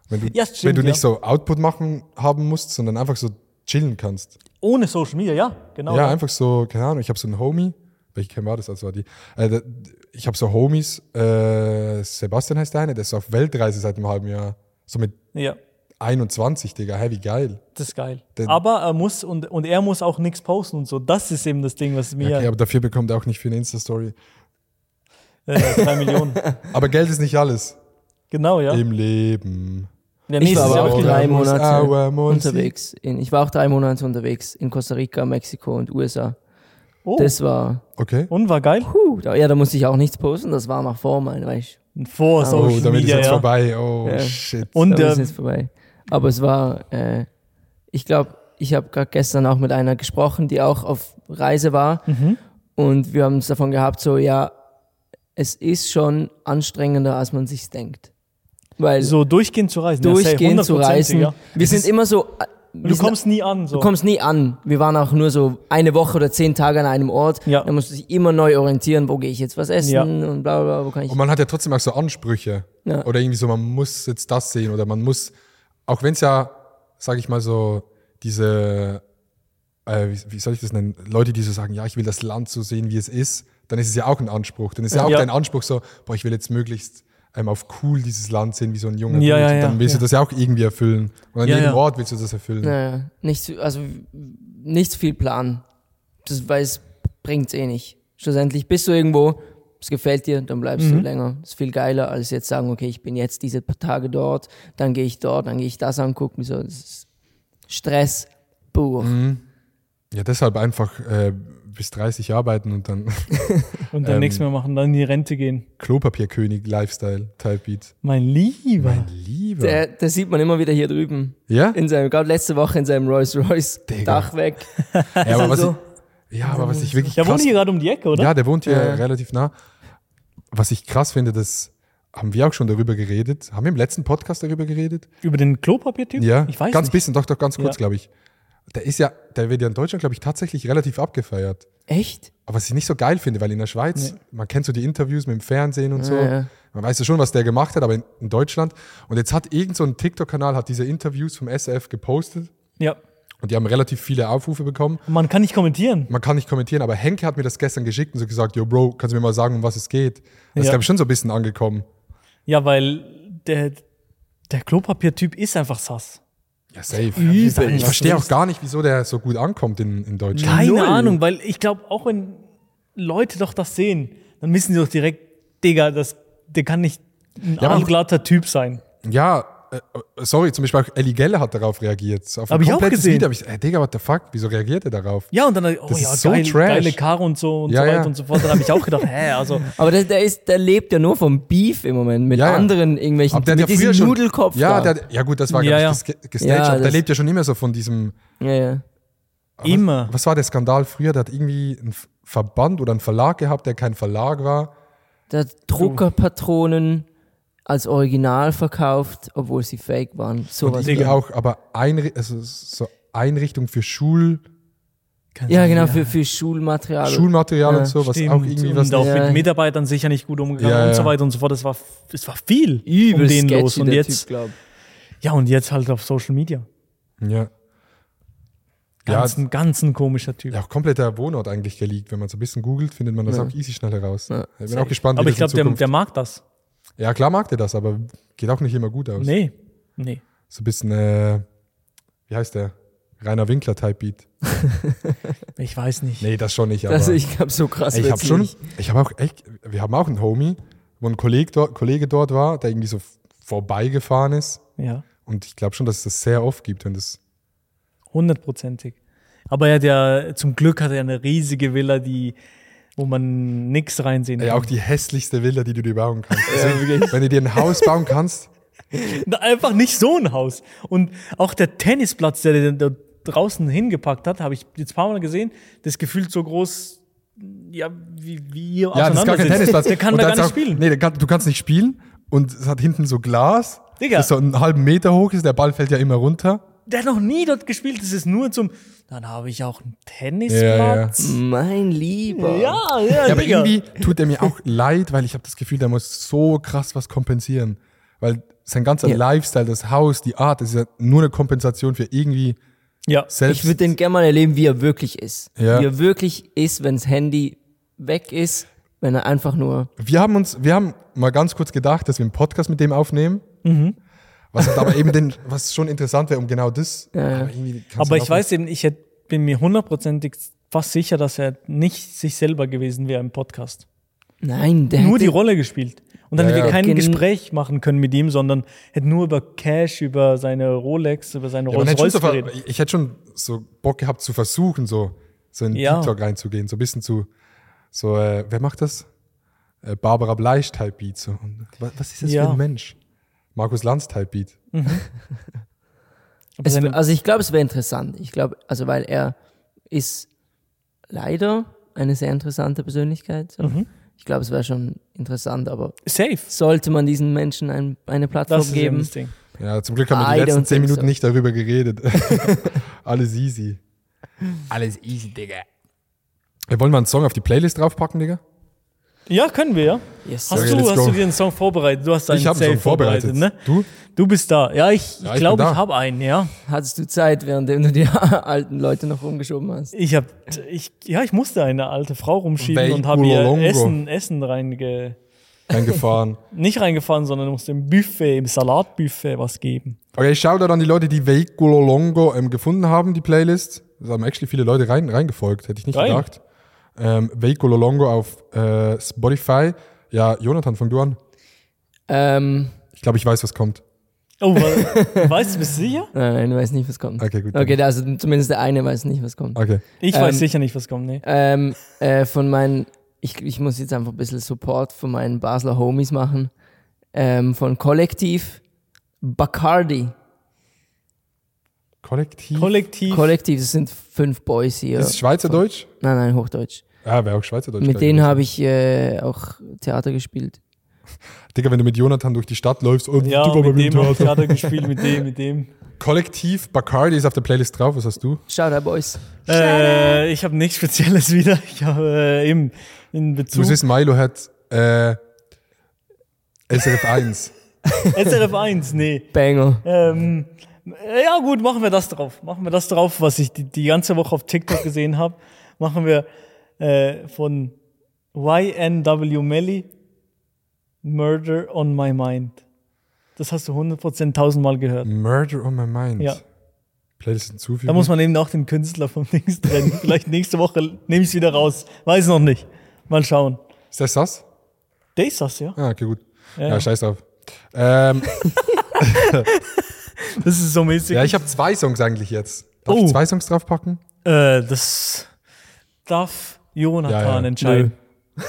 Speaker 2: wenn du,
Speaker 3: Ja, stimmt,
Speaker 2: wenn du nicht
Speaker 3: ja.
Speaker 2: so Output machen haben musst, sondern einfach so chillen kannst.
Speaker 3: Ohne Social Media, ja, genau.
Speaker 2: Ja, einfach so, keine Ahnung, ich habe so einen Homie, welche Cam war das, also war die, äh, da- ich habe so Homies, äh, Sebastian heißt der eine, der ist auf Weltreise seit einem halben Jahr, so mit
Speaker 3: ja.
Speaker 2: 21, Digga, hey, wie geil.
Speaker 3: Das ist geil.
Speaker 2: Den-
Speaker 3: aber er muss und, und er muss auch nichts posten und so. Das ist eben das Ding, was mir
Speaker 2: Okay, aber dafür bekommt er auch nicht für eine Insta-Story.
Speaker 3: äh, drei Millionen.
Speaker 2: Aber Geld ist nicht alles
Speaker 3: Genau, ja.
Speaker 2: im Leben.
Speaker 3: Ja,
Speaker 4: Ich
Speaker 3: mir ist
Speaker 4: war
Speaker 3: es
Speaker 4: aber
Speaker 3: ja
Speaker 2: auch
Speaker 4: auch
Speaker 3: auch
Speaker 2: drei
Speaker 4: drei
Speaker 2: Monate
Speaker 4: Monate
Speaker 2: Monate.
Speaker 4: unterwegs. In, ich war auch drei Monate unterwegs in Costa Rica, Mexiko und USA.
Speaker 3: Oh,
Speaker 4: Das war,
Speaker 2: Okay.
Speaker 3: und war geil.
Speaker 4: puh, da, ja, da musste ich auch nichts posten. Das war nach Vormal, weißt du.
Speaker 3: Vor
Speaker 2: Oh,
Speaker 3: Social
Speaker 2: damit ist
Speaker 3: Media,
Speaker 2: jetzt
Speaker 3: ja.
Speaker 2: vorbei. Oh,
Speaker 4: Ja.
Speaker 2: shit.
Speaker 3: Und
Speaker 4: da ist
Speaker 3: äh,
Speaker 4: jetzt vorbei. Aber es war, äh, ich glaube, ich habe gerade gestern auch mit einer gesprochen, die auch auf Reise war.
Speaker 3: Mhm.
Speaker 4: Und wir haben es davon gehabt, so, ja, es ist schon anstrengender, als man sich denkt. Weil
Speaker 3: so durchgehend zu reisen.
Speaker 4: durchgehend
Speaker 3: ja, safe,
Speaker 4: zu reisen,
Speaker 3: Ja.
Speaker 4: wir sind immer so. äh, wir
Speaker 3: Du
Speaker 4: sind
Speaker 3: kommst nie an. So.
Speaker 4: Du kommst nie an. Wir waren auch nur so eine Woche oder zehn Tage an einem Ort.
Speaker 3: Ja.
Speaker 4: Da musst du dich immer neu orientieren, wo gehe ich jetzt was essen
Speaker 3: Ja.
Speaker 4: und bla bla, bla, wo kann ich.
Speaker 2: Und man hat ja trotzdem auch so Ansprüche.
Speaker 4: Ja.
Speaker 2: Oder irgendwie so, man muss jetzt das sehen oder man muss, auch wenn es ja, sage ich mal so, diese, äh, wie, wie soll ich das nennen, Leute, die so sagen, ja, ich will das Land so sehen, wie es ist, dann ist es ja auch ein Anspruch. Dann ist ja, auch
Speaker 3: Ja.
Speaker 2: dein Anspruch so, boah, ich will jetzt möglichst ähm, auf cool dieses Land sehen, wie so ein junger
Speaker 3: Ja,
Speaker 2: Dude.
Speaker 3: ja,
Speaker 2: Und
Speaker 3: ja,
Speaker 2: dann willst
Speaker 3: ja.
Speaker 2: du das ja auch irgendwie erfüllen. Und an
Speaker 3: Ja,
Speaker 2: jedem
Speaker 3: ja.
Speaker 2: Ort willst du das erfüllen.
Speaker 4: Naja, nicht zu, also nicht zu viel planen. Das weiß bringt's eh nicht. Schlussendlich bist du irgendwo, es gefällt dir, dann bleibst
Speaker 2: Mhm.
Speaker 4: du länger. Das ist viel geiler, als jetzt sagen, okay, ich bin jetzt diese paar Tage dort, dann gehe ich dort, dann gehe ich das angucken. So, das ist Stress pur.
Speaker 2: Mhm. Ja, deshalb einfach äh, bis 30 arbeiten und dann *laughs*
Speaker 3: und dann
Speaker 2: Ähm,
Speaker 3: nichts mehr machen, dann in die Rente gehen.
Speaker 2: Klopapierkönig Lifestyle Type Beat.
Speaker 3: Mein Lieber.
Speaker 2: Mein Lieber.
Speaker 4: Der, das sieht man immer wieder hier drüben.
Speaker 2: ja?
Speaker 4: In seinem, gerade letzte Woche in seinem Rolls Royce,
Speaker 2: Digga.
Speaker 4: Dach weg.
Speaker 2: Ja, aber was
Speaker 4: so.
Speaker 2: ich, ja, aber was ich wirklich
Speaker 3: ja, wohnt
Speaker 2: krass,
Speaker 3: hier gerade um die Ecke, oder?
Speaker 2: Ja, der wohnt hier
Speaker 4: Ja.
Speaker 2: relativ nah. Was ich krass finde, dass haben wir auch schon darüber geredet? Haben wir im letzten Podcast darüber geredet?
Speaker 3: Über den Klopapiertyp?
Speaker 2: Ja,
Speaker 3: Ich weiß
Speaker 2: ganz
Speaker 3: nicht.
Speaker 2: bisschen, doch, doch, ganz kurz,
Speaker 3: Ja.
Speaker 2: glaube ich. Der ist ja, der wird ja in Deutschland, glaube ich, tatsächlich relativ abgefeiert.
Speaker 4: Echt?
Speaker 2: Aber was ich nicht so geil finde, weil in der Schweiz, man kennt so die Interviews mit dem Fernsehen und so,
Speaker 4: ja.
Speaker 2: man weiß ja schon, was der gemacht hat, aber in, in Deutschland. Und jetzt hat irgend so ein TikTok-Kanal, hat diese Interviews vom SRF gepostet
Speaker 3: Ja.
Speaker 2: und die haben relativ viele Aufrufe bekommen.
Speaker 3: Man kann nicht kommentieren.
Speaker 2: Man kann nicht kommentieren, aber Henke hat mir das gestern geschickt und so gesagt, yo Bro, kannst du mir mal sagen, um was es geht? Das ist,
Speaker 3: Ja.
Speaker 2: glaube ich, schon so ein bisschen angekommen.
Speaker 3: Ja, weil der, der Klopapiertyp ist einfach sass.
Speaker 2: Ja, safe.
Speaker 3: Übel.
Speaker 2: Ich verstehe auch gar nicht, wieso der so gut ankommt in, in Deutschland.
Speaker 3: Keine
Speaker 4: Null.
Speaker 3: Ahnung, weil ich glaube, auch wenn Leute doch das sehen, dann wissen die doch direkt, Digga, das, der kann nicht ein
Speaker 2: aber-
Speaker 3: armglatter Typ sein.
Speaker 2: Ja, äh, sorry, zum Beispiel auch Ellie Geller hat darauf reagiert. Auf ein
Speaker 3: Hab ich auch
Speaker 2: komplettes
Speaker 3: gesehen.
Speaker 2: Lied hab ich, äh, Digga, what the fuck, wieso reagiert er darauf?
Speaker 3: Ja, und dann, oh
Speaker 2: Das
Speaker 3: ja,
Speaker 2: ist so
Speaker 3: geil,
Speaker 2: trash.
Speaker 3: geile Karre und so und
Speaker 2: Ja,
Speaker 3: so weiter
Speaker 2: ja.
Speaker 3: und so fort. Dann habe ich auch gedacht, hä,
Speaker 2: *laughs*
Speaker 3: also,
Speaker 4: Aber der, der, ist, der lebt ja nur vom Beef im Moment mit
Speaker 2: Ja, ja.
Speaker 4: anderen irgendwelchen,
Speaker 2: Aber der
Speaker 4: mit
Speaker 2: hat ja
Speaker 4: diesem
Speaker 2: früher schon,
Speaker 4: Nudelkopf
Speaker 2: ja,
Speaker 4: da.
Speaker 2: der, hat- ja gut, das war
Speaker 3: Ja,
Speaker 2: ja,
Speaker 3: ja.
Speaker 2: ja. gestaged,
Speaker 4: Ja,
Speaker 2: aber der
Speaker 4: das-
Speaker 2: lebt ja schon immer so von diesem,
Speaker 4: ja, ja.
Speaker 3: immer.
Speaker 2: was war der Skandal früher, der hat irgendwie einen F- Verband oder einen Verlag gehabt, der kein Verlag war.
Speaker 4: Der hat Druckerpatronen als Original verkauft, obwohl sie fake waren. So
Speaker 2: Und
Speaker 4: was.
Speaker 2: irgendwie auch, aber Einri also so Einrichtung für Schul,
Speaker 4: Ja, genau, für, für Schulmaterial. Um
Speaker 2: Schulmaterial
Speaker 4: Ja,
Speaker 2: und so, was
Speaker 3: Stimmt.
Speaker 2: auch irgendwie was
Speaker 3: und auch
Speaker 2: nicht-
Speaker 4: Ja.
Speaker 3: mit Mitarbeitern sicher nicht gut umgegangen
Speaker 2: Ja,
Speaker 3: und so
Speaker 2: ja.
Speaker 3: weiter und so fort. Es war, es war viel
Speaker 4: Übel
Speaker 3: um den
Speaker 4: sketchy,
Speaker 3: los. Und
Speaker 4: der
Speaker 3: jetzt,
Speaker 4: Typ, glaub.
Speaker 3: ja, und jetzt halt auf Social Media.
Speaker 2: Ja. Ja,
Speaker 3: Ganz, ein, ganz ein komischer Typ.
Speaker 2: ja, auch komplett der Wohnort eigentlich geleakt. Wenn man so ein bisschen googelt, findet man das auch easy schnell heraus. Ich bin auch gespannt, wie
Speaker 3: Aber ich
Speaker 2: das
Speaker 3: glaube,
Speaker 2: in
Speaker 3: der,
Speaker 2: Zukunft-
Speaker 3: der mag das.
Speaker 2: Ja, klar mag der das, aber geht auch nicht immer gut aus.
Speaker 3: Nee, nee.
Speaker 2: So ein bisschen, äh, wie heißt der? Rainer Winkler-Type-Beat.
Speaker 3: Ich weiß nicht.
Speaker 2: Nee, das schon nicht, aber
Speaker 4: Also ich glaube, so krass
Speaker 2: ey, ich habe
Speaker 4: wird's
Speaker 2: schon,
Speaker 4: nicht.
Speaker 2: ich habe auch echt, wir haben auch einen Homie, wo ein Kollege dort, Kollege dort war, der irgendwie so f- vorbeigefahren ist.
Speaker 3: Ja,
Speaker 2: Und ich glaube schon, dass es das sehr oft gibt, wenn das,
Speaker 3: hundertprozentig. Aber er hat ja, zum Glück hat er eine riesige Villa, die, wo man nix reinsehen
Speaker 2: ey,
Speaker 3: kann.
Speaker 2: auch die hässlichste Villa, die du dir bauen kannst. Also, wenn du dir ein Haus bauen kannst,
Speaker 3: *laughs* Na, Einfach nicht so ein Haus. Und auch der Tennisplatz, der der da draußen hingepackt hat, habe ich jetzt ein paar Mal gesehen, das gefühlt so groß, ja, wie, wie ihr
Speaker 2: Ja, das ist gar kein
Speaker 3: auseinandersitzt.
Speaker 2: Tennisplatz.
Speaker 3: Der kann
Speaker 2: Und
Speaker 3: da
Speaker 2: dann
Speaker 3: gar nicht
Speaker 2: ist auch-
Speaker 3: spielen.
Speaker 2: Nee, der kann, du kannst nicht spielen. Und es hat hinten so Glas,
Speaker 3: Digga.
Speaker 2: das so einen halben Meter hoch ist. Der Ball fällt ja immer runter.
Speaker 3: Der hat noch nie dort gespielt, das ist nur zum, dann habe ich auch einen Tennisplatz.
Speaker 4: Mein Lieber.
Speaker 3: Ja, ja,
Speaker 2: Ja, aber
Speaker 3: Digga.
Speaker 2: irgendwie tut er mir auch leid, weil ich habe das Gefühl, der muss so krass was kompensieren. Weil sein ganzer
Speaker 4: Ja.
Speaker 2: Lifestyle, das Haus, die Art, das ist ja nur eine Kompensation für irgendwie
Speaker 3: Ja,
Speaker 2: selbst.
Speaker 4: Ich würde den gerne mal erleben, wie er wirklich ist.
Speaker 2: Ja.
Speaker 4: Wie er wirklich ist, wenns Handy weg ist, wenn er einfach nur.
Speaker 2: wir haben uns, wir haben mal ganz kurz gedacht, dass wir einen Podcast mit dem aufnehmen. Was halt aber eben den, was schon interessant wäre, um genau das. Aber, irgendwie kannst du
Speaker 3: aber
Speaker 2: auch
Speaker 3: ich weiß eben, ich hätt, bin mir hundertprozentig fast sicher, dass er nicht sich selber gewesen wäre im Podcast.
Speaker 4: Nein, der
Speaker 3: nur die
Speaker 4: hätte,
Speaker 3: Rolle gespielt. Und dann
Speaker 2: Ja,
Speaker 3: hätten wir
Speaker 2: ja.
Speaker 3: kein
Speaker 4: Gen-
Speaker 3: Gespräch machen können mit ihm, sondern hätten nur über Cash, über seine Rolex, über seine
Speaker 2: Ja, man hätte schon
Speaker 3: Rolls-Royce
Speaker 2: so ver-
Speaker 3: geredet.
Speaker 2: ich hätte schon so Bock gehabt zu versuchen, so, so in
Speaker 3: Ja.
Speaker 2: Deep Talk reinzugehen, so ein bisschen zu, so, äh, wer macht das? Äh, Barbara Bleich-Type-Beat. So. Und wa- Was ist das
Speaker 3: Ja.
Speaker 2: für ein Mensch? Markus Lanz-Type-Beat.
Speaker 3: Aber
Speaker 4: es,
Speaker 3: seine-
Speaker 4: also ich glaube, es wäre interessant. Ich glaube, also weil er ist leider eine sehr interessante Persönlichkeit. So. Ich glaube, es wäre schon interessant, aber
Speaker 3: Safe.
Speaker 4: sollte man diesen Menschen ein, eine Plattform
Speaker 3: Das ist eben
Speaker 4: geben?
Speaker 3: das Ding.
Speaker 2: Ja, zum Glück haben wir
Speaker 4: I
Speaker 2: die
Speaker 4: don't
Speaker 2: letzten zehn
Speaker 4: think
Speaker 2: Minuten
Speaker 4: so.
Speaker 2: nicht darüber geredet. *laughs* Alles easy. Alles easy, Digga. Ey, Äh, wollen wir einen Song auf die Playlist draufpacken, Digga?
Speaker 3: Ja, können wir, ja.
Speaker 4: Yes,
Speaker 3: Hast,
Speaker 4: sir.
Speaker 2: Okay,
Speaker 3: du,
Speaker 2: let's
Speaker 3: hast
Speaker 2: go.
Speaker 3: du dir einen Song vorbereitet? Du hast einen
Speaker 2: ich habe einen Song vorbereitet.
Speaker 3: ne?
Speaker 2: Du?
Speaker 3: Du bist da. Ja, ich
Speaker 2: Ja, ich
Speaker 3: glaube, ich, glaub,
Speaker 2: bin
Speaker 3: ich
Speaker 2: da.
Speaker 3: habe einen, ja.
Speaker 4: Hattest du Zeit, währenddem du die *laughs* alten Leute noch rumgeschoben hast?
Speaker 3: Ich hab, ich, ja, ich musste eine alte Frau rumschieben
Speaker 2: Welch
Speaker 3: und habe ihr
Speaker 2: Ulolongo.
Speaker 3: Essen, Essen reinge,
Speaker 2: Reingefahren.
Speaker 3: nicht reingefahren, sondern musste im Buffet, im Salatbuffet was geben.
Speaker 2: Okay, ich schaue da dann die Leute, die Vehiculo Longo ähm, gefunden haben, die Playlist. Da haben actually viele Leute rein, reingefolgt, hätte ich nicht
Speaker 3: Geil.
Speaker 2: gedacht. Ähm, Vehiculo Longo auf äh, Spotify. Ja, Jonathan, fang du an.
Speaker 4: Ähm,
Speaker 2: Ich glaube, ich weiß, was kommt.
Speaker 3: Oh, wa- *laughs* weißt du, bist du sicher?
Speaker 4: nein, nein, du weißt nicht, was kommt.
Speaker 2: Okay, gut.
Speaker 4: Okay, also zumindest der eine weiß nicht, was kommt.
Speaker 2: Okay.
Speaker 3: Ich
Speaker 4: Ähm,
Speaker 3: weiß sicher nicht, was kommt, ne?
Speaker 4: Ähm, äh, von meinen, ich, ich muss jetzt einfach ein bisschen Support von meinen Basler Homies machen. Ähm, von Kollektiv Bacardi.
Speaker 2: Kollektiv.
Speaker 3: Kollektiv.
Speaker 4: Kollektiv, das sind fünf Boys hier.
Speaker 2: Ist es Schweizerdeutsch?
Speaker 4: Nein, nein, Hochdeutsch.
Speaker 2: Ja, wäre auch Schweizerdeutsch.
Speaker 4: Mit denen habe ich äh, auch Theater gespielt.
Speaker 2: Digga, wenn du mit Jonathan durch die Stadt läufst und
Speaker 3: Ja,
Speaker 2: du
Speaker 3: mit dem hab ich *laughs* Theater gespielt, mit dem, mit dem.
Speaker 2: Kollektiv Bacardi ist auf der Playlist drauf. Was hast du?
Speaker 4: Shout out, Boys.
Speaker 3: Äh, ich habe nichts Spezielles wieder. Ich habe äh, eben in
Speaker 2: Du
Speaker 3: Bezug
Speaker 2: siehst, Milo hat äh, SRF 1.
Speaker 3: SRF 1, Äh, nee.
Speaker 4: Banger.
Speaker 3: Ähm, äh, ja gut, machen wir das drauf. Machen wir das drauf, was ich die, die ganze Woche auf TikTok gesehen habe. Machen wir äh, von YNW Melly Murder on My Mind. Das hast du 100% tausendmal gehört.
Speaker 2: Murder on my mind.
Speaker 3: Ja.
Speaker 2: Playlist hinzufügen.
Speaker 3: Da muss man eben auch den Künstler vom *laughs* Dings trennen. Vielleicht nächste Woche nehme ich es wieder raus. Weiß noch nicht. Mal schauen.
Speaker 2: ist das das?
Speaker 3: Der ist das, ja.
Speaker 2: Ah, okay, gut. Ja,
Speaker 3: ja.
Speaker 2: scheiß drauf.
Speaker 3: *laughs*
Speaker 2: Ähm,
Speaker 3: Das ist so mäßig.
Speaker 2: ja, ich habe zwei Songs eigentlich jetzt. Darf
Speaker 3: Oh.
Speaker 2: ich zwei Songs draufpacken?
Speaker 3: Äh, das darf Jonathan
Speaker 2: Ja, ja.
Speaker 3: entscheiden.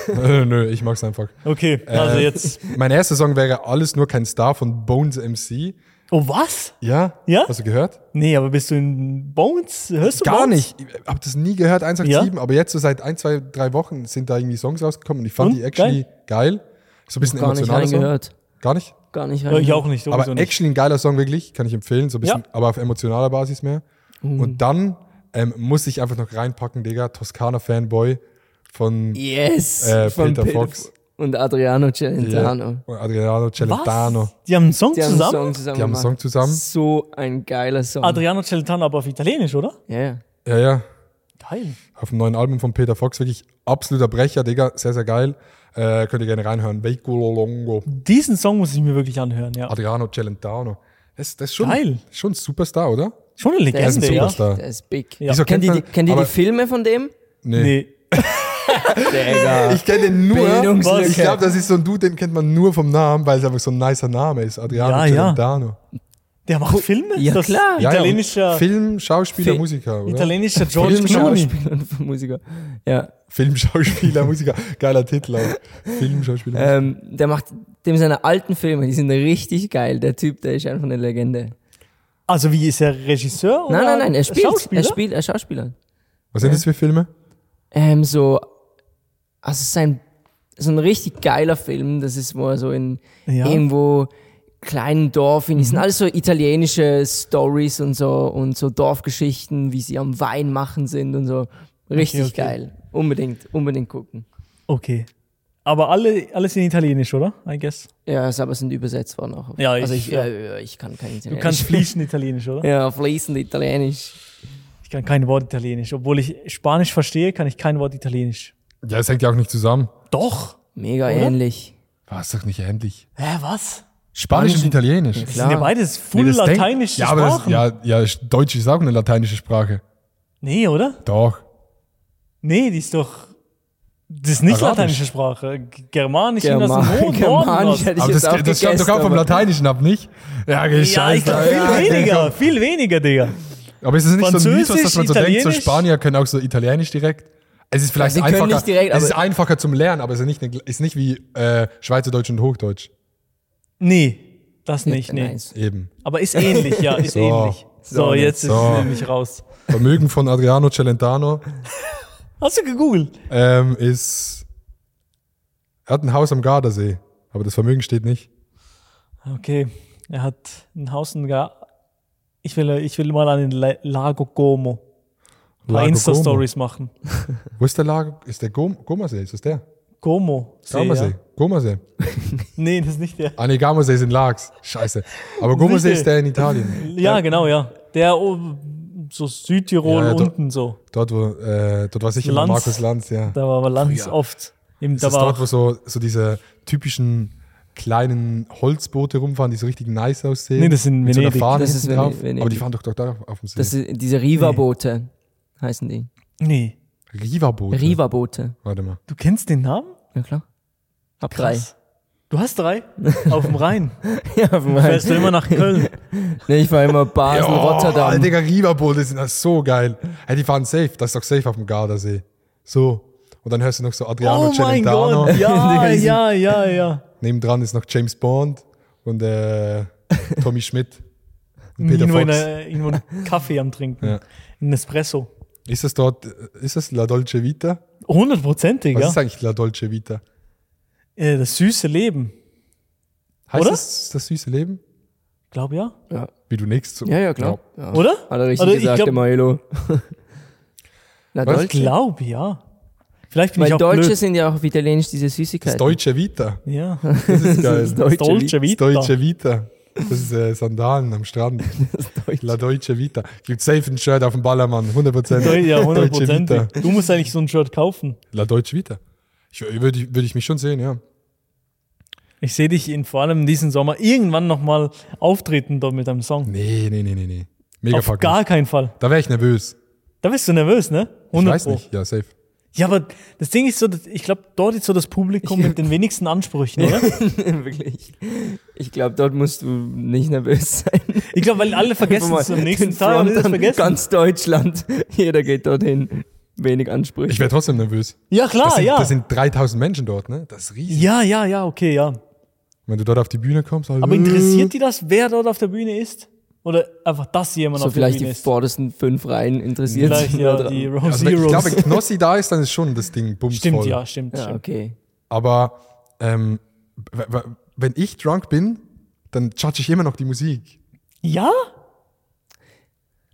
Speaker 2: Äh, Nö, *laughs* ich mag's einfach.
Speaker 3: Okay, also
Speaker 2: Äh,
Speaker 3: jetzt.
Speaker 2: Mein erster Song wäre Alles nur kein Star von Bones MC.
Speaker 3: Oh, was?
Speaker 2: Ja?
Speaker 3: Ja?
Speaker 2: Hast du gehört?
Speaker 3: Nee, aber bist du in Bones? Hörst du
Speaker 2: Gar
Speaker 3: Bones?
Speaker 2: nicht. Ich habe das nie gehört, 187, aber jetzt so seit ein, zwei, drei Wochen sind da irgendwie Songs rausgekommen und ich fand
Speaker 3: Und?
Speaker 2: die actually geil. So ein bisschen
Speaker 4: Gar nicht
Speaker 2: emotionaler Song.
Speaker 4: reingehört.
Speaker 2: Gar nicht?
Speaker 4: Gar nicht
Speaker 3: Hör
Speaker 4: reingehört.
Speaker 3: ich auch nicht, sowieso
Speaker 2: Aber
Speaker 3: nicht.
Speaker 2: actually ein geiler Song, wirklich, kann ich empfehlen, so ein bisschen,
Speaker 3: Ja. Uh.
Speaker 2: aber auf emotionaler Basis mehr. Und dann ähm, muss ich einfach noch reinpacken, Digga, Toskana Fanboy von
Speaker 4: Yes.
Speaker 2: äh,
Speaker 4: von
Speaker 2: Peter Fox
Speaker 4: Und Adriano Celentano.
Speaker 2: yeah, und Adriano Celentano.
Speaker 3: Was? Oh Die haben einen Song
Speaker 4: Die haben
Speaker 3: zusammen?
Speaker 4: einen Song zusammen
Speaker 2: Die haben einen
Speaker 4: gemacht.
Speaker 2: Song zusammen.
Speaker 4: So ein geiler Song.
Speaker 3: Adriano Celentano, aber auf Italienisch, oder?
Speaker 4: Ja, ja.
Speaker 2: Ja, ja.
Speaker 3: Geil.
Speaker 2: Auf dem neuen Album von Peter Fox, wirklich absoluter Brecher, Digga, sehr, sehr geil. Äh, könnt ihr gerne reinhören. Veicolongo.
Speaker 3: Diesen Song muss ich mir wirklich anhören, ja.
Speaker 2: Adriano Celentano. Das, das ist schon,
Speaker 3: Geil.
Speaker 2: schon ein Superstar, oder?
Speaker 3: Schon eine
Speaker 4: Der ist
Speaker 3: Legende,
Speaker 4: big.
Speaker 3: ja.
Speaker 2: Superstar.
Speaker 4: Der ist big.
Speaker 3: Ja. Wieso
Speaker 2: kennt
Speaker 4: Kennt ihr die,
Speaker 2: man-
Speaker 4: kennt ihr die
Speaker 2: aber-
Speaker 4: Filme von dem?
Speaker 3: Nee.
Speaker 4: Digga.
Speaker 2: Ich kenne den nur.
Speaker 4: Bildungslücke.
Speaker 2: Ich glaube, das ist so ein Dude, den kennt man nur vom Namen, weil es einfach so ein nicer Name ist. Adriano
Speaker 3: Ja, ja.
Speaker 2: Celentano.
Speaker 3: Der macht Filme?
Speaker 4: ja,
Speaker 3: Ist das
Speaker 4: klar.
Speaker 2: Ja, ja,
Speaker 3: Italienischer,
Speaker 2: Film, Schauspieler,
Speaker 4: Fi-
Speaker 2: Musiker, oder?
Speaker 3: italienischer George
Speaker 2: Film-
Speaker 3: Clooney.
Speaker 4: Schauspieler und Musiker. Ja.
Speaker 2: Film, Schauspieler, Musiker. Geiler Titel auch. Film, Schauspieler. Musiker.
Speaker 4: Ähm, der macht dem seine alten Filme, die sind richtig geil. Der Typ, der ist einfach eine Legende.
Speaker 3: Also wie, ist er Regisseur oder
Speaker 4: Nein, nein, nein, er spielt.
Speaker 3: Schauspieler?
Speaker 4: Er spielt, er ist Schauspieler.
Speaker 2: Was sind das für Filme?
Speaker 4: Ähm, so, also sein, so ein richtig geiler Film, das ist, wo er so in
Speaker 3: Ja. Mhm.
Speaker 4: irgendwo kleinen Dorf, in, sind alles so italienische Stories und so, und so Dorfgeschichten, wie sie am Wein machen sind und so. Richtig
Speaker 3: Okay, okay.
Speaker 4: geil. Unbedingt, unbedingt gucken.
Speaker 3: Okay. Aber alle, alles in Italienisch, oder? I guess.
Speaker 4: Ja, ist aber sind übersetzt worden auch.
Speaker 3: Ja, ich-
Speaker 4: also ich,
Speaker 3: ja.
Speaker 4: ja, ich kann kein
Speaker 3: Du
Speaker 4: Italienisch.
Speaker 3: kannst fließend Italienisch, oder?
Speaker 4: *laughs* Ja, fließend Italienisch.
Speaker 3: Ich kann kein Wort Italienisch. Obwohl ich Spanisch verstehe, kann ich kein Wort Italienisch.
Speaker 2: Ja, es hängt ja auch nicht zusammen.
Speaker 3: Doch.
Speaker 4: Mega ähnlich.
Speaker 2: War es doch nicht ähnlich.
Speaker 3: Hä, was?
Speaker 2: Spanisch und Italienisch.
Speaker 3: Das sind ja beides full
Speaker 2: das denk-
Speaker 3: lateinische
Speaker 2: ja, aber das,
Speaker 3: Sprachen.
Speaker 2: ja, ja, Deutsch ist auch eine lateinische Sprache.
Speaker 3: Nee, oder?
Speaker 2: Doch.
Speaker 3: Nee, die ist doch. Das ist nicht
Speaker 2: Arabisch.
Speaker 3: lateinische Sprache. G- Germanisch in das
Speaker 4: German-
Speaker 3: Nord- Norden.
Speaker 4: Germanisch
Speaker 3: was.
Speaker 4: hätte ich
Speaker 2: Aber das,
Speaker 4: jetzt auch
Speaker 2: das stammt doch
Speaker 4: gegessen,
Speaker 2: auch vom
Speaker 4: aber-
Speaker 2: Lateinischen ab, nicht? Ja, geh
Speaker 3: Ja, ich
Speaker 2: scheiße.
Speaker 3: glaube, viel
Speaker 2: Ja, okay,
Speaker 3: weniger, viel weniger, Digga.
Speaker 2: komm. Aber ist es nicht so ein Mythos, dass
Speaker 3: Französisch,
Speaker 2: man so denkt, so
Speaker 3: Italienisch?
Speaker 2: Spanier können auch so Italienisch direkt? Es ist vielleicht
Speaker 4: Sie können
Speaker 2: einfacher,
Speaker 4: nicht direkt,
Speaker 2: es ist
Speaker 4: aber-
Speaker 2: einfacher zum Lernen, aber es ist nicht, eine, ist nicht wie äh, Schweizerdeutsch und Hochdeutsch.
Speaker 3: Nee, das nicht, nee.
Speaker 4: Nice.
Speaker 2: Eben.
Speaker 3: Aber ist ähnlich, ja, ist
Speaker 2: So.
Speaker 3: ähnlich. So, jetzt ist
Speaker 2: So.
Speaker 3: es nämlich raus.
Speaker 2: Vermögen von Adriano Celentano
Speaker 3: Hast du gegoogelt?
Speaker 2: ähm, ist. Er hat ein Haus am Gardasee, aber das Vermögen steht nicht.
Speaker 3: Okay, er hat ein Haus und gar. Ich will, ich will mal an den La Lago Como ein paar
Speaker 2: Lago
Speaker 3: Insta-Stories machen.
Speaker 2: Como. Wo ist der Lago? Ist der Gom Gomersee? Ist das der?
Speaker 3: Como. See,
Speaker 2: Gomersee.
Speaker 3: ja.
Speaker 2: Gomersee.
Speaker 3: Nee, das ist nicht der.
Speaker 2: Ah, nee, Gamersee ist in Laax. Scheiße. Aber Gomersee
Speaker 3: Sicher.
Speaker 2: ist der in Italien.
Speaker 3: Ja, genau, ja. Der o- so Südtirol
Speaker 2: Ja, ja, doch.
Speaker 3: unten so.
Speaker 2: Dort, wo, äh, dort war sicher
Speaker 3: Lanz.
Speaker 2: Markus Lanz, Oh, ja.
Speaker 3: Da war aber Lanz
Speaker 2: Früher.
Speaker 3: oft. Im,
Speaker 2: Das
Speaker 3: da
Speaker 2: ist
Speaker 3: war
Speaker 2: dort, wo so, so diese typischen kleinen Holzboote rumfahren, die so richtig nice aussehen.
Speaker 3: Nee, das sind
Speaker 2: Mit So einer
Speaker 3: Venedig.
Speaker 2: Fahne
Speaker 4: Das
Speaker 2: hinten
Speaker 4: ist Vene-
Speaker 2: drauf.
Speaker 4: Venedig.
Speaker 2: Aber die fahren doch, doch da auf dem See.
Speaker 4: Das sind diese Riva-Boote, heißen die.
Speaker 3: nee,
Speaker 2: Riva-Boote.
Speaker 4: Riva-Boote.
Speaker 2: Warte mal.
Speaker 3: du kennst den Namen?
Speaker 4: Ja, klar.
Speaker 3: Ah,
Speaker 4: Hab drei.
Speaker 3: Du hast drei? Auf dem Rhein.
Speaker 4: *laughs* Ja,
Speaker 3: Fährst du immer nach
Speaker 2: *laughs*
Speaker 3: Köln?
Speaker 4: *laughs* nee, ich war immer Basel,
Speaker 2: Ja,
Speaker 4: Rotterdam.
Speaker 2: Digga, Riva-Boote sind das so geil. Hey, die fahren safe. Das ist doch safe auf dem Gardasee. So. Und dann hörst du noch so Adriano
Speaker 3: Oh mein
Speaker 2: Celentano. *laughs*
Speaker 3: Gott. Ja, ja, ja, ja.
Speaker 2: Nebendran ist noch James Bond und äh, Tommy Schmidt. Und Peter
Speaker 3: Irgendwo, in,
Speaker 2: Fox.
Speaker 3: einer- irgendwo
Speaker 2: *laughs*
Speaker 3: einen Kaffee am Trinken.
Speaker 2: Ja.
Speaker 3: Ein Espresso.
Speaker 2: Ist das dort, ist das La Dolce Vita?
Speaker 3: Hundertprozentig,
Speaker 2: Was
Speaker 3: ja.
Speaker 2: ist eigentlich La Dolce Vita?
Speaker 3: Äh, Das süße Leben.
Speaker 2: Heißt
Speaker 3: Oder?
Speaker 2: das das süße Leben?
Speaker 3: Glaube ja.
Speaker 4: Ja,
Speaker 2: Wie du nichts zu.
Speaker 4: ja, ja klar. Ja.
Speaker 3: Oder?
Speaker 4: Hat er richtig
Speaker 3: Oder ich
Speaker 4: gesagt,
Speaker 3: glaub- *laughs*
Speaker 4: der Maelo. Na,
Speaker 2: Was?
Speaker 3: Ich
Speaker 4: Deutsche.
Speaker 3: glaube ja. Vielleicht bin
Speaker 4: Weil
Speaker 3: ich auch
Speaker 4: Deutsche
Speaker 3: blöd.
Speaker 4: sind ja auch auf Italienisch diese
Speaker 2: Das
Speaker 4: Süßigkeiten.
Speaker 2: deutsche Vita. *laughs*
Speaker 3: Ja. *laughs*
Speaker 2: Das ist geil.
Speaker 4: Das Deutsche
Speaker 3: Dolce
Speaker 2: Das
Speaker 3: Vita.
Speaker 2: deutsche Vita. Das ist äh, Sandalen am
Speaker 3: *laughs*
Speaker 2: Strand. La Deutsche Vita. Gibt safe ein Shirt auf dem Ballermann. 100%.
Speaker 3: Ja,
Speaker 2: Deutsche Vita.
Speaker 3: hundertprozentig. Du musst eigentlich so ein Shirt kaufen.
Speaker 2: La Deutsche Vita. Ich, würde, ich- würde ich mich schon sehen, ja.
Speaker 3: Ich sehe dich in, vor allem diesen Sommer irgendwann nochmal auftreten dort mit einem Song.
Speaker 2: Nee, nee, nee, nee, nee. Mega
Speaker 3: Auf
Speaker 2: fuck.
Speaker 3: gar keinen Fall.
Speaker 2: Da wäre ich nervös.
Speaker 3: Da bist du nervös, ne?
Speaker 2: Ich
Speaker 3: 100
Speaker 2: weiß
Speaker 3: Pro.
Speaker 2: nicht. Ja, safe.
Speaker 3: Ja, aber das Ding ist so, dass- ich glaube, dort ist so das Publikum mit den wenigsten Ansprüchen, oder?
Speaker 4: *laughs* Wirklich. Ich glaube, dort musst du nicht nervös
Speaker 3: *laughs*
Speaker 4: sein.
Speaker 3: Ich
Speaker 2: *laughs*
Speaker 3: glaube, weil alle vergessen es am nächsten Tag und es vergessen.
Speaker 4: Ganz Deutschland. *laughs* Jeder geht dorthin. Wenig Ansprüche.
Speaker 2: Ich wäre trotzdem nervös.
Speaker 3: ja, klar,
Speaker 2: Das sind,
Speaker 3: Ah, ja.
Speaker 2: das sind 3000 Menschen dort, ne? Das ist riesig.
Speaker 3: ja, ja, ja, okay, ja.
Speaker 2: Wenn du dort auf die Bühne kommst, hallo.
Speaker 3: Aber
Speaker 4: Mm.
Speaker 3: interessiert die das, wer dort auf der Bühne ist? Oder einfach, dass jemand
Speaker 4: so
Speaker 3: auf der
Speaker 4: vielleicht
Speaker 3: Bühne
Speaker 4: die
Speaker 3: ist?
Speaker 4: vordersten fünf Reihen interessiert
Speaker 3: Vielleicht,
Speaker 4: sich
Speaker 3: ja,
Speaker 4: nur
Speaker 3: die
Speaker 4: dran.
Speaker 3: Row
Speaker 2: also, wenn, ich
Speaker 3: Zeros.
Speaker 2: glaube, wenn Knossi da ist, dann ist schon das Ding bumsvoll.
Speaker 3: stimmt, ja, stimmt.
Speaker 4: Ja,
Speaker 3: stimmt.
Speaker 4: okay.
Speaker 2: Aber ähm, w- w- wenn ich drunk bin, dann judge ich immer noch die Musik.
Speaker 3: ja?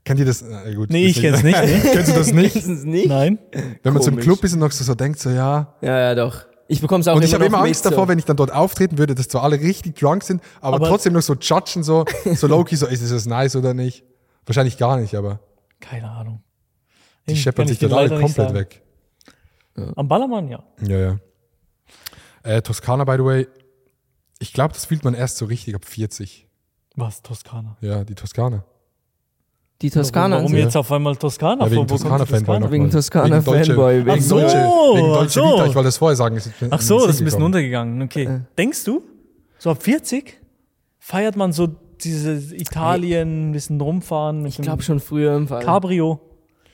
Speaker 2: Kennt ihr das? Äh, gut,
Speaker 3: Nee, ich kenn's nicht. Nee.
Speaker 2: Kennst du das
Speaker 3: *laughs*
Speaker 2: nicht?
Speaker 4: Wissen Sie nicht?
Speaker 3: Nein.
Speaker 2: *laughs* Wenn man so im
Speaker 4: Komisch.
Speaker 2: Club ist und noch so, so denkt, so ja.
Speaker 4: Ja, ja, doch. Ich bekomme es auch
Speaker 2: Und
Speaker 4: immer
Speaker 2: ich habe
Speaker 4: noch
Speaker 2: immer
Speaker 4: mit,
Speaker 2: Angst davor,
Speaker 4: so.
Speaker 2: wenn ich dann dort auftreten würde, dass zwar alle richtig drunk sind, aber,
Speaker 3: Aber-
Speaker 2: trotzdem noch so judgen,
Speaker 3: *laughs*
Speaker 2: so, so low-key, so ist das nice oder nicht? Wahrscheinlich gar nicht, aber
Speaker 3: Keine Ahnung.
Speaker 2: die
Speaker 3: Kann
Speaker 2: scheppern
Speaker 3: ich
Speaker 2: sich
Speaker 3: dir
Speaker 2: dann alle
Speaker 3: leider nicht
Speaker 2: komplett
Speaker 3: sagen.
Speaker 2: weg.
Speaker 3: Am Ballermann, ja.
Speaker 2: Ja, ja. Äh, Toskana, by the way, ich glaube, das fühlt man erst so richtig ab 40.
Speaker 3: Was, Toskana?
Speaker 2: Ja, die Toskana.
Speaker 4: Die Toskana.
Speaker 3: Warum
Speaker 4: sind-
Speaker 3: jetzt auf einmal
Speaker 2: Ja,
Speaker 3: Toskana? Wo- wo
Speaker 2: wegen
Speaker 3: kommt die
Speaker 2: Toskana-Fanboy noch.
Speaker 4: Wegen
Speaker 2: mal.
Speaker 4: Toskana
Speaker 2: Deutsche-
Speaker 4: Fanboy,
Speaker 2: Wegen
Speaker 3: wegen-
Speaker 2: Deutsche,
Speaker 3: Ach so,
Speaker 2: wegen Deutsche
Speaker 3: ach so.
Speaker 2: Vita. Ich wollte das vorher sagen. Ist
Speaker 3: Ach so, das ist ein bisschen
Speaker 2: unter.
Speaker 3: untergegangen. Okay. Denkst du, so ab 40 feiert man so dieses Italien, ein bisschen rumfahren mit
Speaker 4: Ich
Speaker 3: dem
Speaker 4: glaube schon früher im Fall.
Speaker 3: Cabrio,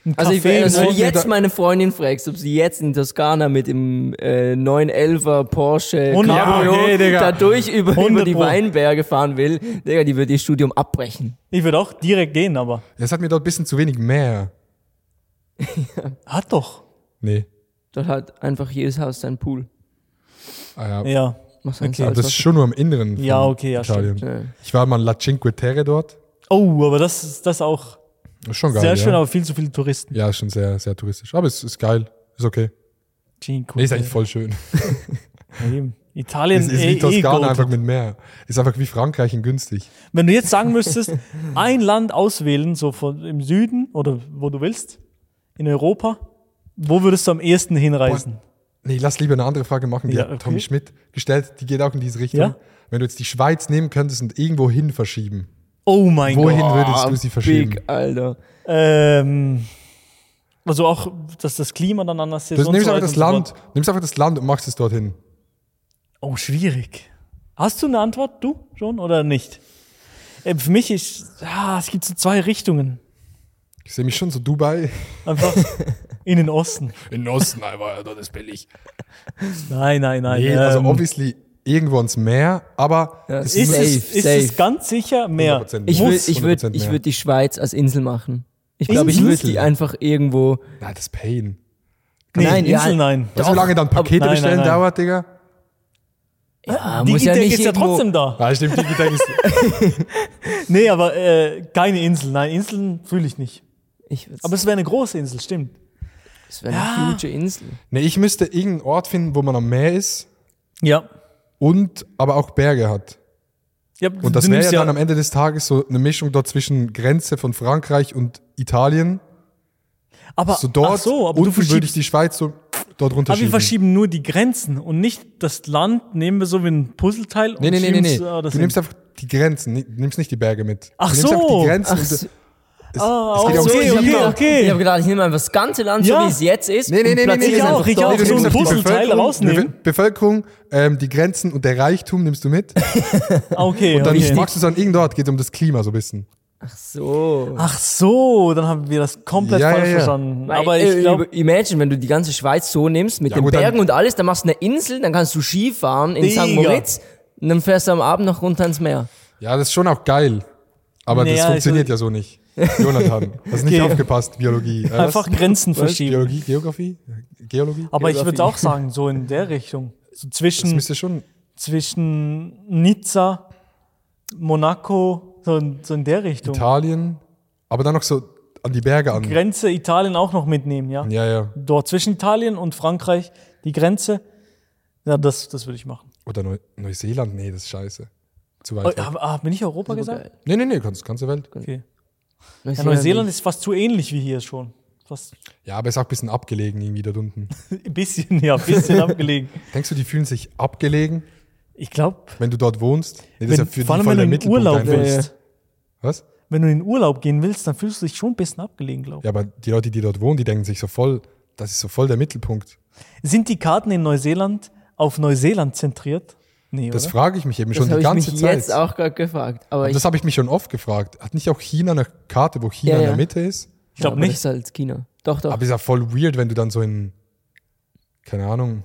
Speaker 3: ein
Speaker 4: Äh, Also ich,
Speaker 3: Café,
Speaker 4: wenn
Speaker 3: ne?
Speaker 4: du jetzt meine Freundin fragst, ob sie jetzt in Toskana mit dem äh, 911er Porsche
Speaker 3: Hundert-
Speaker 4: Cabrio
Speaker 3: Ja, okay, Digga.
Speaker 4: da durch über, über
Speaker 3: Hundert
Speaker 4: die
Speaker 3: Pro.
Speaker 4: Weinberge fahren will, Digga, die wird ihr Studium abbrechen.
Speaker 3: Ich würde auch direkt gehen, aber
Speaker 2: Es hat mir dort ein bisschen zu wenig mehr.
Speaker 3: hat doch.
Speaker 2: Nee.
Speaker 4: Dort hat einfach jedes Haus seinen Pool.
Speaker 2: Ah, ja.
Speaker 3: Ja.
Speaker 4: Machst du
Speaker 3: Okay.
Speaker 2: Aber Ah, das ist schon nur im Inneren. von
Speaker 3: Ja, okay, ja,
Speaker 2: Italien.
Speaker 4: stimmt,
Speaker 2: Ich war mal in La Cinque Terre dort.
Speaker 3: Oh, aber das ist das auch
Speaker 2: Das ist schon geil.
Speaker 3: sehr
Speaker 2: ja.
Speaker 3: schön, aber viel zu viele Touristen.
Speaker 2: Ja, ist schon sehr, sehr touristisch. Aber es ist geil. Ist okay.
Speaker 3: Cinque
Speaker 2: Nee, ist eigentlich voll schön.
Speaker 3: Terre. Eben. Italien
Speaker 2: Es ist
Speaker 3: eh,
Speaker 2: wie
Speaker 3: eh
Speaker 2: Toskana,
Speaker 3: Gold.
Speaker 2: einfach mit Meer. Ist einfach wie Frankreich in günstig.
Speaker 3: Wenn du jetzt sagen müsstest, ein Land auswählen, so von, im Süden oder wo du willst, in Europa, wo würdest du am ehesten hinreisen?
Speaker 2: Nee, lass lieber eine andere Frage machen, die
Speaker 3: Ja,
Speaker 2: hat
Speaker 3: okay.
Speaker 2: Tommy Schmidt gestellt. Die geht auch in diese Richtung.
Speaker 3: Ja?
Speaker 2: Wenn du jetzt die Schweiz nehmen könntest und irgendwo hin verschieben,
Speaker 3: Oh mein Gott.
Speaker 2: wohin würdest du sie verschieben?
Speaker 4: Also, Big, Alter.
Speaker 3: Ähm, also auch, dass das Klima dann anders ist.
Speaker 2: Du nimmst
Speaker 3: weiter
Speaker 2: einfach das
Speaker 3: und so
Speaker 2: Land,
Speaker 3: fort.
Speaker 2: nimmst einfach das Land und machst es dorthin.
Speaker 3: Oh, schwierig. Hast du eine Antwort, du schon oder nicht? Äh, für mich ist, ja, es gibt so zwei Richtungen.
Speaker 2: Ich sehe mich schon so Dubai.
Speaker 4: *laughs*
Speaker 3: Einfach in den Osten.
Speaker 2: In den Osten, aber dort ist billig.
Speaker 3: Nein, nein, nein.
Speaker 2: Nee, also
Speaker 3: ähm,
Speaker 2: obviously irgendwo ans Meer, aber
Speaker 4: Ja,
Speaker 2: es
Speaker 3: ist,
Speaker 2: muss-
Speaker 4: Safe,
Speaker 3: es, ist
Speaker 4: safe.
Speaker 3: es ganz sicher mehr.
Speaker 2: 100%
Speaker 4: Ich
Speaker 2: Muss.
Speaker 4: würde ich würd,
Speaker 2: 100%
Speaker 4: ich
Speaker 2: mehr.
Speaker 4: würd die Schweiz als Insel machen. Ich glaube, ich
Speaker 3: Insel?
Speaker 4: würde die einfach irgendwo.
Speaker 2: Nein, das ist Pain.
Speaker 3: Nee,
Speaker 4: Nein, ja.
Speaker 3: Insel, nein.
Speaker 2: Weißt du, wie lange dann Pakete
Speaker 3: Nein, nein,
Speaker 2: bestellen
Speaker 3: nein.
Speaker 2: dauert, Digga?
Speaker 4: Ja, muss ja
Speaker 3: Digitech ist *laughs*
Speaker 4: nicht
Speaker 3: ja
Speaker 4: irgendwo,
Speaker 3: trotzdem da.
Speaker 2: Ah, stimmt, Digitech ist.
Speaker 3: Nee, aber äh, keine Insel. Nein, Inseln fühle ich nicht.
Speaker 4: Ich würd's,
Speaker 3: Aber es wäre eine große Insel, stimmt.
Speaker 4: es wäre eine
Speaker 3: Ja.
Speaker 4: huge Insel.
Speaker 2: Nee, ich müsste irgendeinen Ort finden, wo man am Meer ist
Speaker 3: Ja.
Speaker 2: und aber auch Berge hat.
Speaker 3: ja
Speaker 2: Und das wäre ja dann am Ende des Tages so eine Mischung dort zwischen Grenze von Frankreich und Italien.
Speaker 3: aber,
Speaker 2: So dort
Speaker 3: Ah, ach so, aber du
Speaker 2: unten würde ich
Speaker 3: verschiebst.
Speaker 2: die Schweiz so dort
Speaker 3: Aber wir
Speaker 2: runterschieben.
Speaker 3: verschieben nur die Grenzen und nicht das Land nehmen wir so wie ein Puzzleteil
Speaker 2: Nee,
Speaker 3: und
Speaker 2: nee, nee, nee, nee.
Speaker 3: schieben's, äh, das
Speaker 2: Du
Speaker 3: hin.
Speaker 2: nimmst einfach die Grenzen, ni- nimmst nicht die Berge mit.
Speaker 3: Ach
Speaker 2: du nimmst
Speaker 3: so.
Speaker 2: Einfach die Grenzen
Speaker 4: Ach
Speaker 2: und,
Speaker 4: so.
Speaker 2: es,
Speaker 3: Ah,
Speaker 2: es geht
Speaker 3: auch
Speaker 2: ja um ums
Speaker 3: so, Okay,
Speaker 4: Ich hab
Speaker 2: Klima.
Speaker 4: gedacht,
Speaker 3: okay.
Speaker 4: Ich habe gedacht, ich nehme einfach das ganze Land, so
Speaker 3: Ja.
Speaker 4: wie es jetzt ist.
Speaker 2: Nee, nee,
Speaker 4: und
Speaker 2: nee, nee, nee,
Speaker 4: platziere
Speaker 2: nee,
Speaker 4: es
Speaker 3: Ich
Speaker 4: einfach
Speaker 3: auch, ich
Speaker 4: dort.
Speaker 3: auch.
Speaker 2: Nee, du
Speaker 3: so
Speaker 2: nimmst
Speaker 3: ein
Speaker 2: einfach die
Speaker 3: Puzzleteil
Speaker 2: Bevölkerung,
Speaker 3: rausnehmen.
Speaker 2: Be- Bevölkerung, ähm, die Grenzen und der Reichtum nimmst du mit.
Speaker 3: Ah, Okay,
Speaker 2: Dann
Speaker 3: okay.
Speaker 2: magst du es an irgendeinem Ort, geht um das Klima so ein bisschen.
Speaker 4: So.
Speaker 3: Ach so, dann haben wir das komplett
Speaker 2: Ja,
Speaker 3: falsch
Speaker 2: ja, ja.
Speaker 3: verstanden.
Speaker 4: Weil,
Speaker 3: Aber ich
Speaker 4: äh,
Speaker 3: glaube,
Speaker 4: imagine, wenn du die ganze Schweiz so nimmst mit
Speaker 2: Ja,
Speaker 4: den
Speaker 2: gut, dann-
Speaker 4: Bergen und alles, dann machst du eine Insel, dann kannst du Skifahren in St.
Speaker 3: Digga.
Speaker 4: Moritz und dann fährst du am Abend noch runter ins Meer.
Speaker 2: Ja, das ist schon auch geil. Aber
Speaker 3: Naja,
Speaker 2: das
Speaker 3: also-
Speaker 2: funktioniert ja so nicht. Jonathan, hast nicht
Speaker 3: Okay.
Speaker 2: aufgepasst, Biologie. Äh, was?
Speaker 3: *laughs* einfach Grenzen
Speaker 2: Was?
Speaker 3: verschieben.
Speaker 2: Biologie, Geografie? Geologie?
Speaker 3: Aber ich würde
Speaker 4: Geografie.
Speaker 3: auch sagen, so in der Richtung. So
Speaker 2: das
Speaker 3: zwischen
Speaker 2: müsste schon
Speaker 3: zwischen Nizza, Monaco, so in, so in der Richtung.
Speaker 2: Italien, aber dann noch so an die Berge an.
Speaker 3: Grenze Italien auch noch mitnehmen, ja?
Speaker 2: Ja, ja.
Speaker 3: Dort zwischen Italien und Frankreich, die Grenze. Ja, das, das würde ich machen.
Speaker 2: Oder Neu Neuseeland, nee, das ist scheiße. Zu weit.
Speaker 3: Oh,
Speaker 2: weg.
Speaker 3: hab, ah, bin ich Europa gesagt?
Speaker 4: Geil.
Speaker 2: Nee, nee, nee, ganz, ganze Welt.
Speaker 3: Okay. Ja, Neuseeland ist fast zu ähnlich wie hier schon. Fast
Speaker 2: Ja, aber ist auch ein bisschen abgelegen irgendwie dort unten.
Speaker 3: ein bisschen, ja, ein *laughs* bisschen abgelegen.
Speaker 2: Denkst du, die fühlen sich abgelegen,
Speaker 3: Ich glaube,
Speaker 2: wenn du dort wohnst? Nee,
Speaker 3: wenn, vor
Speaker 2: voll
Speaker 3: allem, wenn du
Speaker 2: der
Speaker 3: in den
Speaker 2: Mittelpunkt
Speaker 3: Urlaub
Speaker 2: eigentlich.
Speaker 3: willst.
Speaker 2: Was?
Speaker 3: Wenn du in den Urlaub gehen willst, dann fühlst du dich schon ein bisschen abgelegen, glaube ich.
Speaker 2: Ja, aber die Leute, die dort wohnen, die denken sich so voll, das ist so voll der Mittelpunkt.
Speaker 3: Sind die Karten in Neuseeland auf Neuseeland zentriert? Nee,
Speaker 2: Das
Speaker 3: oder?
Speaker 2: frage ich mich eben
Speaker 4: Das
Speaker 2: schon
Speaker 4: habe
Speaker 2: die
Speaker 4: ich
Speaker 2: ganze
Speaker 4: mich
Speaker 2: Zeit.
Speaker 4: jetzt auch gerade gefragt. Aber ich
Speaker 2: das habe ich mich schon oft gefragt. Hat nicht auch China eine Karte, wo China
Speaker 4: Ja,
Speaker 2: in der
Speaker 4: ja.
Speaker 2: Mitte ist?
Speaker 3: Ich glaube
Speaker 4: aber Das
Speaker 3: nicht.
Speaker 4: ist halt China. Doch, doch.
Speaker 2: Aber ist ja voll weird, wenn du dann so in, keine Ahnung,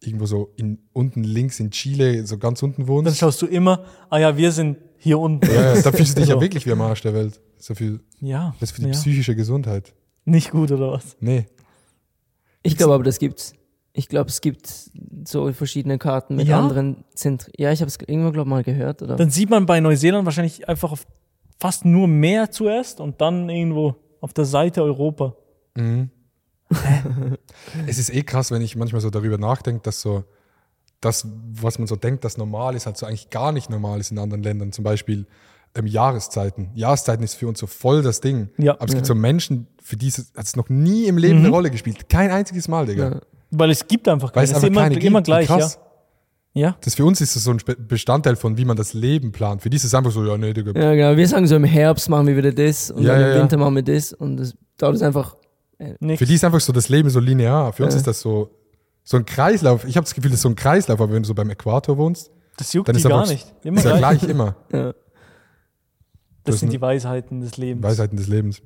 Speaker 2: irgendwo so in, unten links in Chile, so ganz unten
Speaker 3: Dann
Speaker 2: wohnst.
Speaker 3: schaust du immer, ah ja, wir sind hier unten.
Speaker 2: Ja, ja, da fühlst du
Speaker 4: *laughs*
Speaker 2: dich ja
Speaker 3: So.
Speaker 2: wirklich wie am Arsch der Welt. So viel,
Speaker 3: Ja,
Speaker 2: das ist für die
Speaker 3: ja.
Speaker 2: psychische Gesundheit.
Speaker 3: Nicht gut, oder was?
Speaker 2: Nee.
Speaker 4: ich glaube aber, das gibt's. Ich glaube, es gibt so verschiedene Karten mit
Speaker 3: Ja?
Speaker 4: anderen Zentren. Ja, ich habe es irgendwann, glaube ich, mal gehört. Oder?
Speaker 3: Dann sieht man bei Neuseeland wahrscheinlich einfach auf fast nur Meer zuerst und dann irgendwo auf der Seite Europa.
Speaker 2: Es ist eh krass, wenn ich manchmal so darüber nachdenke, dass so das, was man so denkt, das normal ist, halt so eigentlich gar nicht normal ist in anderen Ländern. Zum Beispiel ähm, Jahreszeiten. Jahreszeiten ist für uns so voll das Ding.
Speaker 3: Ja.
Speaker 2: Aber es gibt so Menschen, für die es- hat es noch nie im Leben eine Rolle gespielt. Kein einziges Mal, Digga.
Speaker 3: Weil es gibt einfach
Speaker 2: Weil
Speaker 3: keine.
Speaker 2: es
Speaker 3: Es ist
Speaker 2: einfach
Speaker 3: immer,
Speaker 2: keine gibt.
Speaker 3: immer
Speaker 2: Wie
Speaker 3: gleich, ja.
Speaker 2: krass.
Speaker 3: Ja.
Speaker 2: Das für uns ist das so ein Spe- Bestandteil von, wie man das Leben plant. Für die ist es einfach so, ja, nee, Digga.
Speaker 4: Ja, genau. Wir sagen so, im Herbst machen wir wieder das und
Speaker 2: Ja,
Speaker 4: dann
Speaker 2: ja,
Speaker 4: im
Speaker 2: ja.
Speaker 4: Winter machen wir das und das dauert es einfach.
Speaker 2: Für
Speaker 3: Nix.
Speaker 2: die ist einfach so das Leben so linear. Für uns ist das so, so ein Kreislauf. Ich habe das Gefühl, das ist so ein Kreislauf, aber wenn du so beim Äquator wohnst,
Speaker 3: Das juckt
Speaker 2: dann
Speaker 3: die
Speaker 2: ist einfach
Speaker 3: gar nicht. Immer
Speaker 2: ist ja
Speaker 3: gleich.
Speaker 2: gleich immer.
Speaker 3: Das sind
Speaker 2: ne-
Speaker 3: die Weisheiten des Lebens.
Speaker 2: Weisheiten des Lebens.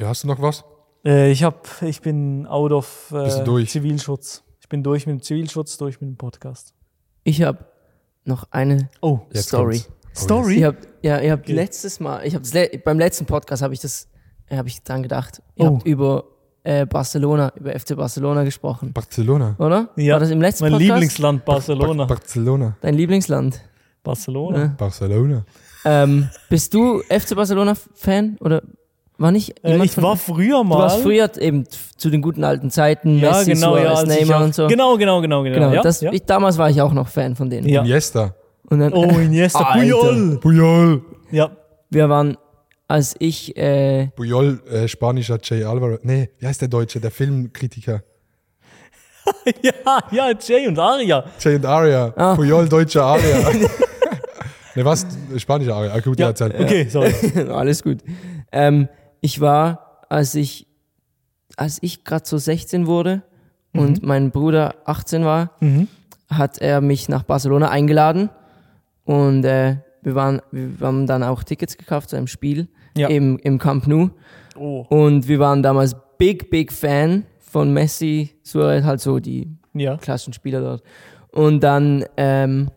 Speaker 2: Ja, hast du noch was?
Speaker 3: Äh, ich hab, ich bin out of
Speaker 2: Bist
Speaker 3: äh,
Speaker 2: du durch?
Speaker 3: Zivilschutz. Ich bin durch mit dem Zivilschutz, durch mit dem Podcast.
Speaker 4: Ich habe noch eine
Speaker 3: Oh,
Speaker 4: Story.
Speaker 2: kommt's. Oh,
Speaker 3: Story?
Speaker 4: Ich hab, ja, ihr habt letztes Mal, ich hab's le beim letzten Podcast habe ich das, habe ich dran gedacht. Ihr
Speaker 3: Oh.
Speaker 4: habt über äh, Barcelona, über FC Barcelona gesprochen,
Speaker 2: yes. Barcelona.
Speaker 4: oder?
Speaker 3: Ja,
Speaker 4: War das im letzten
Speaker 3: mein
Speaker 4: Podcast?
Speaker 3: Lieblingsland Barcelona.
Speaker 2: Bar Barcelona.
Speaker 4: Dein Lieblingsland.
Speaker 3: Barcelona. Äh,
Speaker 2: Barcelona.
Speaker 4: Ähm, bist du FC Barcelona Fan oder war nicht
Speaker 3: Äh,
Speaker 4: jemand
Speaker 3: ich
Speaker 4: von-
Speaker 3: war früher mal.
Speaker 4: Du warst früher eben zu den guten alten Zeiten,
Speaker 3: ja,
Speaker 4: Messi,
Speaker 3: genau, ja,
Speaker 4: Suarez,
Speaker 3: als ich
Speaker 4: Neymar
Speaker 3: auch-
Speaker 4: und so.
Speaker 3: Genau, genau, genau, genau.
Speaker 4: Genau,
Speaker 3: ja,
Speaker 4: das,
Speaker 3: ja.
Speaker 4: Ich, damals war ich auch noch Fan von denen.
Speaker 3: Ja.
Speaker 2: Iniesta.
Speaker 4: Und dann,
Speaker 3: oh, Iniesta,
Speaker 4: Alter.
Speaker 3: Puyol.
Speaker 2: Puyol.
Speaker 3: Ja,
Speaker 4: *laughs*
Speaker 3: *laughs*
Speaker 4: wir waren, als ich, äh,
Speaker 2: Puyol, äh, spanischer Jay Alvarez. Nee, wie heißt der Deutsche? Der Filmkritiker.
Speaker 3: ja, Ah, ja, Jay und Aria.
Speaker 2: Jay und Aria.
Speaker 3: Ah.
Speaker 2: Puyol, deutscher
Speaker 3: *laughs*
Speaker 2: Aria. ne, was? Spanischer Aria. Ah, gut,
Speaker 3: Ja,
Speaker 2: ja, Zeit.
Speaker 3: okay, sorry.
Speaker 2: *laughs*
Speaker 4: alles gut. Ähm, ich war, als ich, als ich gerade so 16 wurde und mein Bruder 18 war, hat er mich nach Barcelona eingeladen und äh, wir waren, wir haben dann auch Tickets gekauft zu einem Spiel
Speaker 3: Ja.
Speaker 4: im, im Camp Nou.
Speaker 3: Oh,
Speaker 4: Und wir waren damals big, big Fan von Messi, Suarez, halt so die
Speaker 3: ja.
Speaker 4: klassischen Spieler dort. Und dann ähm,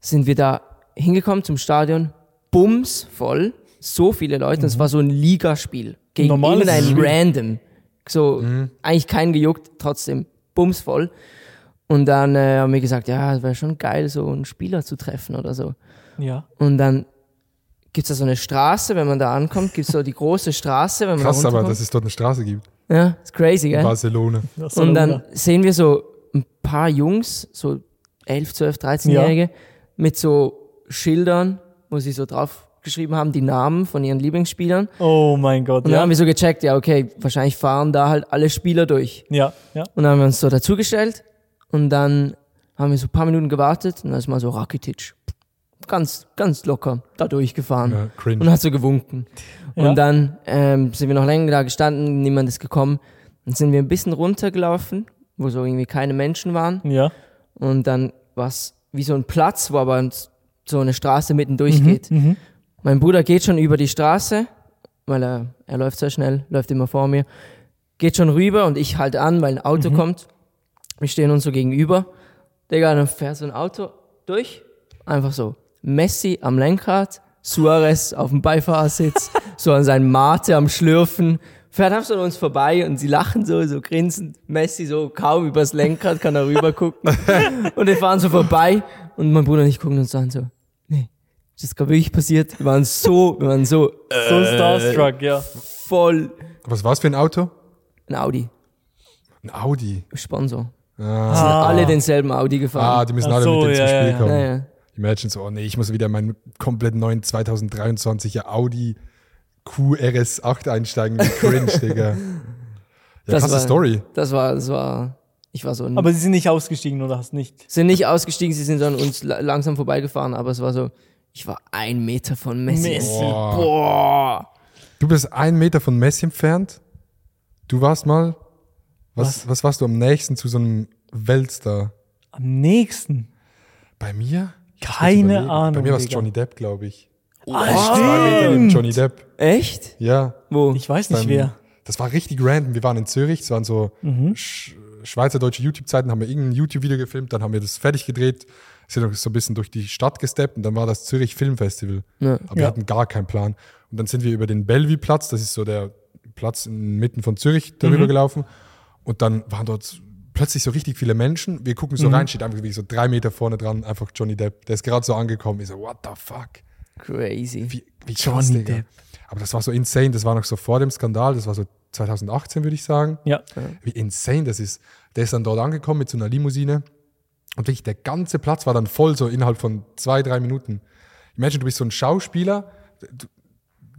Speaker 4: sind wir da hingekommen zum Stadion, bumsvoll, so viele Leute. Es war so ein Ligaspiel gegen
Speaker 3: Normales
Speaker 4: irgendein
Speaker 3: Spiel.
Speaker 4: Random. So, eigentlich kein gejuckt, trotzdem bumsvoll. Und dann äh, haben wir gesagt, ja, es wäre schon geil, so einen Spieler zu treffen oder so.
Speaker 3: Ja.
Speaker 4: Und dann gibt's da so eine Straße, wenn man da ankommt, gibt's so die große Straße,
Speaker 3: Genau,
Speaker 4: wenn man
Speaker 2: Krass aber,
Speaker 4: runterkommt.
Speaker 2: dass es dort eine Straße gibt.
Speaker 4: ja, ist crazy, gell?
Speaker 2: Barcelona.
Speaker 3: Das war
Speaker 4: Und dann
Speaker 3: Wunder.
Speaker 4: sehen wir so ein paar Jungs, so 11, 12, 13-Jährige, mit so Schildern, wo sie so draufgeschrieben haben, die Namen von ihren Lieblingsspielern.
Speaker 3: Oh mein Gott,
Speaker 4: Und dann
Speaker 3: ja.
Speaker 4: haben wir so gecheckt, ja, okay, wahrscheinlich fahren da halt alle Spieler durch.
Speaker 3: Ja, ja.
Speaker 4: Und dann haben wir uns so dazugestellt und dann haben wir so ein paar Minuten gewartet und dann ist mal so Rakitic ganz, ganz locker da durchgefahren
Speaker 2: Ja, cringe.
Speaker 4: und hat so gewunken.
Speaker 3: Ja.
Speaker 4: Und dann ähm, sind wir noch länger da gestanden, niemand ist gekommen. Dann sind wir ein bisschen runtergelaufen, wo so irgendwie keine Menschen waren.
Speaker 3: Ja.
Speaker 4: Und dann war es wie so ein Platz, wo aber so eine Straße mitten durchgeht. Mein Bruder geht schon über die Straße, weil er, er läuft sehr schnell, läuft immer vor mir. Geht schon rüber und ich halte an, weil ein Auto kommt. Wir stehen uns so gegenüber. Digga, dann fährt so ein Auto durch. Einfach so. Messi
Speaker 2: *laughs*
Speaker 4: am Lenkrad, Suarez auf dem Beifahrersitz, so an seinem Mate am Schlürfen, fährt Hamster an uns vorbei und sie lachen so, so grinsend. Messi so kaum übers Lenkrad kann er
Speaker 2: *laughs*
Speaker 4: rüber gucken. und wir fahren so vorbei und mein Bruder und ich gucken uns an so, nee, ist das gerade wirklich passiert? Wir waren so, wir waren so
Speaker 3: So
Speaker 4: Äh,
Speaker 3: Starstruck, ja.
Speaker 4: voll
Speaker 2: Was war es für ein Auto?
Speaker 4: ein Audi.
Speaker 2: Ein Audi.
Speaker 4: Sponsor.
Speaker 2: Ah,
Speaker 4: Alle denselben Audi
Speaker 2: ah
Speaker 4: gefahren.
Speaker 2: die müssen
Speaker 3: Ach
Speaker 2: alle
Speaker 3: so,
Speaker 2: mit dem
Speaker 3: ja,
Speaker 2: zum Spiel
Speaker 3: ja, ja.
Speaker 2: kommen.
Speaker 4: Ja, ja.
Speaker 2: Imagine so, oh nee, ich muss wieder in meinen komplett neuen 2023er Audi QRS8 einsteigen. Wie cringe, Digga. Ja,
Speaker 4: Das
Speaker 2: krasse
Speaker 4: war-
Speaker 2: Story.
Speaker 4: Das war, das war, ich war so ein
Speaker 3: Aber sie sind nicht ausgestiegen oder hast nicht.
Speaker 4: sind nicht ausgestiegen, sie sind dann uns la- langsam vorbeigefahren, aber es war so, ich war ein Meter von Messi.
Speaker 3: Messi.
Speaker 2: Boah. Du bist einen Meter von Messi entfernt. Du warst mal, was, was? warst du am nächsten zu so einem Weltstar?
Speaker 3: Am nächsten.
Speaker 2: Bei mir? Ich muss kurz
Speaker 3: Keine
Speaker 2: überlegen. Bei
Speaker 3: Ahnung,
Speaker 2: mir war es
Speaker 3: Digga.
Speaker 2: Johnny Depp, glaube ich. Oh, Zwei Meter neben
Speaker 3: Ah,
Speaker 2: Johnny Depp.
Speaker 4: Echt?
Speaker 2: Ja.
Speaker 4: Wo?
Speaker 3: ich weiß nicht
Speaker 2: Beim-
Speaker 3: wer. Mhm.
Speaker 2: Das war richtig random. Wir waren in Zürich, es waren so Sch schweizerdeutsche YouTube-Zeiten, haben wir irgendein YouTube-Video gefilmt, dann haben wir das fertig gedreht, sind noch so ein bisschen durch die Stadt gesteppt und dann war das Zürich Filmfestival. Aber wir
Speaker 3: Ja.
Speaker 2: hatten gar keinen Plan. Und dann sind wir über den Bellevue-Platz, das ist so der Platz inmitten von Zürich,
Speaker 3: Mhm.
Speaker 2: darüber gelaufen. Und dann waren dort plötzlich so richtig viele Menschen. Wir gucken so
Speaker 3: Mhm.
Speaker 2: rein, steht einfach wirklich so drei Meter vorne dran, einfach Johnny Depp. Der ist gerade so angekommen. Ich so, what the fuck?
Speaker 4: Crazy.
Speaker 2: Wie, wie krass,
Speaker 3: Johnny
Speaker 2: Digga.
Speaker 3: Depp.
Speaker 2: Aber das war so insane. Das war noch so vor dem Skandal. Das war so 2018, würde ich sagen.
Speaker 3: Ja.
Speaker 2: Wie insane das ist. Der ist dann dort angekommen mit so einer Limousine. Und wirklich der ganze Platz war dann voll, so innerhalb von zwei, drei Minuten. Imagine, du bist so ein Schauspieler, du-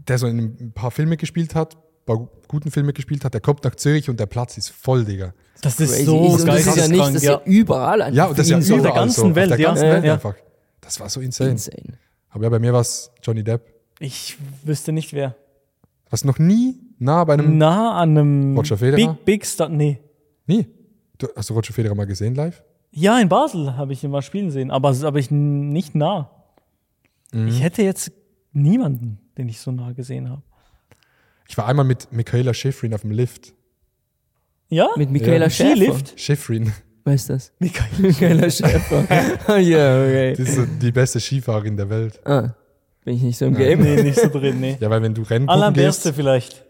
Speaker 2: der so in ein paar Filme gespielt hat, ein paar guten Filme gespielt hat, der kommt nach Zürich und der Platz ist voll, Digga.
Speaker 3: Das ist
Speaker 4: Crazy.
Speaker 3: so
Speaker 4: und das ist ja nicht,
Speaker 3: geisteskrank,
Speaker 4: das ist
Speaker 3: ja.
Speaker 4: ja überall einfach.
Speaker 2: Ja, und das ist ja
Speaker 4: für ihn
Speaker 2: überall
Speaker 3: der ganzen
Speaker 2: so, auf
Speaker 3: Welt,
Speaker 2: der
Speaker 3: ja.
Speaker 2: ganzen
Speaker 3: Ja,
Speaker 2: Welt
Speaker 3: ja.
Speaker 2: einfach. Das war so insane.
Speaker 4: Insane.
Speaker 2: Aber ja, bei mir war es Johnny Depp.
Speaker 3: Ich wüsste nicht wer.
Speaker 2: Was noch nie nah bei
Speaker 4: Hm.
Speaker 2: einem
Speaker 3: Nah an einem
Speaker 2: Roger Federer?
Speaker 3: Big Big Star. Nee.
Speaker 2: Nee. Du, hast du Roger Federer mal gesehen live?
Speaker 3: Ja, in Basel habe ich ihn mal spielen sehen, aber, aber ich n- nicht nah.
Speaker 4: Mhm.
Speaker 3: Ich hätte jetzt niemanden, den ich so nah gesehen habe.
Speaker 2: Ich war einmal mit Michaela Schifrin auf dem Lift.
Speaker 3: Ja?
Speaker 4: Mit Michaela
Speaker 2: Ja.
Speaker 3: *laughs*
Speaker 4: Schäfer.
Speaker 3: Skilift?
Speaker 2: Schifrin, *laughs*
Speaker 4: Wer ist das?
Speaker 3: Michael.
Speaker 4: Michaela Schäfer. *laughs* ja, okay.
Speaker 2: die ist so die beste Skifahrerin der Welt.
Speaker 4: Ah, bin ich nicht so im Game.
Speaker 3: Nee, nicht so drin, nee.
Speaker 2: Ja, weil wenn du Rennen gucken
Speaker 3: Alain
Speaker 2: gehst,
Speaker 3: Berste vielleicht.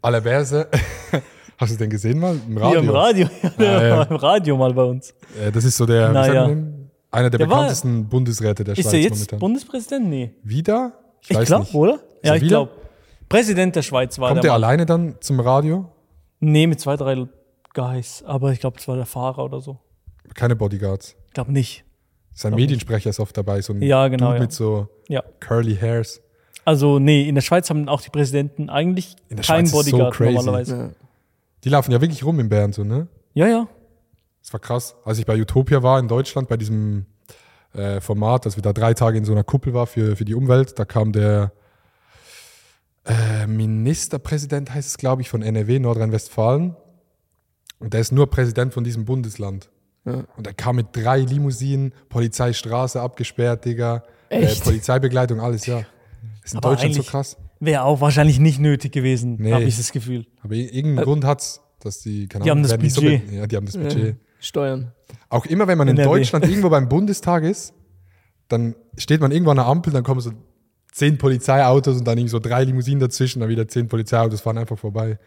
Speaker 2: Allerwerse. *laughs* Hast du den gesehen mal im
Speaker 3: Hier
Speaker 2: Radio?
Speaker 3: im Radio. *laughs* Ja, der
Speaker 2: Ah, ja.
Speaker 3: war im Radio mal bei uns.
Speaker 2: Äh, Das ist so der, wie
Speaker 3: Na
Speaker 2: sagt man
Speaker 3: ja.
Speaker 2: dem? einer der
Speaker 3: Der war-
Speaker 2: bekanntesten Bundesräte der
Speaker 3: Ist
Speaker 2: Schweiz
Speaker 3: er jetzt
Speaker 2: momentan.
Speaker 3: Bundespräsident? Nee.
Speaker 2: Wieder? Ich, weiß
Speaker 3: glaub,
Speaker 2: nicht.
Speaker 3: oder? Ja, ich
Speaker 2: wieder?
Speaker 3: glaube. Präsident der Schweiz war
Speaker 2: Kommt
Speaker 3: der.
Speaker 2: der
Speaker 3: Mann.
Speaker 2: alleine dann zum Radio?
Speaker 3: Nee, mit zwei, drei Guys. Aber ich glaube, es war der Fahrer oder so.
Speaker 2: Keine Bodyguards.
Speaker 3: Ich glaube nicht.
Speaker 2: Sein Mediensprecher ist oft dabei, so ein
Speaker 3: Ja, genau,
Speaker 2: Dude
Speaker 3: ja.
Speaker 2: mit so
Speaker 3: Ja.
Speaker 2: curly hairs.
Speaker 3: Also, nee, in der Schweiz haben auch die Präsidenten eigentlich
Speaker 2: In der
Speaker 3: keinen
Speaker 2: Schweiz ist so
Speaker 3: Bodyguard
Speaker 2: crazy.
Speaker 3: normalerweise.
Speaker 2: Die laufen ja wirklich rum in Bern so, ne?
Speaker 3: Ja, ja.
Speaker 2: Das war krass. Als ich bei Utopia war in Deutschland, bei diesem äh, Format, dass wir da drei Tage in so einer Kuppel war für, für die Umwelt, da kam der äh, Ministerpräsident, heißt es, glaube ich, von NRW, Nordrhein-Westfalen. Und der ist nur Präsident von diesem Bundesland. Und er kam mit drei Limousinen, Polizeistraße abgesperrt, Digga. Äh,
Speaker 4: Echt?
Speaker 2: Polizeibegleitung, alles, ja. Ist in
Speaker 3: Aber
Speaker 2: Deutschland so
Speaker 3: eigentlich-
Speaker 2: krass.
Speaker 3: Wäre auch wahrscheinlich nicht nötig gewesen,
Speaker 2: Nee.
Speaker 3: habe ich das Gefühl.
Speaker 2: Aber ir- irgendeinen Grund hat's, dass die, keine
Speaker 3: Äh, die haben das
Speaker 2: werden nicht
Speaker 3: Budget.
Speaker 2: So, be- ja, die haben das Budget.
Speaker 4: Steuern.
Speaker 2: Auch immer, wenn man in
Speaker 3: NRW.
Speaker 2: Deutschland irgendwo beim Bundestag ist, dann steht man irgendwo an der Ampel, dann kommen so zehn Polizeiautos und dann irgendwie so drei Limousinen dazwischen, dann wieder zehn Polizeiautos fahren einfach vorbei.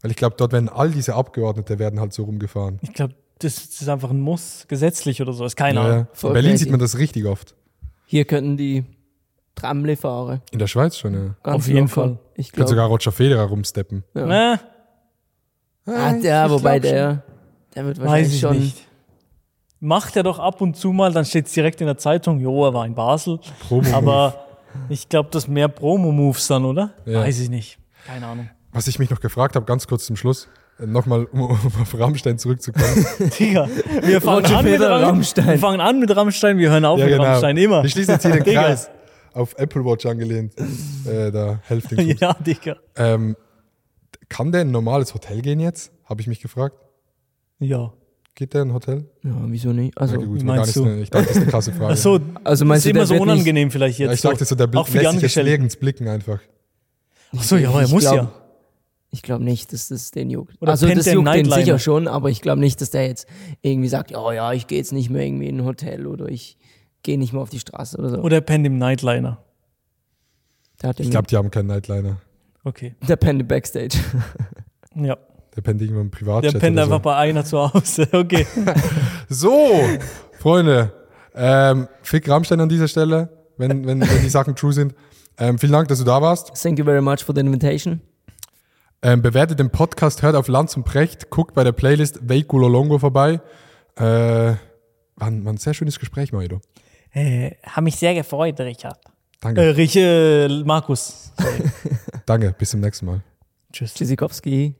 Speaker 2: Weil ich glaube, dort werden all diese Abgeordnete werden halt so rumgefahren.
Speaker 3: Ich glaube, das ist einfach ein Muss, gesetzlich oder so. Ist keine
Speaker 2: Ja,
Speaker 3: Ahnung.
Speaker 2: ja.
Speaker 4: Genau. Voll
Speaker 2: In Berlin
Speaker 4: crazy.
Speaker 2: sieht man das richtig oft.
Speaker 4: Hier könnten die Tramle fahren.
Speaker 2: In der Schweiz schon, ja.
Speaker 4: Ganz
Speaker 3: Auf jeden
Speaker 4: locker.
Speaker 3: Fall.
Speaker 4: Ich
Speaker 2: Könnte
Speaker 4: glaube.
Speaker 2: sogar Roger Federer rumsteppen.
Speaker 3: Na,
Speaker 4: Ah, der, wobei der, der wird
Speaker 3: weiß
Speaker 4: wahrscheinlich
Speaker 3: ich
Speaker 4: schon.
Speaker 3: nicht. Macht er doch ab und zu mal, dann steht es direkt in der Zeitung, jo, er war in Basel.
Speaker 2: Promo.
Speaker 3: Aber ich glaube, das sind mehr Promo-Moves dann, oder?
Speaker 2: Ja.
Speaker 3: Weiß ich nicht. *laughs* Keine Ahnung.
Speaker 2: Was ich mich noch gefragt habe, ganz kurz zum Schluss, äh, nochmal, um, um auf Rammstein
Speaker 3: *laughs*
Speaker 2: zurückzukommen.
Speaker 3: Digga, wir fangen,
Speaker 4: Roger
Speaker 3: an mit
Speaker 4: Federer,
Speaker 3: Ramm-
Speaker 4: Rammstein.
Speaker 3: wir fangen an mit Rammstein, wir hören auf mit
Speaker 2: genau.
Speaker 3: Rammstein, immer.
Speaker 2: Wir schließen jetzt hier den
Speaker 3: Digga.
Speaker 2: Kreis. Auf Apple Watch angelehnt. Äh, da, helft
Speaker 3: *laughs*
Speaker 2: den
Speaker 3: *laughs* Ja, Digga.
Speaker 2: Ähm, kann der in ein normales Hotel gehen jetzt? Habe ich mich gefragt.
Speaker 3: Ja.
Speaker 2: Geht der in ein Hotel?
Speaker 4: Ja, wieso nicht? Also,
Speaker 2: Okay, gut,
Speaker 3: wie
Speaker 2: war
Speaker 3: meinst
Speaker 2: gar
Speaker 3: du?
Speaker 2: nicht eine, ich dachte, das ist eine
Speaker 3: *laughs*
Speaker 2: krasse Frage.
Speaker 3: Ach so,
Speaker 4: Also
Speaker 3: das
Speaker 4: meinst
Speaker 3: ist
Speaker 4: du, der
Speaker 3: immer so
Speaker 4: wird nicht-
Speaker 3: unangenehm vielleicht jetzt.
Speaker 2: ja, ich dachte so, der Blick
Speaker 3: auch für die
Speaker 2: lässt sich jetzt
Speaker 3: Angestellten.
Speaker 2: nirgends blicken einfach.
Speaker 3: Ach so, ja, er
Speaker 4: Ich
Speaker 3: muss
Speaker 4: glaub-
Speaker 3: ja.
Speaker 4: Ich glaube nicht, dass das den juckt.
Speaker 3: Oder
Speaker 4: also
Speaker 3: pennt
Speaker 4: das
Speaker 3: der im
Speaker 4: juckt den
Speaker 3: Nightliner?
Speaker 4: sicher schon, aber ich glaube nicht, dass der jetzt irgendwie sagt, oh ja, ich gehe jetzt nicht mehr irgendwie in ein Hotel oder ich gehe nicht mehr auf die Straße oder so.
Speaker 3: Oder er pennt im Nightliner.
Speaker 4: der hat
Speaker 2: Ich
Speaker 4: irgendwie-
Speaker 2: glaube, die haben keinen Nightliner.
Speaker 3: Okay.
Speaker 4: *laughs* Der pennt im Backstage.
Speaker 3: Ja.
Speaker 2: Der pennt irgendwo im
Speaker 3: Der
Speaker 2: Privatchat.
Speaker 3: pennt
Speaker 2: oder so.
Speaker 3: einfach bei einer zu Hause. *laughs* Okay.
Speaker 2: So, Freunde, ähm, Fick Rammstein an dieser Stelle, wenn, wenn, wenn die Sachen true sind. Ähm, vielen Dank, dass du da warst.
Speaker 4: Thank you very much for the invitation.
Speaker 2: Ähm, bewertet den Podcast, hört auf Lanz und Precht, guckt bei der Playlist Veikulolongo vorbei. Äh, war, ein, war ein sehr schönes Gespräch, Maido.
Speaker 3: äh, Hab mich sehr gefreut, Richard. Äh,
Speaker 2: Danke,
Speaker 3: Rich, äh, Markus.
Speaker 2: danke, bis zum nächsten Mal.
Speaker 3: Tschüss.
Speaker 4: Tschüssikowski.